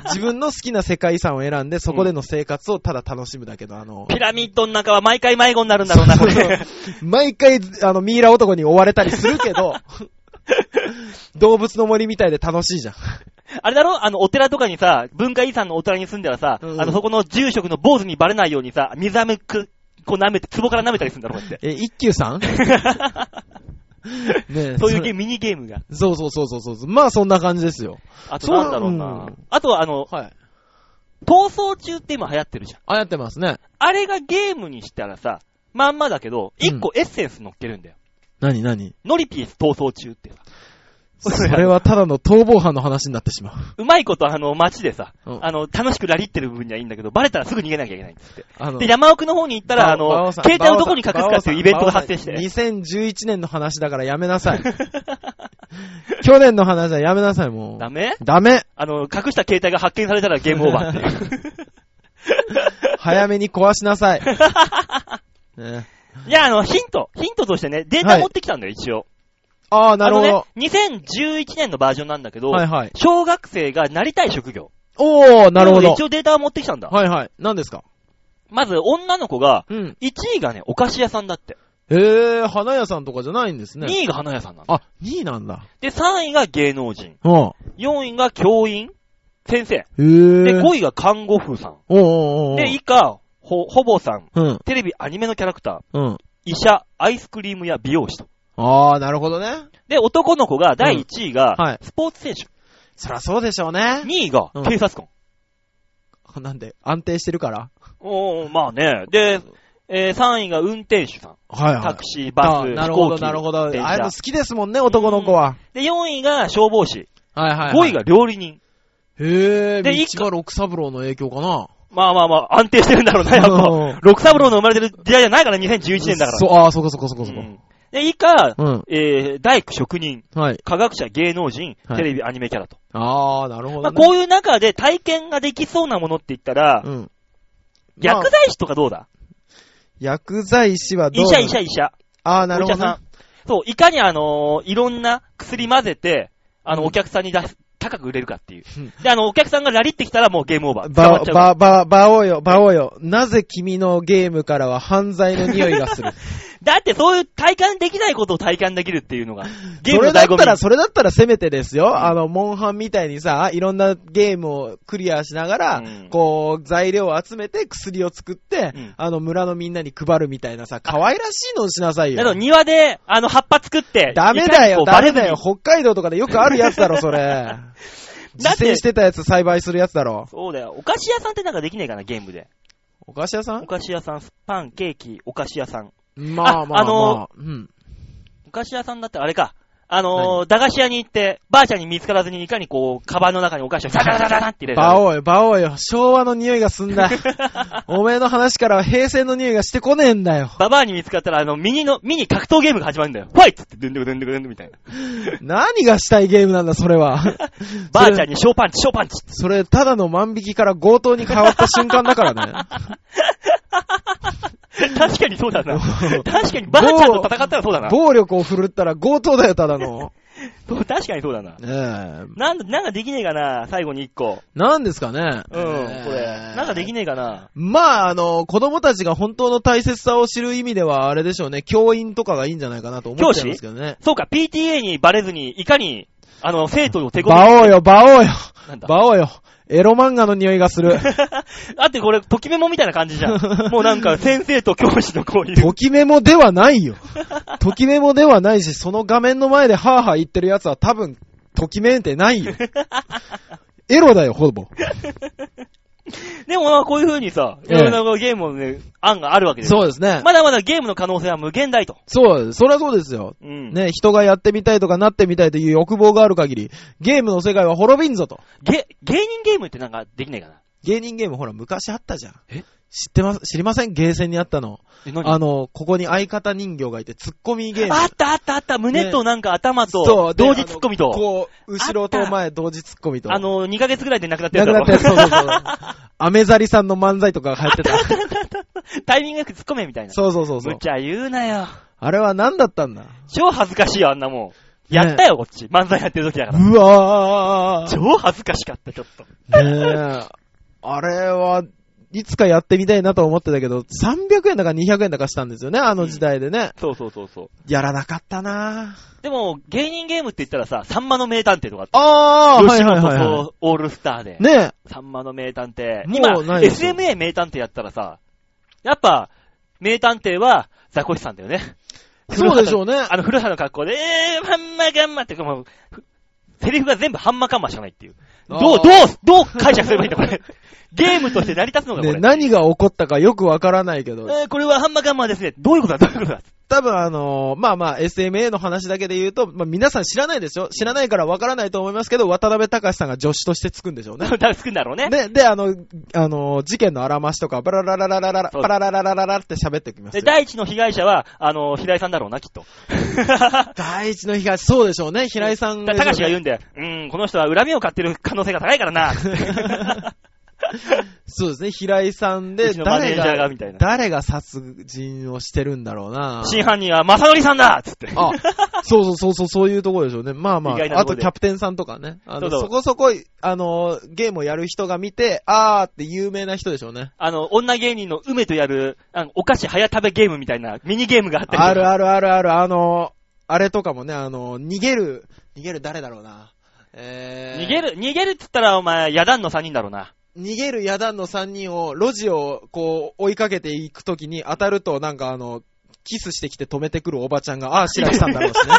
[SPEAKER 2] 自分の好きな世界遺産を選んで、そこでの生活をただ楽しむだけど、あの、
[SPEAKER 1] ピラミッドの中は毎回迷子になるんだろうな、こ
[SPEAKER 2] そう
[SPEAKER 1] れ。
[SPEAKER 2] 毎回、あの、ミイラ男に追われたりするけど、動物の森みたいで楽しいじゃん。
[SPEAKER 1] [laughs] あれだろあの、お寺とかにさ、文化遺産のお寺に住んだらさ、
[SPEAKER 2] うん
[SPEAKER 1] あの、そこの住職の坊主にバレないようにさ、水飴く、こう舐めて、壺から舐めたりするんだろ、こうや
[SPEAKER 2] [laughs]
[SPEAKER 1] って。
[SPEAKER 2] え、一休さんね [laughs] え
[SPEAKER 1] そういうゲーム、
[SPEAKER 2] ム。
[SPEAKER 1] ミニゲームが。
[SPEAKER 2] そうそうそうそうそう。まあそんな感じですよ。
[SPEAKER 1] あと、
[SPEAKER 2] そう
[SPEAKER 1] なんだろうな
[SPEAKER 2] う。
[SPEAKER 1] あとは、あの、
[SPEAKER 2] はい。
[SPEAKER 1] 逃走中って今流行ってるじゃん。
[SPEAKER 2] あ、やってますね。
[SPEAKER 1] あれがゲームにしたらさ、まんまだけど、
[SPEAKER 2] うん
[SPEAKER 1] 一個エッセンス乗っけるんだよ。
[SPEAKER 2] なにな [laughs] に
[SPEAKER 1] ノリピース逃走中ってさ。
[SPEAKER 2] それはただの逃亡犯の話になってしまう。
[SPEAKER 1] うまいこと、あの、街でさ、
[SPEAKER 2] うん
[SPEAKER 1] あの、楽しくラリってる部分にはいいんだけど、バレたらすぐ逃げなきゃいけないんですって。
[SPEAKER 2] [laughs] あの
[SPEAKER 1] で、山奥の方に行ったら、あの、携帯をどこに隠すかっていうイベントが発生して。
[SPEAKER 2] 2011年の話だからやめ
[SPEAKER 1] [laughs]
[SPEAKER 2] なさい。去年の話はやめなさい、もう。
[SPEAKER 1] ダメ
[SPEAKER 2] ダメ
[SPEAKER 1] あの、隠した携帯が発見されたらゲー
[SPEAKER 2] [laughs]
[SPEAKER 1] ムオーバーっていう。
[SPEAKER 2] 早めに壊しな
[SPEAKER 1] [laughs]
[SPEAKER 2] さい。ね
[SPEAKER 1] いや、あの、ヒント、ヒントとしてね、データ持ってきたんだよ、一応。
[SPEAKER 2] ああ、なるほ
[SPEAKER 1] あの
[SPEAKER 2] ど。
[SPEAKER 1] ね、2011年のバージョンなんだけど、
[SPEAKER 2] はいはい。
[SPEAKER 1] 小学生がなりたい職業。
[SPEAKER 2] おー、なるほ
[SPEAKER 1] ということ
[SPEAKER 2] ど
[SPEAKER 1] で一。応データを持ってきたんだ。
[SPEAKER 2] はいはい。何ですか
[SPEAKER 1] まず、女の子が、
[SPEAKER 2] うん。
[SPEAKER 1] 1位がね、お菓子屋さんだって。
[SPEAKER 2] えー、花屋さんとかじゃないんですね。
[SPEAKER 1] 2位が花屋さんなんだ。
[SPEAKER 2] あ、2位なんだ。
[SPEAKER 1] で、3位が芸能人。
[SPEAKER 2] うん。
[SPEAKER 1] 4位が教員先生。
[SPEAKER 2] えー。
[SPEAKER 1] で、5位が看護婦さん。
[SPEAKER 2] おーおーおー
[SPEAKER 1] で、以下、ほ、ほぼさん、
[SPEAKER 2] うん、
[SPEAKER 1] テレビ、アニメのキャラクター、
[SPEAKER 2] うん。
[SPEAKER 1] 医者、アイスクリームや美容師と。
[SPEAKER 2] ああ、なるほどね。
[SPEAKER 1] で、男の子が第1位が、
[SPEAKER 2] うんはい
[SPEAKER 1] スポーツ選手。
[SPEAKER 2] そりゃそうでしょうね。
[SPEAKER 1] 2位が
[SPEAKER 2] うん
[SPEAKER 1] 警察官。
[SPEAKER 2] なんで、安定してるから。
[SPEAKER 1] おー、まあね。で、えー3位が運転手さん。
[SPEAKER 2] はい
[SPEAKER 1] タクシー、
[SPEAKER 2] あ
[SPEAKER 1] バス、
[SPEAKER 2] な
[SPEAKER 1] 飛
[SPEAKER 2] るほ
[SPEAKER 1] 行
[SPEAKER 2] ど、
[SPEAKER 1] 機。
[SPEAKER 2] なるほど。ああ
[SPEAKER 1] 電車
[SPEAKER 2] いうの好きですもんね、男の子は。
[SPEAKER 1] で、4位が消防士。
[SPEAKER 2] はいは
[SPEAKER 1] 5位が。料理人。
[SPEAKER 2] へぇ
[SPEAKER 1] で
[SPEAKER 2] ー、道が六三郎の影響かな。
[SPEAKER 1] まあまあまあ、安定してるんだろうな、やっぱ。
[SPEAKER 2] うん
[SPEAKER 1] 六三郎の生まれてる時代じゃないから、2011年だから。
[SPEAKER 2] そう、ああ、そうかそうかそうかそううか。
[SPEAKER 1] んで、以下、
[SPEAKER 2] うん。
[SPEAKER 1] えー大工、職人、
[SPEAKER 2] はい。
[SPEAKER 1] 科学者、芸能人、
[SPEAKER 2] はい
[SPEAKER 1] テレビ、アニメキャラと。
[SPEAKER 2] ああ、なるほ
[SPEAKER 1] ま
[SPEAKER 2] ど
[SPEAKER 1] あ、
[SPEAKER 2] ね。
[SPEAKER 1] こういう中で体験ができそうなものって言ったら、
[SPEAKER 2] うん。
[SPEAKER 1] 薬
[SPEAKER 2] まあ
[SPEAKER 1] 剤師とかどうだ
[SPEAKER 2] 薬剤師はどう
[SPEAKER 1] 医者、医者、医者。
[SPEAKER 2] ああ、なる
[SPEAKER 1] お
[SPEAKER 2] ほ
[SPEAKER 1] 医者
[SPEAKER 2] どね
[SPEAKER 1] さ。ん。そう、いかにあのーいろんな薬混ぜて、あの、
[SPEAKER 2] うん
[SPEAKER 1] お客さんに出す、高く売れるかっていう
[SPEAKER 2] うん。
[SPEAKER 1] で、あの、お客さんがラリってきたらもうゲームオーバー。捕ま
[SPEAKER 2] ば
[SPEAKER 1] っち、ゃうから
[SPEAKER 2] ば、ば、ばおよ、ばおよ。なぜ君のゲームからは犯罪の匂いがする
[SPEAKER 1] だってそういう体感できないことを体感できるっていうのが、 [laughs] ゲー
[SPEAKER 2] そ
[SPEAKER 1] ムの
[SPEAKER 2] れ
[SPEAKER 1] 醍
[SPEAKER 2] だっ
[SPEAKER 1] 醐味
[SPEAKER 2] たら、それだったらせめてですよ。あの、モンハンみたいにさ、いろんなゲームをクリアしながら、
[SPEAKER 1] うん
[SPEAKER 2] こう、材料を集めて薬を作って、
[SPEAKER 1] うん
[SPEAKER 2] あの、村のみんなに配るみたいなさ、可愛らしいのをしなさい
[SPEAKER 1] だけど
[SPEAKER 2] よ。
[SPEAKER 1] 庭で、あの、葉っぱ作って、
[SPEAKER 2] ダメだよ、
[SPEAKER 1] いか
[SPEAKER 2] ダ
[SPEAKER 1] にこうバレ
[SPEAKER 2] メだよ。
[SPEAKER 1] ずに。
[SPEAKER 2] 北海道とかでよくあるやつだろ、それ。
[SPEAKER 1] [laughs]
[SPEAKER 2] 自生してたやつ栽培するやつだろ。
[SPEAKER 1] そうだよ。お菓子屋さんってなんかできないかな、ゲームで。
[SPEAKER 2] お菓子屋さ
[SPEAKER 1] お
[SPEAKER 2] ん
[SPEAKER 1] 菓子屋さん、パン、ケーキ、お菓子屋さん。
[SPEAKER 2] まあま
[SPEAKER 1] あ
[SPEAKER 2] あ
[SPEAKER 1] の
[SPEAKER 2] まあ。うん。
[SPEAKER 1] お菓子屋さんだったらあれか。あのー、駄菓子屋に行って、ばあちゃんに見つからずにいかにこう、カバンの中にお菓子をザザザザザって入れる。
[SPEAKER 2] バオよ、バオよ。昭和の匂いがすん
[SPEAKER 1] [laughs]
[SPEAKER 2] だ。おめえの話からは平成の匂いがしてこねえんだよ。
[SPEAKER 1] ババアに見つかったら、あの、ミニの、ミニ格闘ゲームが始まるんだよ。ファイトって、ドゥンドゥクドゥンドゥクドゥンドゥみたいな。
[SPEAKER 2] 何がしたいゲームなんだ、それは。
[SPEAKER 1] ばあちゃんに小パンチ、小パンチ。[laughs]
[SPEAKER 2] それ、ただの万引きから強盗に変わった瞬間だからね。
[SPEAKER 1] 確かにそうだな。確かに、ばあちゃんと戦ったらそうだな。
[SPEAKER 2] 暴力を振るったら強盗だよ、ただ
[SPEAKER 1] [laughs]
[SPEAKER 2] の。
[SPEAKER 1] そう確かにそうだな。
[SPEAKER 2] ええ
[SPEAKER 1] なんだ、なんかできねえかな、最後に一個。
[SPEAKER 2] なんですかね。
[SPEAKER 1] うん、これ。なんかできねえかな。
[SPEAKER 2] まあ、あの、子供たちが本当の大切さを知る意味では、あれでしょうね、教員とかがいいんじゃないかなと思っちゃいますけどね。
[SPEAKER 1] そうか、PTA にバレずに、いかに、あの、生徒を手こめ
[SPEAKER 2] バオよ、バオよ、
[SPEAKER 1] なんだ。
[SPEAKER 2] バオよ。エロ漫画の匂いがする。
[SPEAKER 1] あってこれ、ときメモみたいな感じじゃ
[SPEAKER 2] [laughs]
[SPEAKER 1] ん。もうなんか、先生と教師の交流。
[SPEAKER 2] ときメモではない
[SPEAKER 1] [laughs]
[SPEAKER 2] よ。ときメモではないし、その画面の前でハーハー言ってるやつは多分、ときめんてな
[SPEAKER 1] [laughs]
[SPEAKER 2] いよ。エロだよ、ほぼ。
[SPEAKER 1] でもまあ、こういう風にさ、い
[SPEAKER 2] ええ
[SPEAKER 1] ろいろなゲームのね、案があるわけですよ。
[SPEAKER 2] そうですね。
[SPEAKER 1] まだまだゲームの可能性は無限大と。
[SPEAKER 2] そう、そりゃそうですよ。
[SPEAKER 1] うん。
[SPEAKER 2] ね、人がやってみたいとかなってみたいという欲望がある限り、ゲームの世界は滅びんぞと。
[SPEAKER 1] げ、芸人ゲームってなんかできねえかな。
[SPEAKER 2] 芸人ゲームほら昔あったじゃん。
[SPEAKER 1] え
[SPEAKER 2] 知ってます、知りませんゲーセンにあったの。
[SPEAKER 1] え、何
[SPEAKER 2] あの、ここに相方人形がいて、ツッコミゲーム。
[SPEAKER 1] あったあったあった、胸となんか頭
[SPEAKER 2] そ
[SPEAKER 1] と、
[SPEAKER 2] うで
[SPEAKER 1] 同時ツッコミ
[SPEAKER 2] あの
[SPEAKER 1] と、
[SPEAKER 2] こう、後ろと前同時ツッコミと。
[SPEAKER 1] あの、2ヶ月ぐらいで亡くなって
[SPEAKER 2] な
[SPEAKER 1] る
[SPEAKER 2] く
[SPEAKER 1] だ
[SPEAKER 2] なった
[SPEAKER 1] ろ。
[SPEAKER 2] やつ、そうそう
[SPEAKER 1] [laughs]
[SPEAKER 2] そう。アメザリさんの漫才とかが入ってた。
[SPEAKER 1] タイミングよく突っ込めみたいな。
[SPEAKER 2] そうそうそうそう
[SPEAKER 1] 無。茶言うなよ。
[SPEAKER 2] あれは何だったんだ
[SPEAKER 1] 超恥ずかしいよ、あんなもん。やったよ、こっち。漫才やってる時だから。
[SPEAKER 2] うわー。
[SPEAKER 1] 超恥ずかしかった、ちょっと。
[SPEAKER 2] ねえ。あれは、いつかやってみたいなと思ってたけど、300円だか200円だかしたんですよね、あの時代でね。
[SPEAKER 1] そうそうそうそう。
[SPEAKER 2] やらなかったな
[SPEAKER 1] でも、芸人ゲームって言ったらさ、さんまの名探偵とかあって。
[SPEAKER 2] あー、は
[SPEAKER 1] 吉
[SPEAKER 2] いは
[SPEAKER 1] 本
[SPEAKER 2] いはいは
[SPEAKER 1] とオールスターで
[SPEAKER 2] い。。ねえ。
[SPEAKER 1] さんまの名探偵。
[SPEAKER 2] もう
[SPEAKER 1] 今、
[SPEAKER 2] ないですよ
[SPEAKER 1] SMA 名探偵やったらさ、やっぱ、名探偵はザコシさんだよね。
[SPEAKER 2] [laughs] そうでしょうね。
[SPEAKER 1] あの、古畑の格好で、えー、ハンマガンマってかもう、ふセリフが全部ハンマカンマしかないっていう。どう、どう
[SPEAKER 2] あー、
[SPEAKER 1] どう解釈すればいいんだ、こ
[SPEAKER 2] [laughs]
[SPEAKER 1] れ。ゲームとして成り立つのか、こ
[SPEAKER 2] ね、
[SPEAKER 1] れ。
[SPEAKER 2] 何が起こったかよくわからないけど、
[SPEAKER 1] えー、これはハンマカンマですね。どういうことだ、どういうことだ。
[SPEAKER 2] 多分あのーまあまあ SMA の話だけで言うと、まあ皆さん知らないでしょ知らないからわからないと思いますけど、渡辺隆さんが助手としてつくんでしょうね。
[SPEAKER 1] 多分つくんだろうね。
[SPEAKER 2] で、で、あの、あのー事件のあらましとか、バラララララララ、
[SPEAKER 1] そう
[SPEAKER 2] パララララララって喋ってきます
[SPEAKER 1] で、
[SPEAKER 2] よ。
[SPEAKER 1] 第一の被害者は、あの、平井さんだろうな、きっ
[SPEAKER 2] [laughs]
[SPEAKER 1] と。
[SPEAKER 2] 第一の東、そうでしょうね。平井さん
[SPEAKER 1] だ
[SPEAKER 2] でしょ
[SPEAKER 1] 高
[SPEAKER 2] う
[SPEAKER 1] 橋が言うんだよ。うーん、この人は恨みを買ってる可能性が高いからな。
[SPEAKER 2] そうですね、平井さん
[SPEAKER 1] う
[SPEAKER 2] で、
[SPEAKER 1] ちのマネー
[SPEAKER 2] 誰
[SPEAKER 1] ジャーが、
[SPEAKER 2] が、
[SPEAKER 1] みたいな。
[SPEAKER 2] 誰が殺人をしてるんだろうな
[SPEAKER 1] 真犯人は正則さんだつって。
[SPEAKER 2] あ、そうそうそうそう、そういうところでしょうね。まあま
[SPEAKER 1] 意外な
[SPEAKER 2] あ、あ
[SPEAKER 1] とことで
[SPEAKER 2] キャプテンさんとかね。あの
[SPEAKER 1] そう
[SPEAKER 2] そ
[SPEAKER 1] そう
[SPEAKER 2] こそこ、あの、ゲームをやる人が見て、あーって有名な人でしょうね。
[SPEAKER 1] あの、女芸人の梅とやる、あのお菓子早食べゲームみたいなミニゲームがあったりとか
[SPEAKER 2] あるあるあるある、あの、あれとかもね、あの、逃げる、逃げる誰だろうな。えー、
[SPEAKER 1] 逃げる、逃げるっつったらお前、野団の3人だろうな。
[SPEAKER 2] 逃げる野団の3人を、路地をこう追いかけていくときに当たると、なんかあの、キスしてきて止めてくるおばちゃんが、あー、白木さんだろ
[SPEAKER 1] [laughs]
[SPEAKER 2] うしね。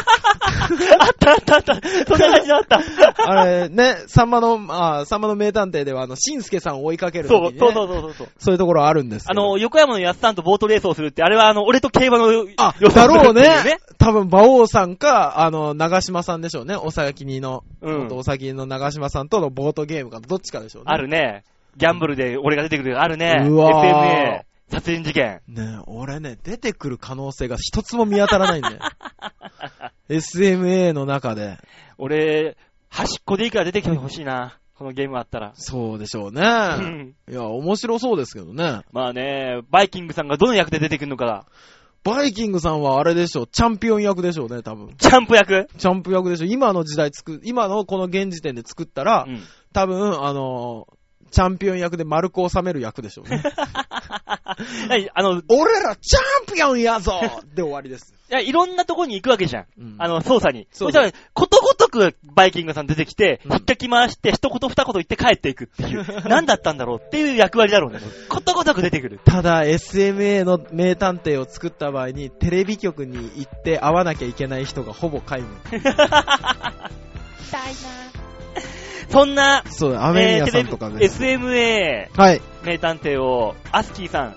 [SPEAKER 1] あったあったあった。そんな感じだ
[SPEAKER 2] [laughs]
[SPEAKER 1] った。
[SPEAKER 2] あれね、さんまの、あーさんまの名探偵では、あの、しんすけさんを追いかけるとき
[SPEAKER 1] そう
[SPEAKER 2] に、ね、
[SPEAKER 1] そうそうそうそう。
[SPEAKER 2] そういうところあるんですけ
[SPEAKER 1] あ
[SPEAKER 2] ど。
[SPEAKER 1] の、横山のやっさんとボートレースをするって、あれはあの、俺と競馬の予 [laughs]
[SPEAKER 2] あ、
[SPEAKER 1] 予想
[SPEAKER 2] だろう
[SPEAKER 1] するってい
[SPEAKER 2] ね。多分、馬王さんか、あの、長島さんでしょうね。お先にの、
[SPEAKER 1] うね。う
[SPEAKER 2] お
[SPEAKER 1] ん。
[SPEAKER 2] 先の長島さんとのボートゲームか、どっちかでしょうね。
[SPEAKER 1] あるね。ギャンブルで俺が出てくる。あるね。
[SPEAKER 2] うわー
[SPEAKER 1] SMA。殺人事件。
[SPEAKER 2] ねえ、俺ね、出てくる可能性が一つも見当たらない
[SPEAKER 1] [laughs]
[SPEAKER 2] んだよ。SMA の中で。
[SPEAKER 1] 俺、端っこでいいから出てきてほしいな。このゲームあったら。
[SPEAKER 2] そうでしょう
[SPEAKER 1] う
[SPEAKER 2] ね。
[SPEAKER 1] [laughs] ん
[SPEAKER 2] いや、面白そうですけどね。
[SPEAKER 1] まあね、バイキングさんがどの役で出てくるのかだ。
[SPEAKER 2] バイキングさんはあれでしょう、チャンピオン役でしょうね、多分。
[SPEAKER 1] ジャンプ役
[SPEAKER 2] チャンプ役でしょ。今の時代作る、今のこの現時点で作ったら
[SPEAKER 1] う、ん。
[SPEAKER 2] 多分、あのーチャンピオン役で丸く収める役でしょ
[SPEAKER 1] [laughs]
[SPEAKER 2] うね。
[SPEAKER 1] 何あの、い
[SPEAKER 2] 俺らチャンピオンやぞで終わりです。
[SPEAKER 1] やいろんなとこに行くわけじゃん。
[SPEAKER 2] うん
[SPEAKER 1] あの、操作に。そ
[SPEAKER 2] そ
[SPEAKER 1] うしたら、ことごとくバイキングさん出てきて、
[SPEAKER 2] うん
[SPEAKER 1] 引っかき回して、一言二言言って帰っていくっていう。
[SPEAKER 2] [laughs]
[SPEAKER 1] 何だったんだろうっていう役割だろうね。ことごとく出てくる。
[SPEAKER 2] ただ、SMA の名探偵を作った場合に、テレビ局に行って会わなきゃいけない人がほぼ皆無。
[SPEAKER 1] そんな、
[SPEAKER 2] [laughs] そう、アメリ
[SPEAKER 1] え
[SPEAKER 2] ア
[SPEAKER 1] ー
[SPEAKER 2] さんとか
[SPEAKER 1] テレビ
[SPEAKER 2] ね。
[SPEAKER 1] SMA
[SPEAKER 2] はい。
[SPEAKER 1] 名探偵を、アスキーさん、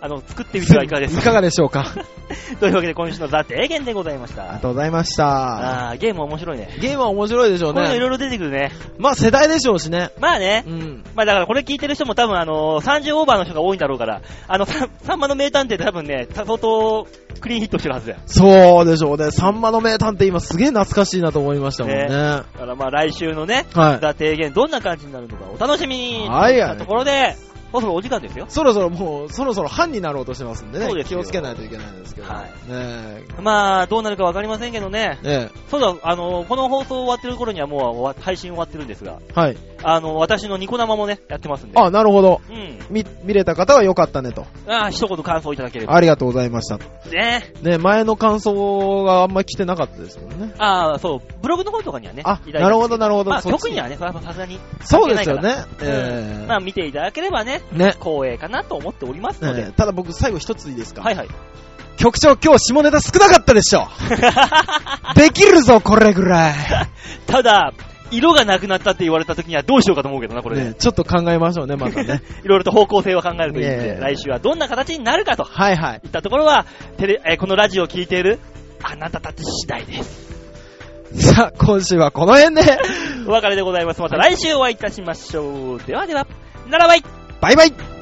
[SPEAKER 1] あの、作ってみてはいかがです
[SPEAKER 2] [laughs] いか
[SPEAKER 1] か
[SPEAKER 2] がでしょうか
[SPEAKER 1] [laughs] というわけで、今週のザ・提言でございまし
[SPEAKER 2] ありが
[SPEAKER 1] た。
[SPEAKER 2] とうございました。
[SPEAKER 1] あー、ゲーム面白いね。
[SPEAKER 2] [laughs] ゲームは面白いでしょ
[SPEAKER 1] こう
[SPEAKER 2] う
[SPEAKER 1] いうのい
[SPEAKER 2] ね。
[SPEAKER 1] ろいろ出てくるね。
[SPEAKER 2] まあ世代でしょうしね。
[SPEAKER 1] まあね
[SPEAKER 2] う。ん。
[SPEAKER 1] まあだからこれ聞いてる人も多分あのー、30オーバーの人が多いんだろうから、あの、ささんまの名探偵って多分ね、相当クリーンヒットしてるはずだよ。
[SPEAKER 2] そうでしょうね。さんまの名探偵今すげえ懐かしいなと思いましたもんね。
[SPEAKER 1] ねだからまあ来週のね、
[SPEAKER 2] はい。
[SPEAKER 1] ザ提言どんな感じになるのかお楽しみに
[SPEAKER 2] はい
[SPEAKER 1] といったところで、そろそろお時間ですよ。
[SPEAKER 2] そろそろもう、そろそろ半になろうとしてますんでね。
[SPEAKER 1] そうです
[SPEAKER 2] 気
[SPEAKER 1] よ
[SPEAKER 2] をつけないといけないんですけど。
[SPEAKER 1] はい
[SPEAKER 2] ね
[SPEAKER 1] まあ、どうなるかわかりませんけどね
[SPEAKER 2] え。。ね
[SPEAKER 1] そうだ、あの、この放送終わってる頃にはもう終わ配信終わってるんですが、
[SPEAKER 2] え。はい。
[SPEAKER 1] あの、私のニコ生もね、やってますんで。
[SPEAKER 2] あ、なるほど。
[SPEAKER 1] うん。
[SPEAKER 2] 見、見れた方は良かったねと。
[SPEAKER 1] ああ、一言感想いただければ。
[SPEAKER 2] ありがとうございました。
[SPEAKER 1] ね。
[SPEAKER 2] ね、前の感想があんまり来てなかったですけどね。
[SPEAKER 1] ああ、そう、ブログの方とかにはね。
[SPEAKER 2] あ
[SPEAKER 1] い、ただいて
[SPEAKER 2] なるほど、なるほど。
[SPEAKER 1] まあ、
[SPEAKER 2] そっち
[SPEAKER 1] 特にはね、それはさすがに。
[SPEAKER 2] そうですよね。
[SPEAKER 1] うん
[SPEAKER 2] ええ
[SPEAKER 1] まあ、見ていただければね、
[SPEAKER 2] ね。
[SPEAKER 1] 光栄かなと思っておりますので。
[SPEAKER 2] ええただ僕最後一ついいですか
[SPEAKER 1] はいはい。
[SPEAKER 2] 局長今日下ネタ少なかったでし [laughs] ょできるぞこれぐらい、
[SPEAKER 1] ただ、色がなくなったって言われた時にはどうしようかと思うけどな、これね。
[SPEAKER 2] ね、ちょっと考えましょうねまたね
[SPEAKER 1] いろいろと方向性を考えるという意味で、
[SPEAKER 2] ねえ
[SPEAKER 1] 来週はどんな形になるかと
[SPEAKER 2] はいはい
[SPEAKER 1] いったところは、テレ、えーこのラジオを聞いているあなたたち次第です。
[SPEAKER 2] さあ今週はこの辺で
[SPEAKER 1] お別れでございます。また来週お会いいたしましょう。ではでは、ならばい
[SPEAKER 2] バイバイ